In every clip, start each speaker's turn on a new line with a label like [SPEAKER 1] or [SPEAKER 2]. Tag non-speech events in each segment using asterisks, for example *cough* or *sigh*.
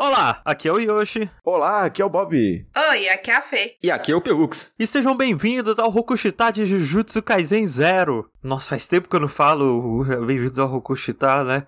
[SPEAKER 1] Olá, aqui é o Yoshi.
[SPEAKER 2] Olá, aqui é o Bob.
[SPEAKER 3] Oi, aqui é a Fê.
[SPEAKER 4] E aqui é o Pelux.
[SPEAKER 1] E sejam bem-vindos ao Rokushita de Jujutsu Kaisen Zero. Nossa, faz tempo que eu não falo uh, bem-vindos ao Rokushita, né?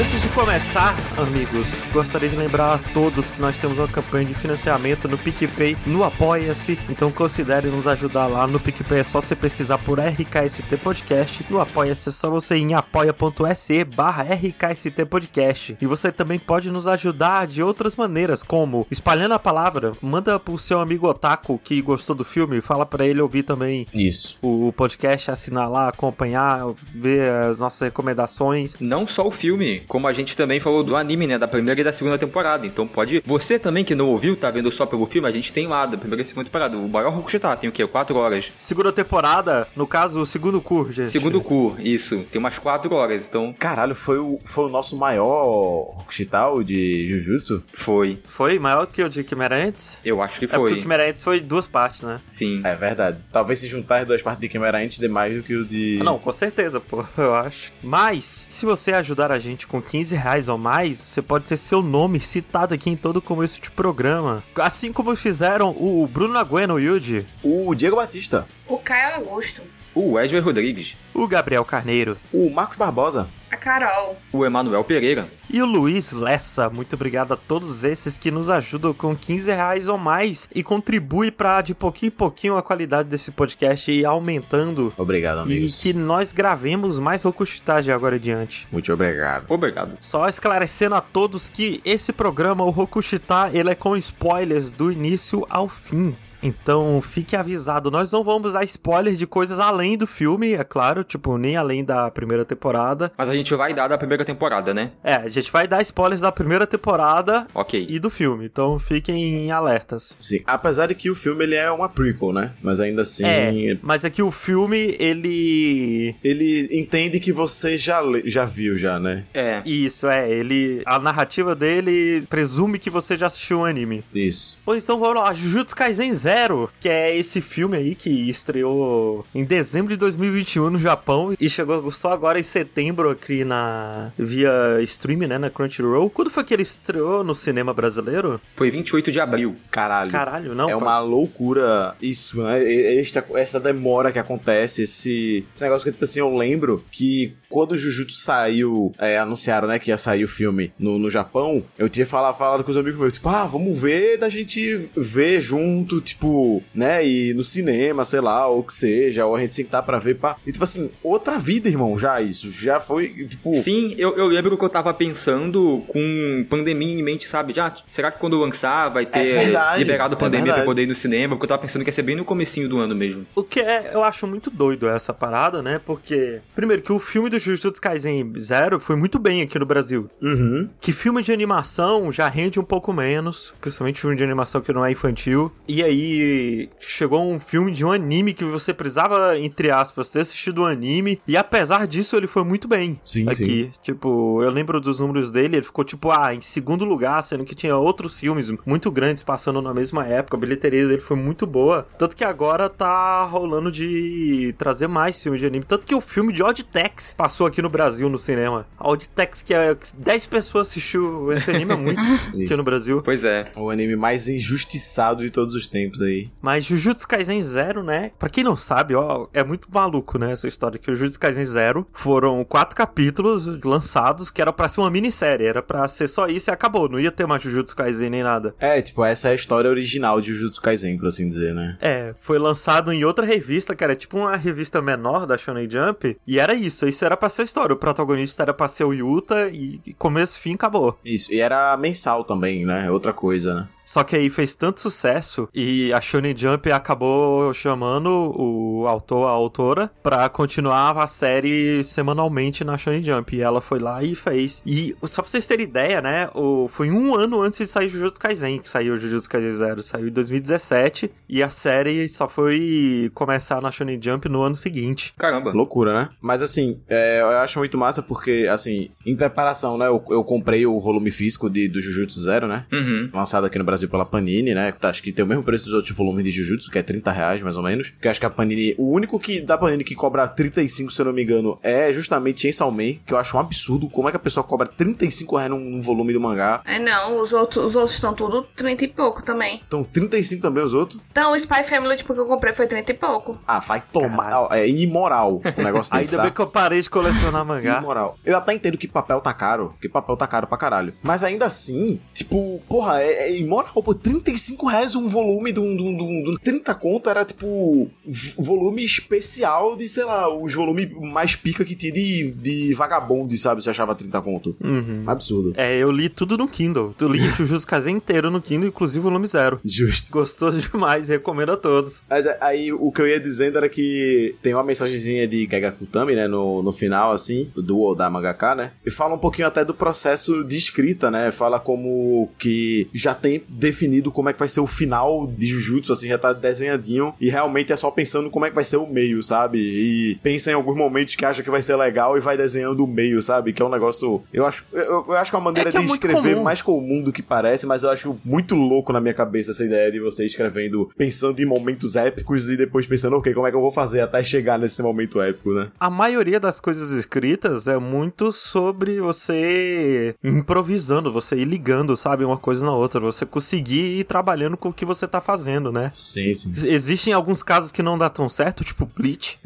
[SPEAKER 1] Antes de começar, amigos, gostaria de lembrar a todos que nós temos uma campanha de financiamento no PicPay, no Apoia-se, então considere nos ajudar lá no PicPay, é só você pesquisar por RKST Podcast, no Apoia-se é só você ir em apoia.se barra RKST Podcast, e você também pode nos ajudar de outras maneiras, como espalhando a palavra, manda pro seu amigo otaku que gostou do filme, fala pra ele ouvir também
[SPEAKER 4] Isso.
[SPEAKER 1] o podcast, assinar lá, acompanhar, ver as nossas recomendações,
[SPEAKER 4] Não só o filme, como a gente também falou do anime, né? Da primeira e da segunda temporada. Então pode. Você também que não ouviu, tá vendo só pelo filme, a gente tem lá da primeira e segunda temporada. O maior Rokushita tem o quê? Quatro horas.
[SPEAKER 1] Segunda temporada, no caso, o segundo cu, gente.
[SPEAKER 4] Segundo cu, isso. Tem umas quatro horas, então
[SPEAKER 2] Caralho, foi o, foi o nosso maior Rokushital de Jujutsu?
[SPEAKER 4] foi.
[SPEAKER 1] Foi maior do que o de Quimera antes?
[SPEAKER 4] Eu acho que
[SPEAKER 1] É porque o
[SPEAKER 4] foi.
[SPEAKER 1] Quimera antes foi duas partes, né?
[SPEAKER 4] Sim.
[SPEAKER 2] É verdade. Talvez se juntar as duas partes de Quimera antes dê mais do que o de...
[SPEAKER 1] Ah, Não, com certeza, pô, *laughs* eu acho. Mas, se você ajudar a gente com 15 reais ou mais, você pode ter seu nome citado aqui em todo o começo de programa. Assim como fizeram o Bruno Agüeno o Yuji,
[SPEAKER 2] O Diego Batista.
[SPEAKER 3] O Caio Augusto.
[SPEAKER 4] O Wesley Rodrigues.
[SPEAKER 1] o Gabriel Carneiro
[SPEAKER 2] O Marcos Barbosa.
[SPEAKER 3] A Carol.
[SPEAKER 4] O Emanuel Pereira.
[SPEAKER 1] E o Luiz Lessa, muito obrigado a todos esses que nos ajudam com 15 reais ou mais e contribui para de pouquinho em pouquinho a qualidade desse podcast ir aumentando
[SPEAKER 2] Obrigado,
[SPEAKER 1] e
[SPEAKER 2] amigos.
[SPEAKER 1] que nós gravemos mais Rokushitagem agora em diante.
[SPEAKER 2] Muito obrigado.
[SPEAKER 4] Obrigado.
[SPEAKER 1] Só esclarecendo a todos que esse programa, o Rokushita, ele é com spoilers do início ao fim. Então fique avisado, nós não vamos dar spoilers de coisas além do filme, é claro, tipo, nem além da primeira temporada.
[SPEAKER 4] Mas a gente vai dar da primeira temporada, né?
[SPEAKER 1] É, a gente vai dar spoilers da primeira temporada
[SPEAKER 4] Ok.
[SPEAKER 1] e do filme, então fiquem alertas.
[SPEAKER 2] Sim, apesar de que o filme ele é uma prequel, né? Mas ainda assim,
[SPEAKER 1] É, mas é que o filme, ele.
[SPEAKER 2] ele entende que você já, le- já viu já, né?
[SPEAKER 4] É.
[SPEAKER 1] Isso, é, ele. A narrativa dele presume que você já assistiu o anime.
[SPEAKER 2] Isso.
[SPEAKER 1] Pois então vamos lá, Jujutsu Kaisen Zero, que é esse filme aí que estreou em dezembro de 2021 no Japão e chegou só agora em setembro aqui na. via streaming, né, na Crunchyroll. Quando foi que ele estreou no cinema brasileiro?
[SPEAKER 4] Foi 28 de abril.
[SPEAKER 2] Caralho.
[SPEAKER 1] Caralho, não.
[SPEAKER 2] é
[SPEAKER 1] foi-
[SPEAKER 2] uma loucura isso, né? E- Esta, essa demora que acontece, esse, esse negócio que, tipo assim, eu lembro que quando o Jujutsu saiu, é, anunciaram, né, que ia sair o filme no, no Japão, eu tinha falado, falado com os amigos meus, tipo, ah, vamos ver da gente ver junto, tipo, né, e no cinema, sei lá, ou o que seja, ou a gente sentar pra ver, pá. E, tipo assim, outra vida, irmão, já isso, já foi, tipo...
[SPEAKER 4] Sim, eu, eu lembro que eu tava pensando com pandemia em mente, sabe? Já, será que quando lançar vai ter
[SPEAKER 2] É verdade,
[SPEAKER 4] liberado
[SPEAKER 2] é
[SPEAKER 4] pandemia pra
[SPEAKER 2] verdade.
[SPEAKER 4] eu poder ir no cinema? Porque eu tava pensando que ia ser bem no comecinho do ano mesmo.
[SPEAKER 1] O que é, eu acho muito doido essa parada, né? Porque, primeiro, que o filme do Jujutsu Kaisen Zero foi muito bem aqui no Brasil.
[SPEAKER 2] Uhum.
[SPEAKER 1] Que filme de animação já rende um pouco menos, principalmente filme de animação que não é infantil. E aí, chegou um filme de um anime que você precisava, entre aspas, ter assistido o anime. E apesar disso, ele foi muito bem
[SPEAKER 2] Sim, sim.
[SPEAKER 1] aqui. Tipo, eu lembro dos números dele, ele ficou tipo, ah, em segundo lugar, sendo que tinha outros filmes muito grandes passando na mesma época. A bilheteria dele foi muito boa. Tanto que agora tá rolando de trazer mais filmes de anime. Tanto que o filme de Odd Tex passou aqui no Brasil no cinema. A Odd Tex, que é 10 pessoas assistiu esse anime, é muito aqui no
[SPEAKER 2] *laughs* Isso.
[SPEAKER 1] Brasil.
[SPEAKER 4] Pois é.
[SPEAKER 2] O anime mais injustiçado de todos os tempos aí.
[SPEAKER 1] Mas Jujutsu Kaisen Zero, né? Pra quem não sabe, ó, é muito maluco, né? Essa história que o Jujutsu Kaisen Zero foram quatro capítulos lançados que era pra ser uma minissérie, era pra ser só isso e acabou, não ia ter mais Jujutsu Kaisen nem nada.
[SPEAKER 2] É, tipo, essa é a história original de Jujutsu Kaisen, por assim dizer, né?
[SPEAKER 1] É, foi lançado em outra revista, que era tipo uma revista menor da Shonen Jump, e era isso, isso era pra ser a história. O protagonista era pra ser o Yuta e e começo, fim, acabou.
[SPEAKER 2] Isso, e era mensal também, né? Outra coisa, né?
[SPEAKER 1] Só que aí fez tanto sucesso e a Shonen Jump acabou chamando o autor, a autora, pra continuar a série semanalmente na Shonen Jump. E ela foi lá e fez. E só pra vocês terem ideia, né? O, foi um ano antes de sair Jujutsu Kaisen, que saiu Jujutsu Kaisen Zero. Saiu em 2017 e a série só foi começar na Shonen Jump no ano seguinte.
[SPEAKER 4] Caramba.
[SPEAKER 2] Loucura, né? Mas assim, é, eu acho muito massa porque, assim, em preparação, né? Eu, eu comprei o volume físico de, do Jujutsu Zero, né?
[SPEAKER 4] Uhum.
[SPEAKER 2] Lançado aqui no Brasil pela Panini, né? Tá, Acho que tem o mesmo preço dos outros volumes de Jujutsu, que é 30 reais mais ou menos. Que acho que a Panini. O único que da Panini que cobra 35, se eu não me engano, é justamente Chainsaw Man, que eu acho um absurdo. Como é que a pessoa cobra 35 reais num, num volume do mangá?
[SPEAKER 3] É não, os outros, os outros estão tudo 30 e pouco também.
[SPEAKER 2] Então, 35 também os outros?
[SPEAKER 3] Então, o Spy Family, tipo, que eu comprei foi 30 e pouco.
[SPEAKER 2] Ah, vai tomar.
[SPEAKER 1] Caralho.
[SPEAKER 2] Ó, É imoral
[SPEAKER 1] *laughs*
[SPEAKER 2] o negócio desse,
[SPEAKER 1] Ainda
[SPEAKER 2] tá?
[SPEAKER 1] bem que eu parei de colecionar
[SPEAKER 2] Na
[SPEAKER 1] mangá.
[SPEAKER 2] moral. Eu até entendo que papel tá caro, que papel tá caro pra caralho. Mas ainda assim, tipo, porra, é, é imoral, pô, 35 reais um volume de um, de um- de um- de um 30 conto era tipo v- volume especial de, sei lá, os volumes mais pica que tinha de, de vagabundo, sabe? Você achava 30 conto.
[SPEAKER 1] Uhum.
[SPEAKER 2] Absurdo.
[SPEAKER 1] É, eu li tudo no Kindle. Eu li Jujutsu Kaisen inteiro no Kindle, inclusive o volume zero.
[SPEAKER 2] Justo.
[SPEAKER 1] Gostoso *laughs* demais, recomendo a todos.
[SPEAKER 2] Mas a- aí o que eu ia dizendo era que tem uma mensagenzinha de Gagakutami, né, no, no final, assim, do ou da mangaka, né? E fala um pouquinho até do processo de escrita, né? Fala como que já tem definido como é que vai ser o final de Jujutsu, assim, já tá desenhadinho. E realmente é só pensando como é que vai ser o meio, sabe? E pensa em alguns momentos que acha que vai ser legal e vai desenhando o meio, sabe? Que é um negócio. Eu acho, eu, eu acho que é uma maneira
[SPEAKER 1] que é
[SPEAKER 2] de
[SPEAKER 1] muito
[SPEAKER 2] escrever
[SPEAKER 1] comum.
[SPEAKER 2] mais mais comum do que parece, mas eu acho muito louco na minha cabeça essa ideia de você escrevendo, pensando em momentos épicos e depois pensando, ok, como é que eu vou fazer até chegar nesse momento épico, né?
[SPEAKER 1] A maioria das coisas escritas é muito sobre você improvisando, você ir ligando, sabe, uma coisa na outra, você conseguir ir trabalhando com o que você tá fazendo, né?
[SPEAKER 2] Sim, sim.
[SPEAKER 1] Existem alguns casos que não dá tão certo, tipo Bleach,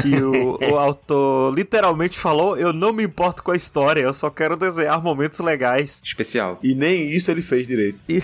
[SPEAKER 1] que o, o autor literalmente falou: Eu não me importo com a história, eu só quero desenhar momentos legais.
[SPEAKER 4] Especial.
[SPEAKER 2] E nem isso ele fez direito.
[SPEAKER 1] E,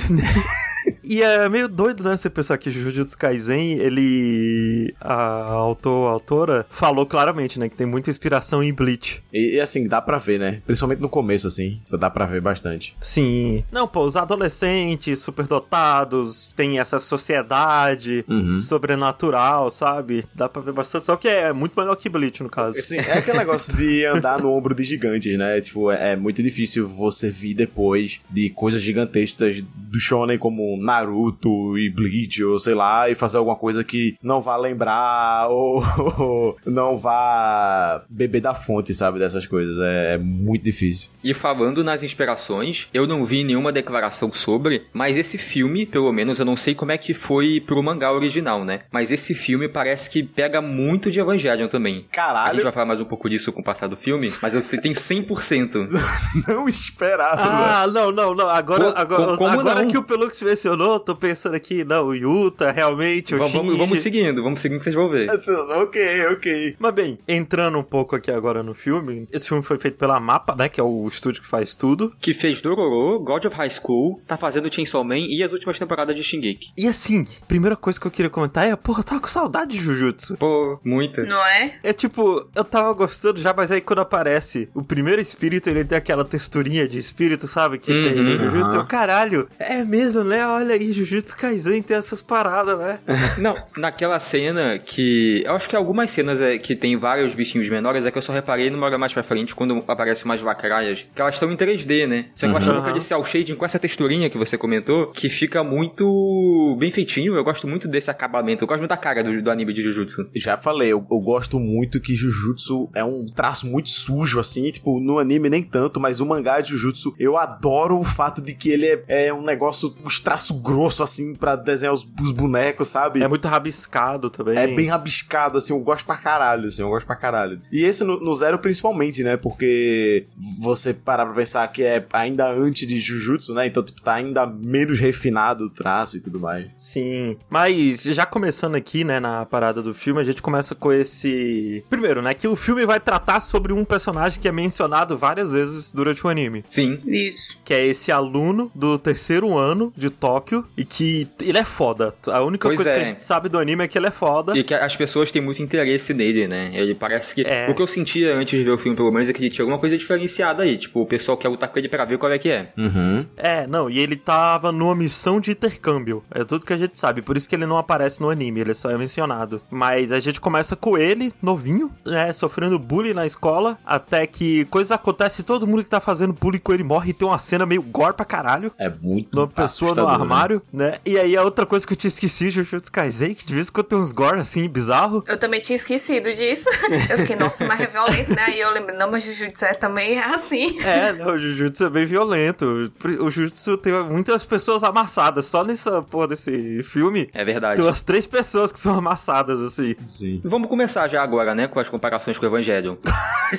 [SPEAKER 1] *laughs* e é meio doido, né? Você pensar que Jujutsu Kaisen, ele. A autor, a autora, falou claramente, né? Que tem muita inspiração em Bleach.
[SPEAKER 2] E, e, assim, dá pra ver, né? Principalmente no começo, assim, dá pra ver bastante.
[SPEAKER 1] Sim. Não, pô, os adolescentes superdotados, tem essa sociedade.
[SPEAKER 2] Uhum.
[SPEAKER 1] Sobrenatural, sabe? Dá pra ver bastante. Só que é muito melhor que Bleach, no caso.
[SPEAKER 2] Assim, é aquele negócio de andar no ombro de gigantes, né? Tipo, é, é muito difícil você vir depois de coisas gigantescas do shonen como Naruto e Bleach, ou sei lá, e fazer alguma coisa que não vá lembrar *laughs* ou, ou não vá beber da fonte, sabe? Dessas coisas. É, é muito difícil.
[SPEAKER 4] E falando nas inspirações, eu não vi nenhuma declaração sobre, mas esse filme, pelo menos, eu não sei como é que foi pro mangá original, né? Mas esse filme parece que pega muito de Evangelion também. A gente
[SPEAKER 2] Caralho,
[SPEAKER 4] vai falar mais um pouco disso com o passar do filme, mas eu sei-
[SPEAKER 2] *laughs*
[SPEAKER 4] tenho 100%.
[SPEAKER 2] *laughs* não esperava, né? velho.
[SPEAKER 1] Ah, não, não, não. Agora,
[SPEAKER 4] Co-
[SPEAKER 1] agora,
[SPEAKER 4] co- como
[SPEAKER 1] agora
[SPEAKER 4] não?
[SPEAKER 1] que o Pelux mencionou, tô pensando aqui, não, o Yuta, realmente, o
[SPEAKER 4] vamos, vamos,
[SPEAKER 1] Shinji.
[SPEAKER 4] vamos seguindo, vamos seguindo que vocês vão ver.
[SPEAKER 2] *laughs*
[SPEAKER 1] *laughs*
[SPEAKER 2] Ok, ok.
[SPEAKER 1] É, Mas bem, entrando um pouco aqui agora no filme, esse filme foi feito pela Mapa, né, que é o estúdio que faz tudo.
[SPEAKER 4] Que fez Dororo, God of High School, tá fazendo Chainsaw Man e as últimas temporadas de Shingeki.
[SPEAKER 1] E assim, primeira coisa que eu queria comentar é, porra, eu tava com saudade de Jujutsu.
[SPEAKER 4] Pô, muita.
[SPEAKER 3] Não é?
[SPEAKER 1] É tipo, eu tava gostando já, mas aí quando aparece o primeiro espírito, ele tem aquela texturinha de espírito, sabe? Que tem no
[SPEAKER 4] Uhum.
[SPEAKER 1] Jujutsu.
[SPEAKER 2] Aham.
[SPEAKER 1] Eu, Caralho, é mesmo, né? Olha aí, Jujutsu Kaisen tem essas paradas,
[SPEAKER 2] *laughs*
[SPEAKER 1] né?
[SPEAKER 4] Não, naquela cena que. Eu acho que algumas cenas é, que tem vários bichinhos menores é que eu só reparei numa hora mais pra frente, quando aparecem umas vacraias, que elas estão em 3D, né? Só que eu acho
[SPEAKER 1] Uhum.
[SPEAKER 4] louca de cel shading com essa texturinha que você comentou, que fica muito bem feitinho. Eu gosto muito desse acabamento. Eu gosto muito da cara do, do anime de Jujutsu.
[SPEAKER 2] Já falei, eu, eu gosto muito que Jujutsu é um traço muito sujo, assim, tipo, no anime nem tanto, mas o mangá de Jujutsu, eu adoro o fato de que ele é, é um negócio, uns traços grossos, assim, pra desenhar os, os bonecos, sabe?
[SPEAKER 1] É muito rabiscado também.
[SPEAKER 2] É bem rabiscado, assim, eu gosto pra caralho, assim, eu gosto pra caralho. E esse no, no Zero principalmente, né? Porque você parar pra pensar que é ainda antes de Jujutsu, né? Então, tipo, tá ainda menos refinado o traço e tudo mais.
[SPEAKER 1] Sim. Mas já começando aqui, né, na parada do filme, a gente começa com esse. Primeiro, né, que o filme vai tratar sobre um personagem que é mencionado várias vezes durante o anime.
[SPEAKER 4] Sim.
[SPEAKER 3] Isso.
[SPEAKER 1] Que é esse aluno do terceiro ano de Tóquio e que ele é foda. A única
[SPEAKER 4] Pois
[SPEAKER 1] coisa que
[SPEAKER 4] é.
[SPEAKER 1] a gente sabe do anime é que ele é foda.
[SPEAKER 4] E que as pessoas têm muito interesse nele, né? Ele parece que.
[SPEAKER 1] É.
[SPEAKER 4] O que eu sentia antes de ver o filme, pelo menos, é que ele tinha alguma coisa diferenciada aí. Tipo, o pessoal quer lutar com ele pra ver qual é que é.
[SPEAKER 2] Uhum.
[SPEAKER 1] É, não, e ele tava numa missão de intercâmbio. É tudo que a gente sabe. Por isso que ele não aparece no anime, ele só é mencionado. Mas a gente começa com ele, novinho, né? Sofrendo bullying na escola. Até que coisas acontecem, todo mundo que tá fazendo bullying com ele morre e tem uma cena meio gore pra caralho.
[SPEAKER 2] É muito
[SPEAKER 1] De uma pessoa no
[SPEAKER 2] assustador, né?
[SPEAKER 1] armário Mario, né? E aí a outra coisa que eu tinha esquecido, Jujutsu Kaisen, que de vez em quando tem uns gore assim, bizarro.
[SPEAKER 3] Eu também tinha esquecido *laughs* disso. Eu fiquei, nossa, mas é violento, né? E eu lembrei, não, mas Jujutsu é também é assim.
[SPEAKER 1] É, *laughs* né, o Jujutsu é bem violento. O Jujutsu tem muitas pessoas amassadas. Só nessa porra desse filme,
[SPEAKER 4] É verdade.
[SPEAKER 1] tem umas três pessoas que são amassadas, assim.
[SPEAKER 2] Sim. *laughs*
[SPEAKER 4] Vamos começar já agora, né, com as comparações com o Evangelion.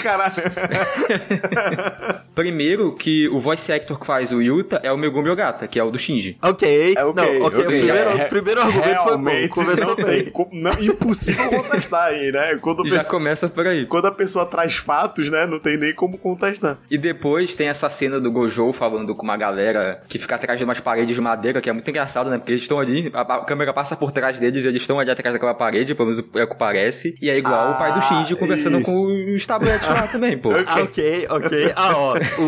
[SPEAKER 2] Caralho.
[SPEAKER 1] *laughs*
[SPEAKER 4] Primeiro, que o voice actor que faz o Yuta é o Megumi Ogata, que é o do Shinji.
[SPEAKER 1] Ok,
[SPEAKER 2] É, ok,
[SPEAKER 1] não, ok.
[SPEAKER 2] ok.
[SPEAKER 1] O primeiro,
[SPEAKER 2] É,
[SPEAKER 1] o primeiro argumento foi bom,
[SPEAKER 2] realmente
[SPEAKER 1] começou
[SPEAKER 2] não
[SPEAKER 1] bem.
[SPEAKER 2] Tem como, não, impossível contestar aí, né? Quando, a
[SPEAKER 4] Já
[SPEAKER 2] pessoa-
[SPEAKER 4] começa por aí.
[SPEAKER 2] quando a pessoa traz fatos, né? Não tem nem como contestar.
[SPEAKER 4] E depois tem essa cena do Gojo falando com uma galera que fica atrás de umas paredes de madeira, que é muito engraçado, né? Porque eles estão ali, a, a câmera passa por trás deles e eles estão ali atrás daquela parede, pelo menos é o que parece. E é igual o pai do Shinji
[SPEAKER 2] Ah,
[SPEAKER 4] conversando
[SPEAKER 2] isso.
[SPEAKER 4] com os tabletes lá
[SPEAKER 2] *laughs*
[SPEAKER 4] também, pô.
[SPEAKER 1] Ah, ok, ok. Ah, ó, o,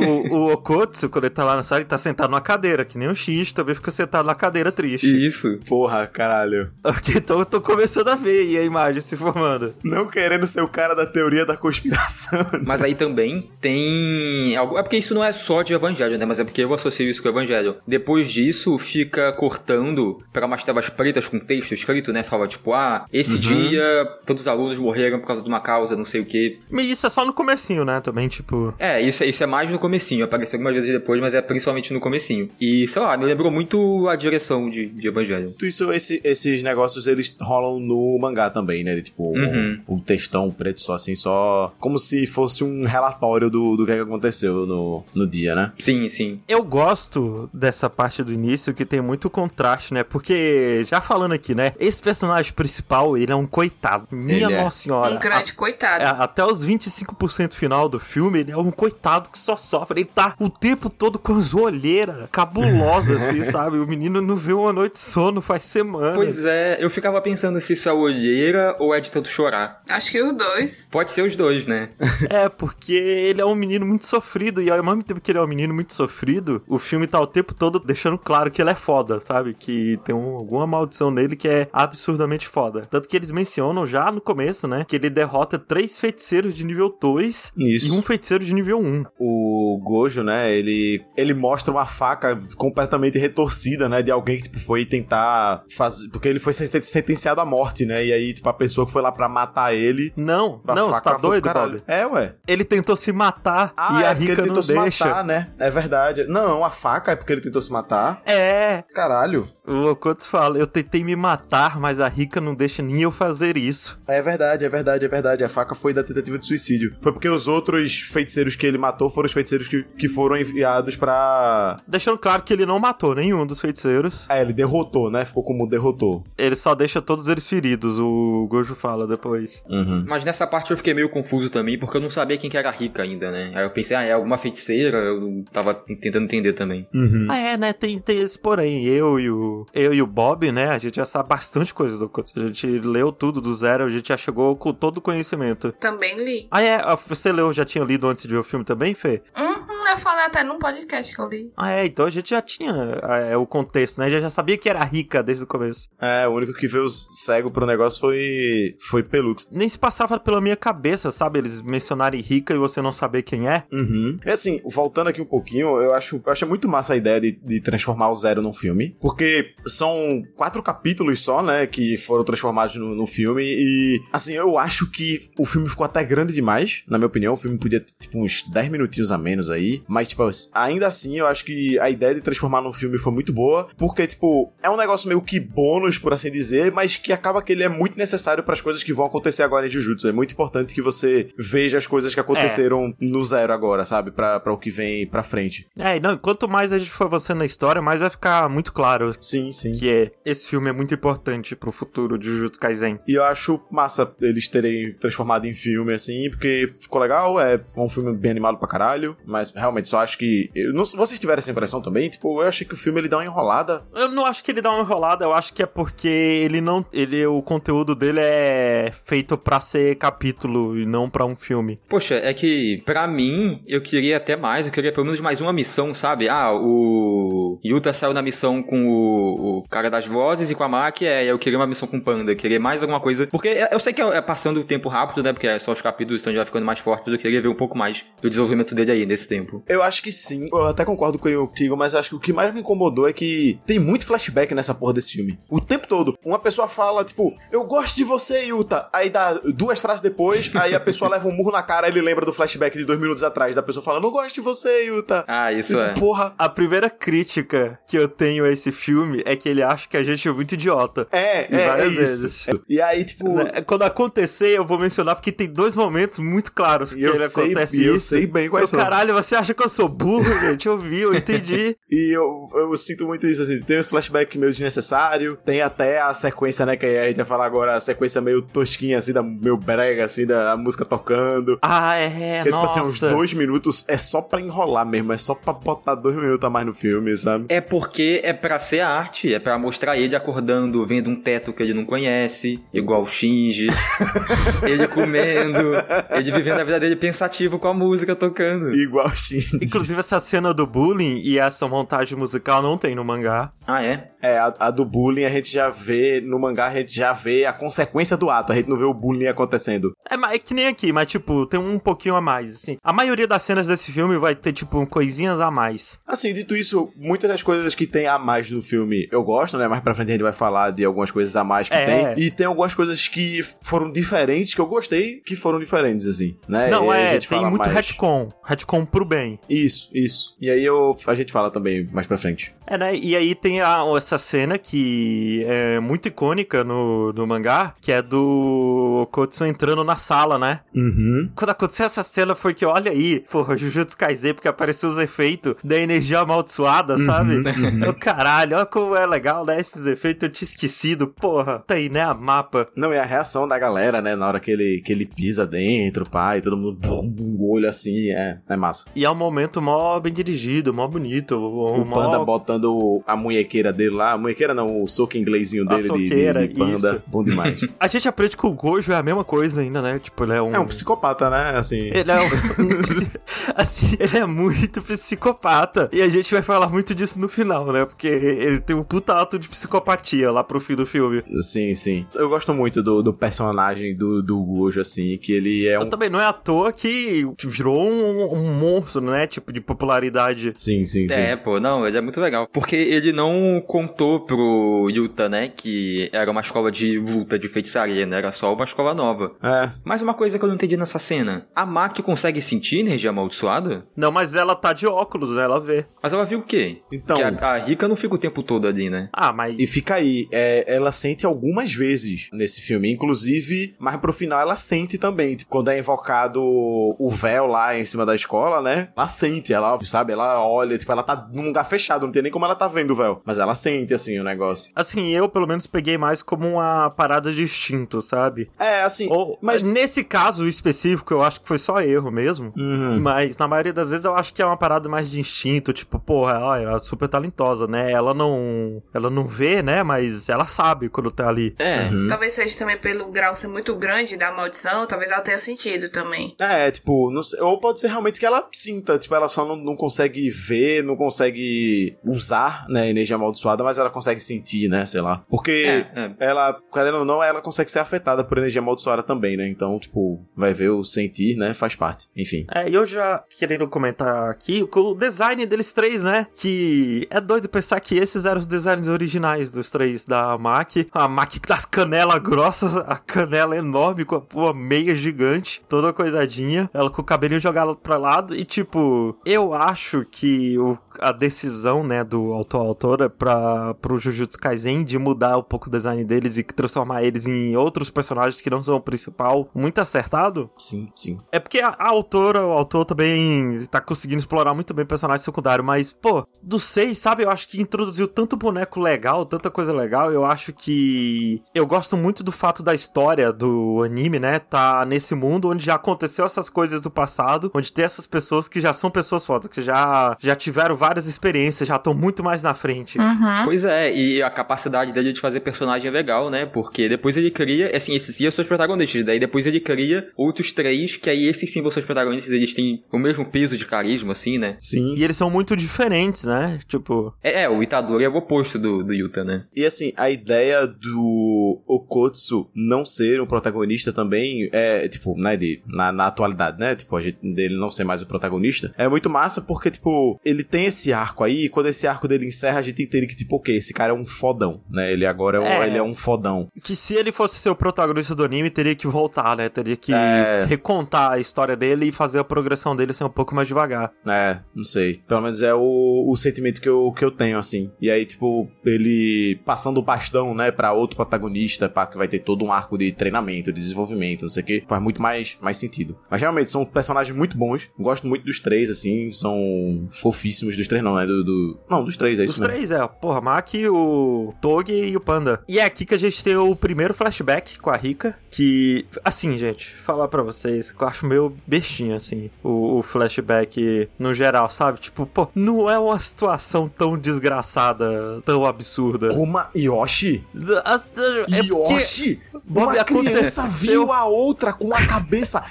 [SPEAKER 1] o Okotsu, quando ele tá lá na sala, ele tá sentado numa cadeira, que nem o X também fica sentado na cadeira triste.
[SPEAKER 4] Isso.
[SPEAKER 2] Porra, caralho.
[SPEAKER 1] Ok, então eu tô começando a ver aí a imagem se formando.
[SPEAKER 2] Não querendo ser o cara da teoria da *laughs* conspiração.
[SPEAKER 4] Mas aí também tem. algo- É porque isso não é só de Evangelho, né? Mas é porque eu associo isso com o Evangelho. Depois disso, fica cortando pra umas telas pretas com texto escrito, né? Fala tipo, ah, esse
[SPEAKER 2] Uhum.
[SPEAKER 4] dia tantos alunos morreram por causa de uma causa, não sei o quê.
[SPEAKER 1] Mas isso é só no comecinho, né? Também, tipo.
[SPEAKER 4] É, isso, isso é mais no comecinho. Apareceu algumas vezes depois, mas é principalmente no comecinho. E sei lá, me lembrou muito a direção de, de Evangelho.
[SPEAKER 2] Tudo isso, esse- esses negócios, eles rolam no mangá também, né? Tipo,
[SPEAKER 4] Uhum.
[SPEAKER 2] um, um textão preto só, assim, só... Como se fosse um relatório do, do que aconteceu no, no dia, né?
[SPEAKER 4] Sim, sim.
[SPEAKER 1] Eu gosto dessa parte do início que tem muito contraste, né? Porque, já falando aqui, né? Esse personagem principal, ele é um coitado. Minha
[SPEAKER 2] Ele é.
[SPEAKER 1] Nossa Senhora.
[SPEAKER 3] Um grande coitado.
[SPEAKER 1] É, até os 25% final do filme, ele é um coitado que só sofre. Ele tá o tempo todo com as olheiras
[SPEAKER 2] *laughs*
[SPEAKER 1] cabulosas, assim, sabe? O menino não vê uma noite de sono faz semanas.
[SPEAKER 4] Pois é, eu ficava pensando se isso é olheira ou é de tanto chorar.
[SPEAKER 3] Acho que os dois.
[SPEAKER 4] Pode ser os dois, né?
[SPEAKER 1] É, porque ele é um menino muito sofrido, e ao mesmo tempo que ele é um menino muito sofrido, o filme tá o tempo todo deixando claro que ele é foda, sabe? Que tem um- alguma maldição nele que é absurdamente foda. Tanto que eles mencionam já no começo, né? Que ele derrota três feiticeiros de nível 2 e
[SPEAKER 2] Isso.
[SPEAKER 1] um feiticeiro de nível 1.
[SPEAKER 2] O Gojo, né, ele, ele mostra uma faca completamente retorcida, né, de alguém que, tipo, foi tentar fazer... Porque ele foi sen- sentenciado à morte, né, e aí, tipo, a pessoa que foi lá pra matar ele...
[SPEAKER 1] Não,
[SPEAKER 2] a
[SPEAKER 1] não,
[SPEAKER 2] faca
[SPEAKER 1] você tá
[SPEAKER 2] foi pro
[SPEAKER 1] doido,
[SPEAKER 2] caralho.
[SPEAKER 1] Bob?
[SPEAKER 2] É, ué.
[SPEAKER 1] Ele tentou se matar
[SPEAKER 2] Ah,
[SPEAKER 1] e a
[SPEAKER 2] é porque ele
[SPEAKER 1] rica
[SPEAKER 2] tentou
[SPEAKER 1] não
[SPEAKER 2] se
[SPEAKER 1] deixa.
[SPEAKER 2] matar, né? É verdade. Não, a faca é porque ele tentou se matar.
[SPEAKER 1] É,
[SPEAKER 2] Caralho.
[SPEAKER 1] o Okoto fala, eu tentei me matar, mas a rica não deixa nem eu fazer isso.
[SPEAKER 2] É verdade, é verdade, é verdade. A faca foi da tentativa de suicídio. Foi porque os outros feiticeiros que ele matou foram os feiticeiros que, que foram enviados pra.
[SPEAKER 1] Deixando claro que ele não matou nenhum dos feiticeiros.
[SPEAKER 2] É, ele derrotou, né? Ficou como derrotou.
[SPEAKER 1] Ele só deixa todos eles feridos, o Gojo fala depois.
[SPEAKER 2] Uhum.
[SPEAKER 4] Mas nessa parte eu fiquei meio confuso também, porque eu não sabia quem que era a rica ainda, né? Aí eu pensei, ah, é alguma feiticeira? Eu tava tentando entender também.
[SPEAKER 2] Uhum.
[SPEAKER 1] Ah, é, né? Tem, tem esse porém. Eu e, o, eu e o Bob, né? A gente já sabe bastante coisa do Okoto. A gente leu tudo do zero, a gente já chegou com todo o conhecimento.
[SPEAKER 3] Também li.
[SPEAKER 1] Ah, é. ah, Você leu, já tinha lido antes de ver o filme também, Fê?
[SPEAKER 3] Uhum, eu falei até num podcast que eu li.
[SPEAKER 1] Ah, é, então a gente já tinha é, o contexto, né? A gente já sabia que era rica desde o começo.
[SPEAKER 2] É, o único que veio cego pro negócio foi. Foi Pelux.
[SPEAKER 1] Nem se passava pela minha cabeça, sabe? Eles mencionarem rica e você não saber quem é.
[SPEAKER 2] Uhum. E assim, voltando aqui um pouquinho, eu acho, eu acho muito massa a ideia de, de transformar o Zero num filme. Porque são quatro capítulos só, né? Que foram transformados no, no filme. E, assim, eu acho que o filme ficou até grande demais. Na minha opinião, o filme podia ter, tipo, uns 10 minutinhos a menos aí. Mas, tipo, ainda assim, eu acho que a ideia de transformar num filme foi muito boa. Porque, tipo, é um negócio meio que bônus, por assim dizer. Mas que acaba que ele é muito necessário para as coisas que vão acontecer agora em Jujutsu. É muito importante que você veja as coisas que aconteceram aconteceram no zero agora, sabe? Pra, pra o que vem pra frente.
[SPEAKER 1] É, e não, quanto mais a gente for avançando na história, mais vai ficar muito claro
[SPEAKER 2] Sim, sim.
[SPEAKER 1] que é, esse filme é muito importante pro futuro de Jujutsu Kaisen.
[SPEAKER 2] E eu acho massa eles terem transformado em filme, assim, porque ficou legal, é foi um filme bem animado pra caralho, mas realmente só acho que... eu não- vocês tiveram essa impressão também? Tipo, eu achei que o filme ele dá uma enrolada.
[SPEAKER 1] Eu não acho que ele dá uma enrolada, eu acho que é porque ele não. ele O conteúdo dele é feito pra ser capítulo e não pra um filme.
[SPEAKER 4] Poxa, é que pra mim eu queria até mais, eu queria pelo menos mais uma missão, sabe? Ah, o o Yuta saiu na missão com o, o cara das vozes e com a Maki, é, eu queria uma missão com o Panda, queria mais alguma coisa. Porque eu eu sei que é, é passando o tempo rápido, né? Porque é só os capítulos, então a gente vai ficando mais forte, mas eu queria ver um pouco mais do desenvolvimento dele aí nesse tempo.
[SPEAKER 2] Eu acho que sim. Eu até concordo com o Tigo, mas eu acho que o que mais me incomodou é que tem muito flashback nessa porra desse filme. O tempo todo. Uma pessoa fala, tipo, eu gosto de você, Yuta. Aí dá duas frases depois, aí a pessoa *laughs* leva um murro na cara e ele lembra do flashback de dois minutos atrás. Da pessoa falando, eu gosto de você, Yuta.
[SPEAKER 4] Ah, isso
[SPEAKER 2] Tipo,
[SPEAKER 4] é.
[SPEAKER 2] Porra.
[SPEAKER 1] A primeira crítica que eu tenho a esse filme é que ele acha que a gente é muito idiota.
[SPEAKER 2] É,
[SPEAKER 1] E
[SPEAKER 2] é, é
[SPEAKER 1] várias vezes.
[SPEAKER 2] isso. E aí, tipo,
[SPEAKER 1] *laughs* Né? Quando acontecer, eu vou mencionar, porque tem dois momentos muito claros que
[SPEAKER 2] eu
[SPEAKER 1] ele
[SPEAKER 2] sei-
[SPEAKER 1] acontece
[SPEAKER 2] eu
[SPEAKER 1] isso.
[SPEAKER 2] sei bem quais
[SPEAKER 1] Eu,
[SPEAKER 2] são.
[SPEAKER 1] Caralho, você acha que eu sou
[SPEAKER 2] *laughs*
[SPEAKER 1] burro, gente? Eu vi, eu entendi.
[SPEAKER 2] E eu, eu sinto muito isso, assim. Tem uns flashback meio desnecessário. Tem até a sequência, né? Que a gente vai falar agora, a sequência meio tosquinha, assim, da meio brega, assim, da, da música tocando.
[SPEAKER 1] Ah, é,
[SPEAKER 2] Que é, tipo
[SPEAKER 1] nossa.
[SPEAKER 2] assim, uns dois minutos é só pra enrolar mesmo, é só pra botar dois minutos a mais no filme, sabe?
[SPEAKER 4] É porque é pra ser a arte, é pra mostrar ele acordando, vendo um teto que ele não conhece, igual o
[SPEAKER 2] *laughs*
[SPEAKER 4] Shinji, ele comendo, ele vivendo a vida dele pensativo com a música tocando.
[SPEAKER 2] Igual *laughs* assim, Shin.
[SPEAKER 1] Inclusive, essa cena do bullying e essa montagem musical não tem no mangá.
[SPEAKER 4] Ah, é?
[SPEAKER 2] É, a, a do bullying a gente já vê, no mangá a gente já vê a consequência do ato, a gente não vê o bullying acontecendo.
[SPEAKER 1] É, mas é que nem aqui, mas tipo, tem um pouquinho a mais, assim. A maioria das cenas desse filme vai ter, tipo, coisinhas a mais.
[SPEAKER 2] Assim, dito isso, muitas das coisas que tem a mais no filme eu gosto, né? Mais pra frente a gente vai falar de algumas coisas a mais que
[SPEAKER 1] É.
[SPEAKER 2] tem. E tem algumas coisas que foram diferentes, que eu gostei, que foram diferentes, assim, né?
[SPEAKER 1] não,
[SPEAKER 2] E aí a
[SPEAKER 1] é,
[SPEAKER 2] gente
[SPEAKER 1] tem
[SPEAKER 2] fala
[SPEAKER 1] muito
[SPEAKER 2] mais.
[SPEAKER 1] retcon. Retcon pro bem.
[SPEAKER 2] Isso, isso. E aí eu, a gente fala também mais pra frente.
[SPEAKER 1] É, né? E aí tem a- essa cena que é muito icônica no, no mangá, que é do Kotsu entrando na sala, né?
[SPEAKER 2] Uhum.
[SPEAKER 1] Quando aconteceu essa cena foi que, olha aí, porra, Jujutsu Kaisen, porque apareceu os efeitos da energia amaldiçoada,
[SPEAKER 2] Uhum. *laughs*
[SPEAKER 1] sabe? Eu, caralho, olha como é legal, né? Esses efeitos, eu tinha esquecido, porra. Tá aí, né? A mapa.
[SPEAKER 2] Não, e a reação da galera, né? Na hora que ele, que ele pisa dentro, pai, todo mundo brum, o olho assim, é, é massa.
[SPEAKER 1] E é um momento mó bem dirigido, mó bonito.
[SPEAKER 2] O
[SPEAKER 1] mó...
[SPEAKER 2] panda botando o- a munhequeira dele lá, a munhequeira não, o soco inglesinho
[SPEAKER 1] A
[SPEAKER 2] dele de- de,
[SPEAKER 1] soqueira,
[SPEAKER 2] de panda.
[SPEAKER 1] isso.
[SPEAKER 2] Bom demais.
[SPEAKER 1] A gente aprende que o Gojo é a mesma coisa ainda, né? Tipo, ele é um...
[SPEAKER 2] é um psicopata, né? Assim.
[SPEAKER 1] Ele é um, *laughs* um psi- assim, ele é muito psicopata. E a gente vai falar muito disso no final, né? Porque ele tem um puta ato de psicopatia lá pro fim do filme.
[SPEAKER 2] É, Sim, sim. Eu gosto muito do, do personagem do, do Gojo, assim, que ele é um.
[SPEAKER 1] Também não é à toa que virou um, um monstro, né? Tipo, de popularidade.
[SPEAKER 2] Sim, sim, sim.
[SPEAKER 4] É, pô, não, mas é muito legal. Porque ele não contou pro Yuta, né, que era uma escola de luta, de feitiçaria, né, era só uma escola nova.
[SPEAKER 2] É.
[SPEAKER 4] Mas uma coisa que eu não entendi nessa cena, a Maki consegue sentir energia amaldiçoada?
[SPEAKER 1] Não, mas ela tá de óculos, né? Ela vê.
[SPEAKER 4] Mas ela viu o quê?
[SPEAKER 2] Então.
[SPEAKER 4] que a, a Rika não fica o tempo todo ali, né?
[SPEAKER 1] Ah, mas.
[SPEAKER 2] E fica aí, é, ela sente algumas vezes nesse filme, inclusive, mas pro final ela sente também. Tipo, quando é invocado o véu lá em cima da escola, né? Ela sente, ela, sabe, ela olha, tipo, ela tá num lugar fechado, não tem nem como ela tá vendo o véu. Mas ela sente, assim, o negócio.
[SPEAKER 1] Assim, eu pelo menos peguei mais como uma parada de instinto, sabe?
[SPEAKER 2] É, assim.
[SPEAKER 1] Ou,
[SPEAKER 2] mas-
[SPEAKER 1] mas nesse caso específico, eu acho que foi só erro mesmo.
[SPEAKER 2] Uhum.
[SPEAKER 1] Mas na maioria das vezes eu acho que é uma parada mais de instinto, tipo, porra, ela, ela é super talentosa, né? Ela não. Ela não vê, né? Mas ela sabe quando tá ali.
[SPEAKER 4] É.
[SPEAKER 2] Uhum.
[SPEAKER 3] Talvez seja também pelo grau ser muito grande da maldição, talvez ela tenha sentido também.
[SPEAKER 2] É, tipo, não sei- ou pode ser realmente que ela sinta, tipo, ela só não, não consegue ver, não consegue usar, né, energia amaldiçoada, mas ela consegue sentir, né, sei lá. Porque
[SPEAKER 4] É, é.
[SPEAKER 2] ela, querendo ou não, ela consegue ser afetada por energia amaldiçoada também, né, então, tipo, vai ver o sentir, né, faz parte, enfim.
[SPEAKER 1] É, e eu já querendo comentar aqui com o design deles três, né? Que é doido pensar que esses eram os designs originais dos três da MAC. A MAC das canelas grossas, a canela enorme com a pua meia gigante, toda coisadinha. Ela com o cabelinho jogado pra lado. E tipo, eu acho que o- a decisão, né, do autor autora pra, pro Jujutsu Kaisen de mudar um pouco o design deles e transformar eles em outros personagens que não são o principal, muito acertado.
[SPEAKER 2] Sim, sim.
[SPEAKER 1] É porque a, a autora, o autor também tá conseguindo explorar muito bem o personagem secundário, mas, pô, dos seis, sabe? Eu acho que introduziu tanto boneco legal, tanta coisa legal. Eu acho que. Eu gosto muito do fato da história do anime, né? Tá nesse mundo onde já aconteceu essas coisas do passado, onde tem essas pessoas que já são pessoas fodas, que já, já tiveram várias experiências, já estão muito mais na frente.
[SPEAKER 3] Uhum.
[SPEAKER 4] Pois é, e a capacidade dele de fazer personagem é legal, né? Porque depois ele cria, assim, esses iam ser os protagonistas, daí depois ele cria outros três, que aí esses sim vão ser os protagonistas, eles têm o mesmo peso de carisma, assim, né?
[SPEAKER 2] Sim.
[SPEAKER 1] E eles são muito diferentes, antes, né? Tipo,
[SPEAKER 4] É, é, o Itadori é o oposto do, do Yuta, né?
[SPEAKER 2] E assim, a ideia do Okotsu não ser um protagonista também é, tipo, né, de- na, na atualidade, né? Tipo, a gente, dele não ser mais o protagonista. É muito massa porque, tipo, ele tem esse arco aí, e quando esse arco dele encerra, a gente entende que, tipo, ok, esse cara é um fodão, né? Ele agora é um,
[SPEAKER 1] É.
[SPEAKER 2] Ele é um fodão.
[SPEAKER 1] que se ele fosse ser o protagonista do anime, teria que voltar, né? Teria que
[SPEAKER 2] É.
[SPEAKER 1] recontar a história dele e fazer a progressão dele ser um pouco mais devagar.
[SPEAKER 2] É, não sei. Pelo menos é o, o sentimento que eu, que eu tenho, assim. E aí, tipo, ele passando o bastão, né, pra outro protagonista, pá, que vai ter todo um arco de treinamento, de desenvolvimento, não sei o que, faz muito mais, mais sentido. Mas realmente, são personagens muito bons. Gosto muito dos três, assim, são fofíssimos dos três, não, né? Do, do- Não, dos três, é
[SPEAKER 1] Os
[SPEAKER 2] isso mesmo.
[SPEAKER 1] três, é. Porra, Maki, o Togi e o Panda. E é aqui que a gente tem o primeiro flashback com a Rika, que... Assim, gente, falar pra vocês, que eu acho meio bestinho, assim, o, o flashback no geral, sabe? Tipo, pô, não é uma situação tão desgraçada, tão absurda.
[SPEAKER 2] Kuma Yoshi?
[SPEAKER 1] As- É porque...
[SPEAKER 2] Yoshi?
[SPEAKER 1] Bob,
[SPEAKER 2] uma criança
[SPEAKER 1] aconteceu-
[SPEAKER 2] viu a outra com a cabeça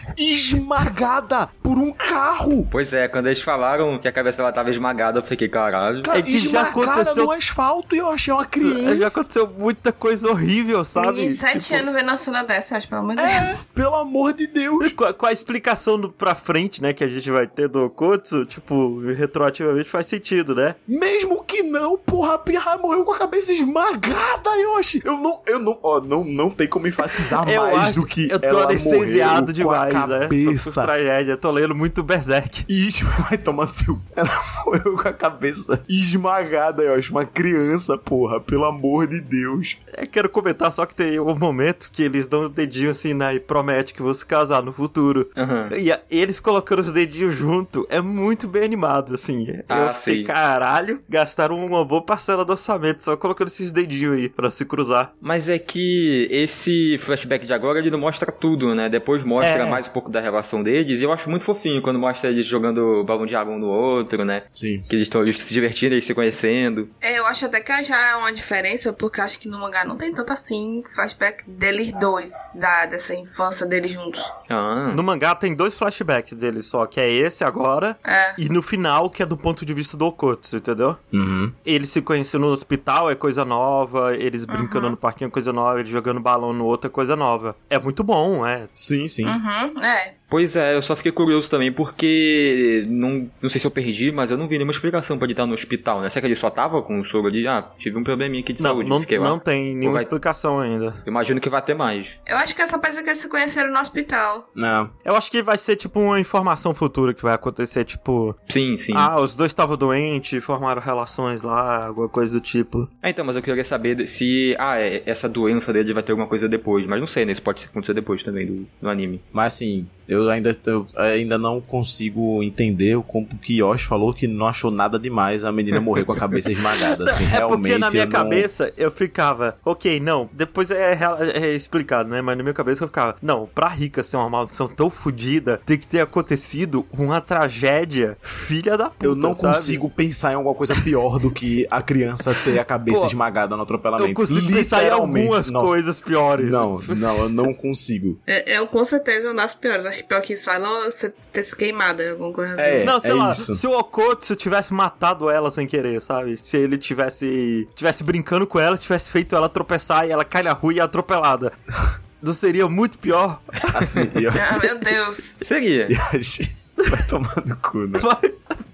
[SPEAKER 2] esmagada por um carro!
[SPEAKER 4] Pois é, quando eles falaram que a cabeça dela tava esmagada, eu fiquei, caralho.
[SPEAKER 2] Cara,
[SPEAKER 1] É que já
[SPEAKER 2] esmagada
[SPEAKER 1] aconteceu-
[SPEAKER 2] no asfalto e eu achei uma criança.
[SPEAKER 1] Já aconteceu muita coisa horrível, sabe?
[SPEAKER 3] Menino de 7
[SPEAKER 1] Tipo,
[SPEAKER 3] anos vendo uma cena dessa, eu acho, pelo amor de Deus.
[SPEAKER 2] É, Pelo amor de Deus.
[SPEAKER 1] Com a, com a explicação do, pra frente, né, que a gente vai ter do Okutsu, tipo, retroativamente faz sentido, né?
[SPEAKER 2] Mesmo que não, porra, a pirra morreu com a cabeça esmagada, Yoshi. Eu não, eu não, ó, não, não tem como enfatizar
[SPEAKER 1] Eu
[SPEAKER 2] mais
[SPEAKER 1] acho
[SPEAKER 2] do que
[SPEAKER 1] Eu tô
[SPEAKER 2] ela
[SPEAKER 1] anestesiado
[SPEAKER 2] morreu
[SPEAKER 1] demais,
[SPEAKER 2] com a
[SPEAKER 1] né? Tô
[SPEAKER 2] cabeça.
[SPEAKER 1] com tragédia, tô lendo muito Berserk.
[SPEAKER 2] Isso *laughs* vai tomar no teu. Ela morreu com a cabeça esmagada, Yoshi. Uma criança, porra, pelo amor de Deus.
[SPEAKER 1] É, quero comentar só que tem um momento que eles dão o dedinho assim, né, e promete que vão se casar no futuro.
[SPEAKER 4] Aham.
[SPEAKER 1] E a- eles colocando os dedinhos junto é muito bem animado, assim.
[SPEAKER 4] Ah,
[SPEAKER 1] Eu fiquei,
[SPEAKER 4] sim.
[SPEAKER 1] caralho, gastaram uma boa parcela do orçamento só colocando esses dedinhos aí pra se cruzar.
[SPEAKER 4] Mas é que esse flashback de agora, ele não mostra tudo, né? Depois mostra
[SPEAKER 1] É.
[SPEAKER 4] mais um pouco da relação deles. E eu acho muito fofinho quando mostra eles jogando balão de água um no outro, né?
[SPEAKER 2] Sim.
[SPEAKER 4] Que eles estão se divertindo, eles se conhecendo.
[SPEAKER 3] É, Eu acho até que já é uma diferença, porque acho que no mangá não tem tanto assim flashback deles dois, da, dessa infância deles juntos.
[SPEAKER 4] Ah.
[SPEAKER 1] No mangá tem dois flashbacks dele só, que é esse agora
[SPEAKER 3] É.
[SPEAKER 1] e no final, que é do ponto de vista do Okotsu, entendeu?
[SPEAKER 2] Uhum.
[SPEAKER 1] Eles se conhecendo no hospital é coisa nova, eles brincando no parquinho é coisa nova, eles jogando balão no outro é coisa nova. É muito bom, é.
[SPEAKER 2] Sim, sim.
[SPEAKER 3] Uhum, é.
[SPEAKER 4] Pois é, eu só fiquei curioso também, porque não, não sei se eu perdi, mas eu não vi nenhuma explicação pra ele estar no hospital, né? Será que ele só tava com o sogro ali? Ah, tive um probleminha aqui de
[SPEAKER 1] Não,
[SPEAKER 4] saúde,
[SPEAKER 1] não,
[SPEAKER 4] fiquei
[SPEAKER 1] não
[SPEAKER 4] lá.
[SPEAKER 1] tem nenhuma
[SPEAKER 4] vai-
[SPEAKER 1] explicação ainda.
[SPEAKER 4] Imagino que vai ter mais.
[SPEAKER 3] Eu acho que essa parece que eles se conheceram no hospital.
[SPEAKER 2] Não.
[SPEAKER 1] Eu acho que vai ser tipo uma informação futura que vai acontecer, tipo,
[SPEAKER 4] Sim, sim.
[SPEAKER 1] ah, os dois estavam doentes, formaram relações lá, alguma coisa do tipo.
[SPEAKER 4] Ah, então, mas eu queria saber de- se ah, é- essa doença dele vai ter alguma coisa depois, mas não sei, né? Isso pode acontecer depois também do, do anime.
[SPEAKER 2] Mas assim, eu ainda, eu ainda não consigo entender o como que Yoshi falou que não achou nada demais a menina morrer com a cabeça esmagada. Assim,
[SPEAKER 1] *laughs* é
[SPEAKER 2] realmente,
[SPEAKER 1] porque na minha
[SPEAKER 2] eu não-
[SPEAKER 1] cabeça eu ficava, ok, não, depois é, real- é explicado, né? Mas na minha cabeça eu ficava, não, pra rica ser uma maldição tão fodida, tem que ter acontecido uma tragédia filha da puta.
[SPEAKER 2] Eu não
[SPEAKER 1] sabe?
[SPEAKER 2] consigo pensar em alguma coisa pior do que a criança ter a cabeça
[SPEAKER 1] Pô,
[SPEAKER 2] esmagada no atropelamento.
[SPEAKER 1] Eu consigo pensar em
[SPEAKER 2] Literalmente,
[SPEAKER 1] algumas
[SPEAKER 2] nossa.
[SPEAKER 1] coisas piores.
[SPEAKER 2] Não, não,
[SPEAKER 1] *laughs*
[SPEAKER 2] eu não consigo.
[SPEAKER 3] Eu, É, eu, com certeza, uma das piores. Acho que pior que isso, ela você ter se queimado, alguma coisa assim.
[SPEAKER 2] É.
[SPEAKER 1] Não, sei lá,
[SPEAKER 2] isso.
[SPEAKER 1] se o Okotsu tivesse matado ela sem querer, sabe? Se ele tivesse tivesse brincando com ela, tivesse feito ela tropeçar e ela cai na rua e é atropelada. *laughs* Não seria muito pior?
[SPEAKER 2] Assim, *laughs*
[SPEAKER 3] Ah, meu Deus.
[SPEAKER 4] Seria.
[SPEAKER 2] Yoshi vai tomar no cu, né?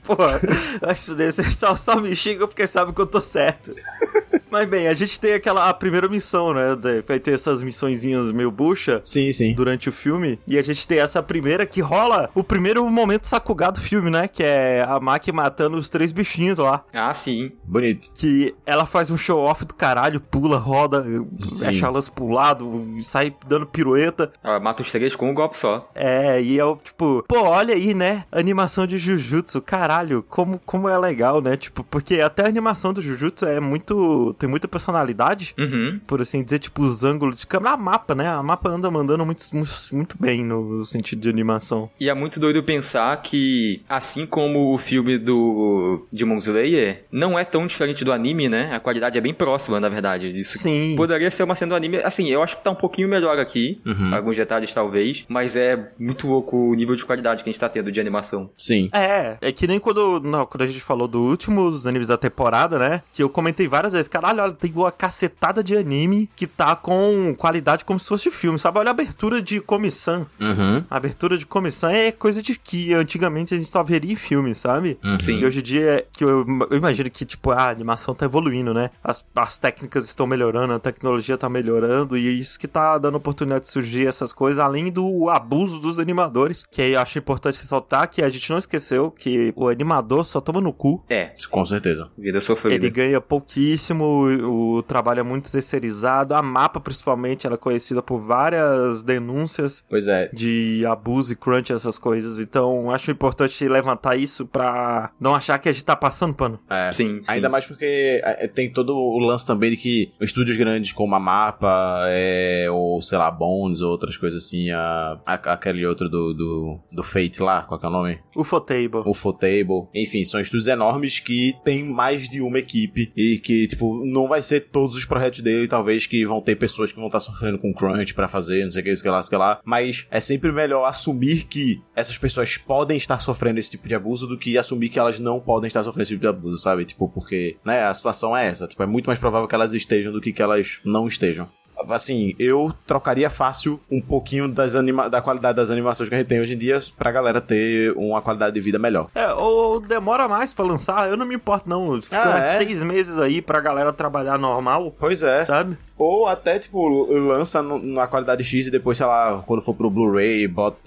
[SPEAKER 1] Pô, mas desse só, só me xinga porque sabe que eu tô certo. Mas bem, a gente tem aquela a primeira missão, né? da- Vai ter essas missõezinhas meio bucha
[SPEAKER 2] Sim, sim.
[SPEAKER 1] durante o filme. E a gente tem essa primeira que rola o primeiro momento sacugado do filme, né? Que é a Maki matando os três bichinhos lá.
[SPEAKER 4] Ah, sim.
[SPEAKER 2] Bonito.
[SPEAKER 1] Que ela faz um show-off do caralho, pula, roda,
[SPEAKER 2] Sim.
[SPEAKER 1] mexe a lança pro lado, sai dando pirueta.
[SPEAKER 4] Ela mata os três com um golpe só.
[SPEAKER 1] É, e eu, tipo, pô, olha aí, né? Animação de Jujutsu, caralho, como, como é legal, né? Tipo, porque até a animação do Jujutsu é muito. tem muita personalidade,
[SPEAKER 4] Uhum.
[SPEAKER 1] por assim dizer, tipo, os ângulos de câmera. A mapa, né? A mapa anda mandando muito, muito, muito bem no sentido de animação.
[SPEAKER 4] E é muito doido pensar que, assim como o filme do Demon Slayer, não é tão diferente do anime, né? A qualidade é bem próxima, na verdade. Isso
[SPEAKER 1] Sim.
[SPEAKER 4] poderia ser uma cena do anime. Assim, eu acho que tá um pouquinho melhor aqui,
[SPEAKER 2] Uhum.
[SPEAKER 4] alguns detalhes talvez, mas é muito louco o nível de qualidade que a gente tá tendo de animação.
[SPEAKER 2] Sim.
[SPEAKER 1] É, é que nem quando, não, quando a gente falou do último, dos animes da temporada, né? Que eu comentei várias vezes, caralho, olha, tem uma cacetada de anime que tá com qualidade como se fosse filme, sabe? Olha a abertura de Comissão.
[SPEAKER 2] Uhum.
[SPEAKER 1] A abertura de Comissão é coisa de que antigamente a gente só veria em filme, sabe?
[SPEAKER 2] Uhum.
[SPEAKER 4] Sim.
[SPEAKER 1] E hoje em dia, é que eu, eu imagino que, tipo, a animação tá evoluindo, né? As, as técnicas estão melhorando, a tecnologia tá melhorando, e isso que tá dando oportunidade de surgir essas coisas, além do abuso dos animadores, que aí eu acho importante ressaltar que a gente não esqueceu que o animador só toma no cu.
[SPEAKER 4] É,
[SPEAKER 2] Com certeza.
[SPEAKER 4] vida
[SPEAKER 1] Ele
[SPEAKER 2] É
[SPEAKER 4] sofrida.
[SPEAKER 1] ganha pouquíssimo, o, o trabalho é muito terceirizado, a mapa, principalmente, ela é conhecida por várias denúncias
[SPEAKER 2] Pois é.
[SPEAKER 1] de abuso e crunch, essas coisas. Então, acho importante levantar isso pra não achar que a gente tá passando pano.
[SPEAKER 2] é.
[SPEAKER 4] Sim, sim.
[SPEAKER 2] Ainda mais porque é, tem todo o lance também de que estúdios grandes como a Mapa, é, ou sei lá, Bones, ou outras coisas assim, a, a- aquele outro do, do, do Fate lá, qual que é o nome?
[SPEAKER 1] UFO Table.
[SPEAKER 2] UFO Table. Enfim, são estúdios enormes que tem mais de uma equipe e que, tipo, não vai ser todos os projetos dele, talvez, que vão ter pessoas que vão estar sofrendo com crunch pra fazer, não sei o que, isso que lá, isso que lá. Mas é sempre melhor assumir que essas pessoas podem estar sofrendo esse tipo de abuso do que assumir que elas não podem estar sofrendo esse tipo de abuso, sabe? Tipo, porque, né, a situação é essa. Tipo, é muito mais provável que elas estejam do que que elas não estejam. Assim, eu trocaria fácil um pouquinho das anima da qualidade das animações que a gente tem hoje em dia pra galera ter uma qualidade de vida melhor.
[SPEAKER 1] É, ou demora mais pra lançar, eu não me importo não. Fica
[SPEAKER 2] Ah,
[SPEAKER 1] uns
[SPEAKER 2] é?
[SPEAKER 1] seis meses aí pra galera trabalhar normal,
[SPEAKER 2] Pois é.
[SPEAKER 1] sabe?
[SPEAKER 2] Ou até, tipo, lança no- na qualidade X e depois, sei lá, quando for pro Blu-ray, bota,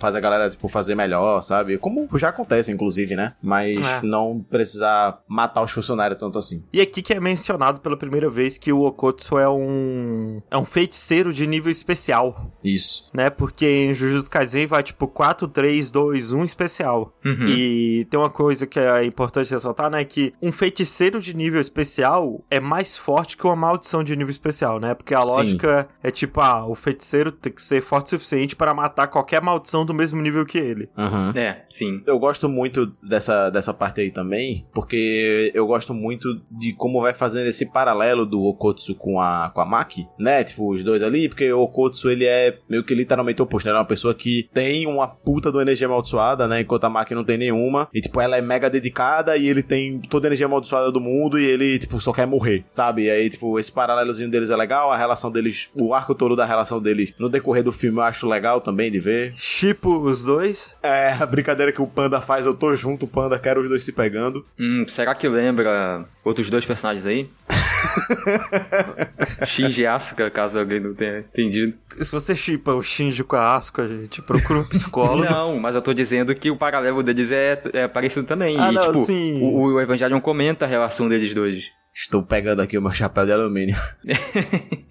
[SPEAKER 2] faz a galera, tipo, fazer melhor, sabe? Como já acontece, inclusive, né? Mas
[SPEAKER 1] É.
[SPEAKER 2] não precisar matar os funcionários tanto assim.
[SPEAKER 1] E aqui que é mencionado pela primeira vez que o Okotsu é um é um feiticeiro de nível especial,
[SPEAKER 2] Isso.
[SPEAKER 1] né? Porque em Jujutsu Kaisen vai tipo 4 3 2 1 especial.
[SPEAKER 4] Uhum.
[SPEAKER 1] E tem uma coisa que é importante ressaltar, né? Que um feiticeiro de nível especial é mais forte que uma maldição de nível especial, né? Porque a
[SPEAKER 2] Sim.
[SPEAKER 1] lógica é tipo, ah, o feiticeiro tem que ser forte o suficiente para matar qualquer maldição do mesmo nível que ele.
[SPEAKER 2] Aham.
[SPEAKER 4] É, sim.
[SPEAKER 2] Eu gosto muito dessa, dessa parte aí também, porque eu gosto muito de como vai fazendo esse paralelo do Okotsu com a, com a Maki, né? Tipo, os dois ali, porque o Okotsu, ele é meio que literalmente o oposto, né? Ele é uma pessoa que tem uma puta do energia amaldiçoada, né? Enquanto a Maki não tem nenhuma. E, tipo, ela é mega dedicada e ele tem toda a energia amaldiçoada do mundo e ele, tipo, só quer morrer, sabe? E aí, tipo, esse paralelozinho deles é legal, a relação deles, o arco todo da relação deles no decorrer do filme eu acho legal também de ver.
[SPEAKER 1] Chipo os dois.
[SPEAKER 2] É, a brincadeira que o Panda faz, eu tô junto, Panda, quero os dois se pegando.
[SPEAKER 4] Hum, será que lembra outros dois
[SPEAKER 2] *laughs*
[SPEAKER 4] personagens aí? Shinji Asuka, caso alguém não tenha entendido.
[SPEAKER 1] Se você chipa o Shinji com a Asuka, gente, procura
[SPEAKER 4] *laughs*
[SPEAKER 1] um psicólogo.
[SPEAKER 4] Não, mas eu tô dizendo que o paralelo deles é, é parecido também.
[SPEAKER 1] Ah,
[SPEAKER 4] e,
[SPEAKER 1] não,
[SPEAKER 4] tipo,
[SPEAKER 1] sim.
[SPEAKER 4] O, o Evangelion comenta a relação deles dois.
[SPEAKER 2] Estou pegando aqui o meu chapéu de alumínio.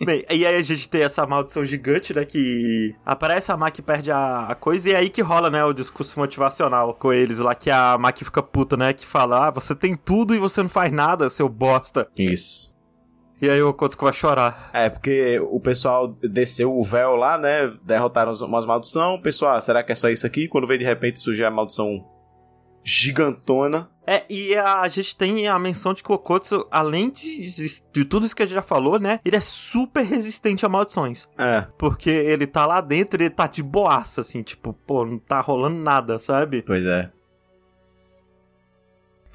[SPEAKER 1] Bem, e aí a gente tem essa maldição gigante, né? Que aparece a Maki perde a, a coisa, e aí que rola, né? O discurso motivacional com eles lá, que a Maki fica puta, né? Que fala, ah, você tem tudo e você não faz nada, seu bosta.
[SPEAKER 2] Isso.
[SPEAKER 1] E aí o Okotsuko vai chorar.
[SPEAKER 2] É, porque o pessoal desceu o véu lá, né? Derrotaram as- umas maldição. O Pessoal, ah, será que é só isso aqui? Quando vem de repente surgir a maldição gigantona.
[SPEAKER 1] É, e a gente tem a menção de que o Okotsu, além de, de tudo isso que a gente já falou, né? Ele é super resistente a maldições.
[SPEAKER 2] É,
[SPEAKER 1] Porque ele tá lá dentro e ele tá de boaça, assim, tipo, pô, não tá rolando nada, sabe?
[SPEAKER 2] pois é.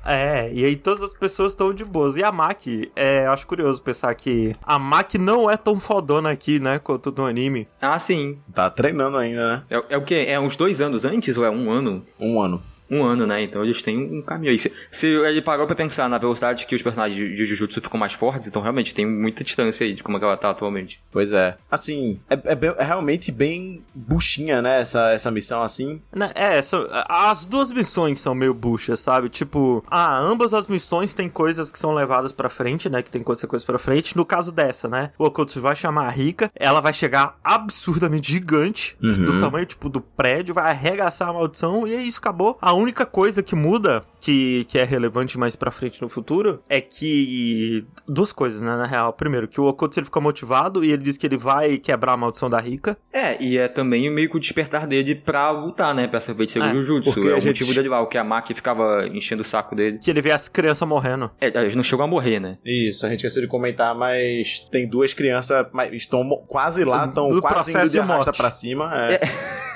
[SPEAKER 1] É, e aí todas as pessoas estão de boas. E a Mac, é, eu acho curioso pensar que a Mac não é tão fodona aqui, né, quanto no anime.
[SPEAKER 4] Ah, sim.
[SPEAKER 2] Tá treinando ainda, né?
[SPEAKER 4] É, é o quê? É uns dois anos antes ou é um ano?
[SPEAKER 2] Um ano.
[SPEAKER 4] Um ano, né? Então eles têm um caminho aí. Se, se ele parou pra pensar na velocidade que os personagens de de Jujutsu ficam mais fortes, então realmente tem muita distância aí de como é que ela tá atualmente.
[SPEAKER 2] Pois é. Assim, é, é bem- é realmente bem buchinha, né? Essa, essa missão assim.
[SPEAKER 1] Né, É, são- as duas missões são meio buchas, sabe? Tipo, ah, ambas as missões têm coisas que são levadas pra frente, né? Que tem consequências pra frente. No caso dessa, né? O Okotsu vai chamar a Rika, ela vai chegar absurdamente gigante,
[SPEAKER 2] Uhum.
[SPEAKER 1] do tamanho, tipo, do prédio, vai arregaçar a maldição, e é isso, acabou. A única coisa que muda, que, que é relevante mais pra frente no futuro, é que. Duas coisas, né? Na real. Primeiro, que o Okotsu ele fica motivado e ele diz que ele vai quebrar a maldição da Rika.
[SPEAKER 4] É, e é também meio que o despertar dele pra lutar, né? Pra saber de segurar
[SPEAKER 1] É,
[SPEAKER 4] o Jutsu.
[SPEAKER 2] porque
[SPEAKER 4] É
[SPEAKER 2] a
[SPEAKER 4] o
[SPEAKER 2] gente-
[SPEAKER 4] motivo dele lá, o que a Maki ficava enchendo o saco dele.
[SPEAKER 1] Que ele vê as crianças morrendo.
[SPEAKER 4] É, eles não chegam a morrer, né?
[SPEAKER 2] Isso, a gente esqueceu de comentar, mas tem duas crianças, mas estão mo- quase lá, estão
[SPEAKER 1] No
[SPEAKER 2] quase indo
[SPEAKER 1] processo
[SPEAKER 2] de
[SPEAKER 1] de morte.
[SPEAKER 2] arrasta pra cima. É.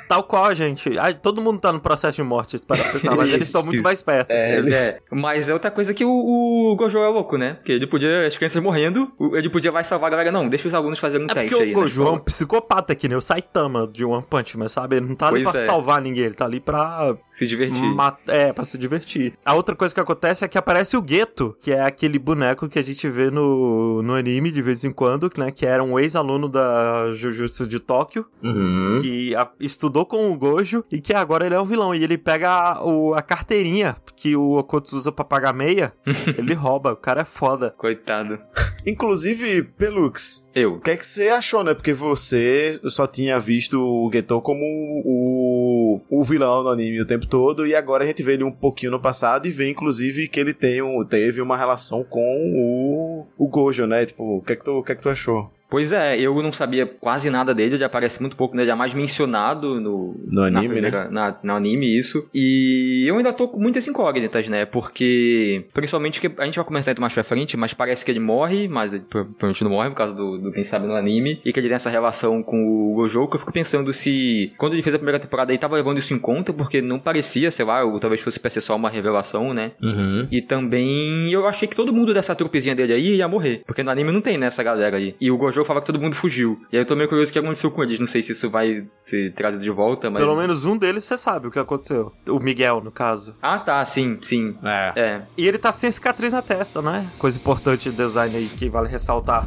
[SPEAKER 1] Tal qual a gente. Ai, todo mundo tá no processo de morte, para pensar, mas eles estão muito
[SPEAKER 4] Isso.
[SPEAKER 1] mais perto.
[SPEAKER 2] É, ele-
[SPEAKER 4] É, mas é outra coisa que o, o Gojo é louco, né? Porque ele podia, as crianças morrendo, o- ele podia vai salvar a galera. Não, deixa os alunos fazerem um
[SPEAKER 1] É porque
[SPEAKER 4] teste aí.
[SPEAKER 1] o
[SPEAKER 4] né?
[SPEAKER 1] Gojo é um
[SPEAKER 4] Então,
[SPEAKER 1] psicopata que nem o Saitama de One Punch Man, sabe? Ele não tá ali
[SPEAKER 4] Pois
[SPEAKER 1] pra
[SPEAKER 4] é.
[SPEAKER 1] salvar ninguém, ele tá ali pra
[SPEAKER 4] Se divertir.
[SPEAKER 1] Ma- É, pra se divertir. A outra coisa que acontece é que aparece o Gueto, que é aquele boneco que a gente vê no, no anime de vez em quando, né? Que era um ex-aluno da Jujutsu de Tóquio,
[SPEAKER 2] Uhum.
[SPEAKER 1] que a- estudou com o Gojo e que agora ele é um vilão. E ele pega a, o- a carteirinha que o Okotsu usa pra pagar
[SPEAKER 4] *laughs*
[SPEAKER 1] meia, ele rouba. O cara é foda.
[SPEAKER 4] Coitado.
[SPEAKER 2] Inclusive, Pelux,
[SPEAKER 4] Eu.
[SPEAKER 2] o que é que você achou, né? Porque você só tinha visto o Geto como o, o vilão no anime o tempo todo, e agora a gente vê ele um pouquinho no passado e vê, inclusive, que ele tem um, teve uma relação com o, o Gojo, né? Tipo, o que, é que, tu, o que é que tu achou
[SPEAKER 4] Pois é, eu não sabia quase nada dele, ele aparece muito pouco, né? Jamais mencionado no,
[SPEAKER 2] no anime,
[SPEAKER 4] na
[SPEAKER 2] né?
[SPEAKER 4] primeira- na- no anime, isso. E eu ainda tô com muitas incógnitas, né? Porque, principalmente que a gente vai comentar isso mais pra frente, mas parece que ele morre, mas ele pro- provavelmente não morre por causa do, do quem sabe no anime, e que ele tem essa relação com o Gojo, que eu fico pensando se, quando ele fez a primeira temporada, ele tava levando isso em conta, porque não parecia, sei lá, ou talvez fosse pra ser só uma revelação, né?
[SPEAKER 2] Uhum.
[SPEAKER 4] E também eu achei que todo mundo dessa trupezinha dele aí ia morrer. Porque no anime não tem nessa galera aí. E o Gojo fala que todo mundo fugiu. E aí eu tô meio curioso o que aconteceu com eles. Não sei se isso vai ser trazido de volta, mas.
[SPEAKER 1] Pelo menos um deles você sabe o que aconteceu. O Miguel, no caso.
[SPEAKER 4] Ah, tá, sim, sim.
[SPEAKER 2] É.
[SPEAKER 4] É.
[SPEAKER 1] E ele tá sem cicatriz na testa, né? Coisa importante de design aí que vale ressaltar.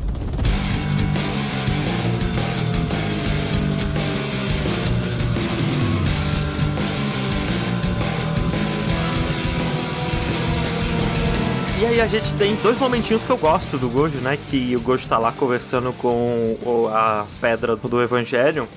[SPEAKER 1] E aí a gente tem dois momentinhos que eu gosto do Gojo, né? Que o Gojo tá lá conversando com o- as pedras do
[SPEAKER 4] *laughs*
[SPEAKER 1] Evangelho.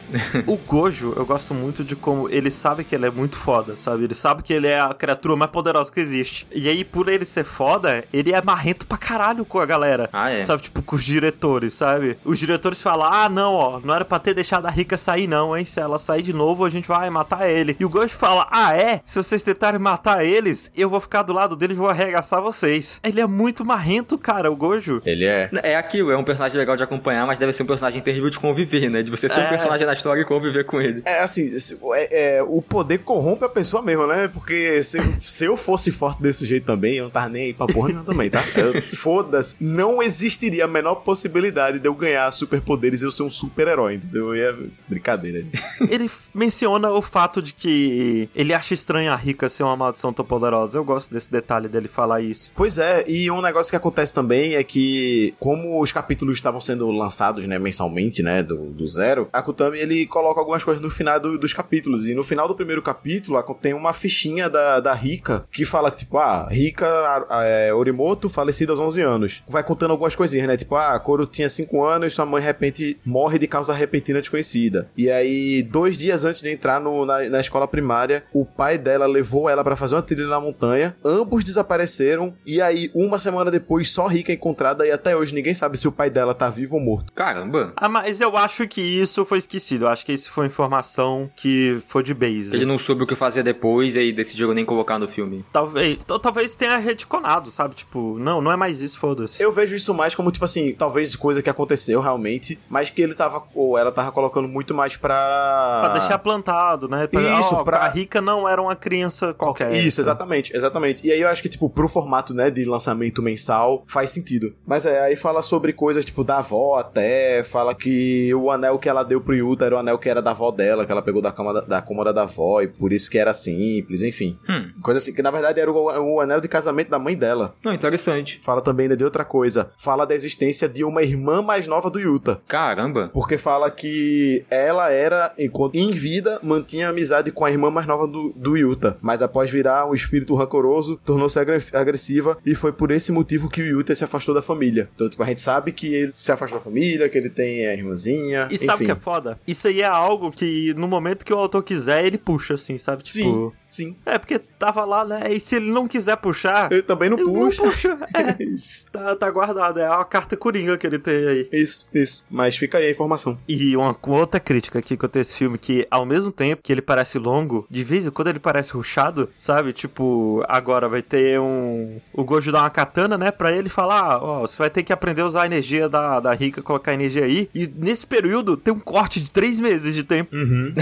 [SPEAKER 1] o Gojo, eu gosto muito de como ele sabe que ele é muito foda, sabe? Ele sabe que ele é a criatura mais poderosa que existe. E aí, por ele ser foda, ele é marrento pra caralho com a galera.
[SPEAKER 4] Ah, é.
[SPEAKER 1] Sabe, tipo, com os diretores, sabe? Os diretores falam, ah, não, ó, não era pra ter deixado a Rica sair não, hein? Se ela sair de novo, a gente vai matar ele. E o Gojo fala, ah, é? Se vocês tentarem matar eles, eu vou ficar do lado deles e vou arregaçar vocês. Ele é muito marrento, cara, o
[SPEAKER 2] *laughs*
[SPEAKER 1] Gojo.
[SPEAKER 2] Ele é.
[SPEAKER 4] É aquilo, é um personagem legal de acompanhar, mas deve ser um personagem terrível de conviver, né? De você ser um
[SPEAKER 1] É.
[SPEAKER 4] personagem da história e conviver com ele.
[SPEAKER 2] É assim, esse- é- é, o poder corrompe a pessoa mesmo, né? Porque se, se eu fosse forte desse jeito também, eu não tava nem aí pra porra nenhuma também, tá? Eu- Foda-se. Não existiria a menor possibilidade de eu ganhar superpoderes e eu ser um super-herói, entendeu? E é brincadeira.
[SPEAKER 1] ele f- menciona o fato de que ele acha estranho a Rica ser uma maldição tão poderosa. Eu gosto desse detalhe dele falar isso.
[SPEAKER 2] Pois é, e um negócio que acontece também é que, como os capítulos estavam sendo lançados, né, mensalmente, né, do, do zero, a Kutami, ele coloca algumas coisas no final do- dos capítulos, e no final do primeiro capítulo a- tem uma fichinha da, da Rika, que fala, tipo, ah, Rika a- a- é, Orimoto, falecida aos 11 anos. Vai contando algumas coisinhas, né, tipo, ah, Koro tinha 5 anos, sua mãe, de repente, morre de causa repentina desconhecida. E aí, dois dias antes de entrar no- na, na escola primária, o pai dela levou ela pra fazer uma trilha na montanha. Ambos desapareceram. E aí, uma semana depois, só Rica é encontrada. E até hoje ninguém sabe se o pai dela tá vivo ou morto.
[SPEAKER 4] Caramba.
[SPEAKER 1] Ah, mas eu acho que isso foi esquecido. Eu acho que isso foi informação que foi de base.
[SPEAKER 4] Ele não soube o que fazer depois e aí decidiram nem colocar no filme.
[SPEAKER 1] Talvez, tal- talvez tenha reticonado, sabe? Tipo, não, não é mais isso, foda-se.
[SPEAKER 2] Eu vejo isso mais como, tipo assim, talvez coisa que aconteceu realmente. Mas que ele tava. Ou ela tava colocando muito mais pra.
[SPEAKER 1] Pra deixar plantado, né?
[SPEAKER 2] Ah. Isso,
[SPEAKER 1] ó,
[SPEAKER 2] pra-
[SPEAKER 1] A Rica não era uma criança qualquer.
[SPEAKER 2] Isso, exatamente, exatamente. E aí eu acho que, tipo, pro formato, né, de lançamento mensal, faz sentido. Mas é, aí fala sobre coisas, tipo, da avó até, fala que o anel que ela deu pro Yuta era o anel que era da avó dela, que ela pegou da, cama da, da cômoda da avó, e por isso que era simples, enfim.
[SPEAKER 4] Hum.
[SPEAKER 2] Coisa assim, que na verdade era o, o anel de casamento da mãe dela.
[SPEAKER 4] Não, interessante.
[SPEAKER 2] Fala também ainda de outra coisa. Fala da existência de uma irmã mais nova do Yuta.
[SPEAKER 4] Caramba.
[SPEAKER 2] Porque fala que ela era, enquanto em vida, mantinha amizade com a irmã mais nova do, do Yuta. Mas após virar um espírito rancoroso, tornou-se agre- agressiva e foi por esse motivo que o Yuta se afastou da família. Então, tipo, a gente sabe que ele se afastou da família, que ele tem a irmãzinha.
[SPEAKER 1] E sabe o é
[SPEAKER 2] enfim.
[SPEAKER 1] que é foda? Isso aí é algo que, no momento que o autor quiser, ele puxa, assim, sabe?
[SPEAKER 2] Sim.
[SPEAKER 1] Tipo,
[SPEAKER 2] Sim.
[SPEAKER 1] É, porque tava lá, né? E se ele não quiser puxar.
[SPEAKER 2] Ele também não
[SPEAKER 1] ele
[SPEAKER 2] puxa.
[SPEAKER 1] Não
[SPEAKER 2] *laughs*
[SPEAKER 1] puxa. É,
[SPEAKER 2] Isso.
[SPEAKER 1] tá, tá guardado. É uma carta coringa que ele tem aí.
[SPEAKER 2] Isso, isso. Mas fica aí a informação.
[SPEAKER 1] E uma outra crítica aqui que eu tenho esse filme, que ao mesmo tempo que ele parece longo, de vez em quando ele parece ruchado, sabe? Tipo, agora vai ter um... O Gojo dá uma katana, né? Pra ele falar, ó, você vai ter que aprender a usar a energia da, da Rika, colocar a energia aí. E nesse período tem um corte de três meses de tempo.
[SPEAKER 2] Uhum.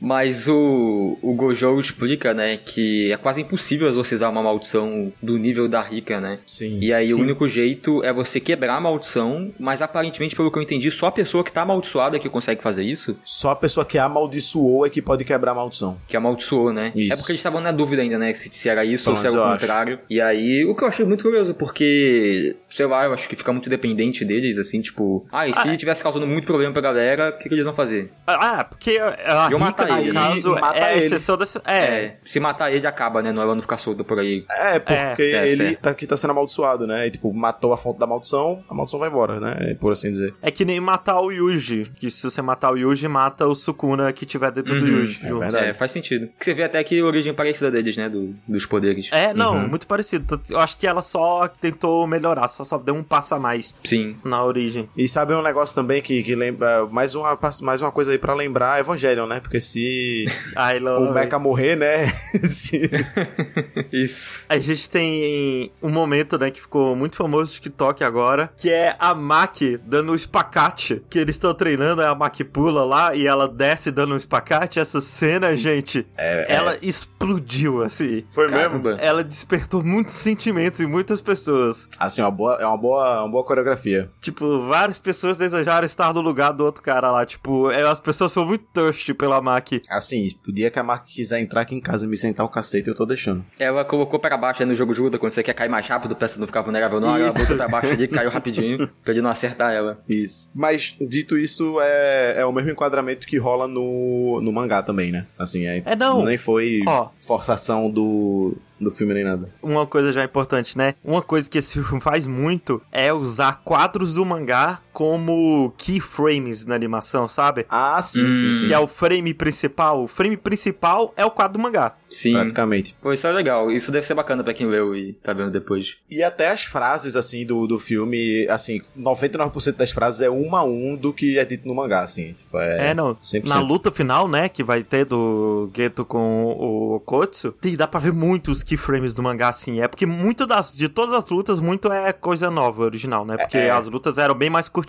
[SPEAKER 4] Mas o, o Gojo explica, né, que é quase impossível exorcizar uma maldição do nível da Rika, né?
[SPEAKER 2] Sim.
[SPEAKER 4] E aí
[SPEAKER 2] Sim.
[SPEAKER 4] o único jeito é você quebrar a maldição, mas aparentemente, pelo que eu entendi, só a pessoa que tá amaldiçoada que consegue fazer isso,
[SPEAKER 2] Só a pessoa que amaldiçoou é que pode quebrar a maldição.
[SPEAKER 4] que amaldiçoou, né?
[SPEAKER 2] Isso.
[SPEAKER 4] É porque eles estavam na dúvida ainda, né, se, se era isso
[SPEAKER 2] Pelo
[SPEAKER 4] ou se era
[SPEAKER 2] menos
[SPEAKER 4] o
[SPEAKER 2] eu acho.
[SPEAKER 4] contrário. E aí, o que eu achei muito curioso, porque, sei lá, eu acho que fica muito dependente deles, assim, tipo, ah, e se
[SPEAKER 2] é.
[SPEAKER 4] tivesse causando muito problema pra galera, o que, que eles vão fazer?
[SPEAKER 1] Ah, porque a Rika,
[SPEAKER 4] Eu matar
[SPEAKER 1] no
[SPEAKER 4] ele.
[SPEAKER 1] caso,
[SPEAKER 2] Mata
[SPEAKER 1] é a
[SPEAKER 2] ele.
[SPEAKER 1] exceção dessa... É,
[SPEAKER 4] É, se matar ele acaba, né? Não ela não ficar solta por aí.
[SPEAKER 2] É, porque
[SPEAKER 4] É, é,
[SPEAKER 2] ele
[SPEAKER 4] certo.
[SPEAKER 2] tá, que tá sendo amaldiçoado, né? E, tipo, matou a fonte da maldição, a maldição vai embora, né? Por assim dizer.
[SPEAKER 1] é que nem matar o Yuji. Que se você matar o Yuji, mata o Sukuna que tiver dentro do
[SPEAKER 4] Uhum,
[SPEAKER 1] Yuji.
[SPEAKER 2] é
[SPEAKER 1] junto.
[SPEAKER 2] Verdade.
[SPEAKER 4] É, faz sentido. Que você vê até que a origem parecida deles, né? do- dos poderes.
[SPEAKER 1] É, não,
[SPEAKER 2] Uhum.
[SPEAKER 1] muito parecido. Tanto- Eu acho que ela só tentou melhorar, só, só deu um passo a mais
[SPEAKER 2] *laughs*
[SPEAKER 4] Sim.
[SPEAKER 1] na origem.
[SPEAKER 2] E sabe um negócio também que, que lembra. Mais uma, mais uma coisa aí pra lembrar Evangelion, né? Porque *laughs* se
[SPEAKER 1] Aí lá-
[SPEAKER 2] o Mecha morrer, né? *laughs* se-
[SPEAKER 4] Isso.
[SPEAKER 1] A gente tem um momento, né, que ficou muito famoso no TikTok agora, que é a Maki dando um espacate, que eles estão treinando, aí a Maki pula lá e ela desce dando um espacate. Essa cena, gente,
[SPEAKER 2] É,
[SPEAKER 1] ela explodiu, assim.
[SPEAKER 2] Foi É mesmo?
[SPEAKER 4] Caramba.
[SPEAKER 1] Ela despertou muitos sentimentos em muitas pessoas.
[SPEAKER 2] Assim, uma boa, é uma boa, uma boa coreografia.
[SPEAKER 1] Tipo, várias pessoas desejaram estar no lugar do outro cara lá. Tipo, é, as pessoas são muito thirsty pela Maki.
[SPEAKER 2] Assim, podia que a marca quiser entrar aqui em casa e me sentar o cacete, eu tô deixando.
[SPEAKER 4] Ela colocou pra baixo aí no jogo de luta, quando você quer cair mais rápido pra você não ficar vulnerável, não. Ela
[SPEAKER 1] Isso.
[SPEAKER 4] botou pra baixo ali, caiu rapidinho, pra ele não acertar ela.
[SPEAKER 2] Isso. Mas, dito isso, é, é o mesmo enquadramento que rola no, no mangá também, né? Assim, é,
[SPEAKER 1] É, não.
[SPEAKER 2] nem foi
[SPEAKER 1] Ó.
[SPEAKER 2] forçação do, do filme nem nada.
[SPEAKER 1] Uma coisa já importante, né? Uma coisa que esse filme faz muito é usar quadros do mangá como keyframes na animação, sabe?
[SPEAKER 2] Ah, sim,
[SPEAKER 4] Hum.
[SPEAKER 2] sim, sim.
[SPEAKER 1] Que é o frame principal. O frame principal é o quadro do mangá.
[SPEAKER 4] Sim.
[SPEAKER 2] Praticamente.
[SPEAKER 4] Pô, isso é legal. Isso deve ser bacana pra quem leu e tá vendo depois.
[SPEAKER 2] E até as frases, assim, do, do filme, assim, 99% das frases é uma a um do que é dito no mangá, assim. Tipo,
[SPEAKER 1] É,
[SPEAKER 2] é,
[SPEAKER 1] não.
[SPEAKER 2] 100%.
[SPEAKER 1] Na luta final, né? Que vai ter do Geto com o Kotsu. Tem, dá pra ver muito os keyframes do mangá, assim. É porque muito das. De todas as lutas, muito é coisa nova, original, né? Porque
[SPEAKER 2] É.
[SPEAKER 1] as lutas eram bem mais curtinhas.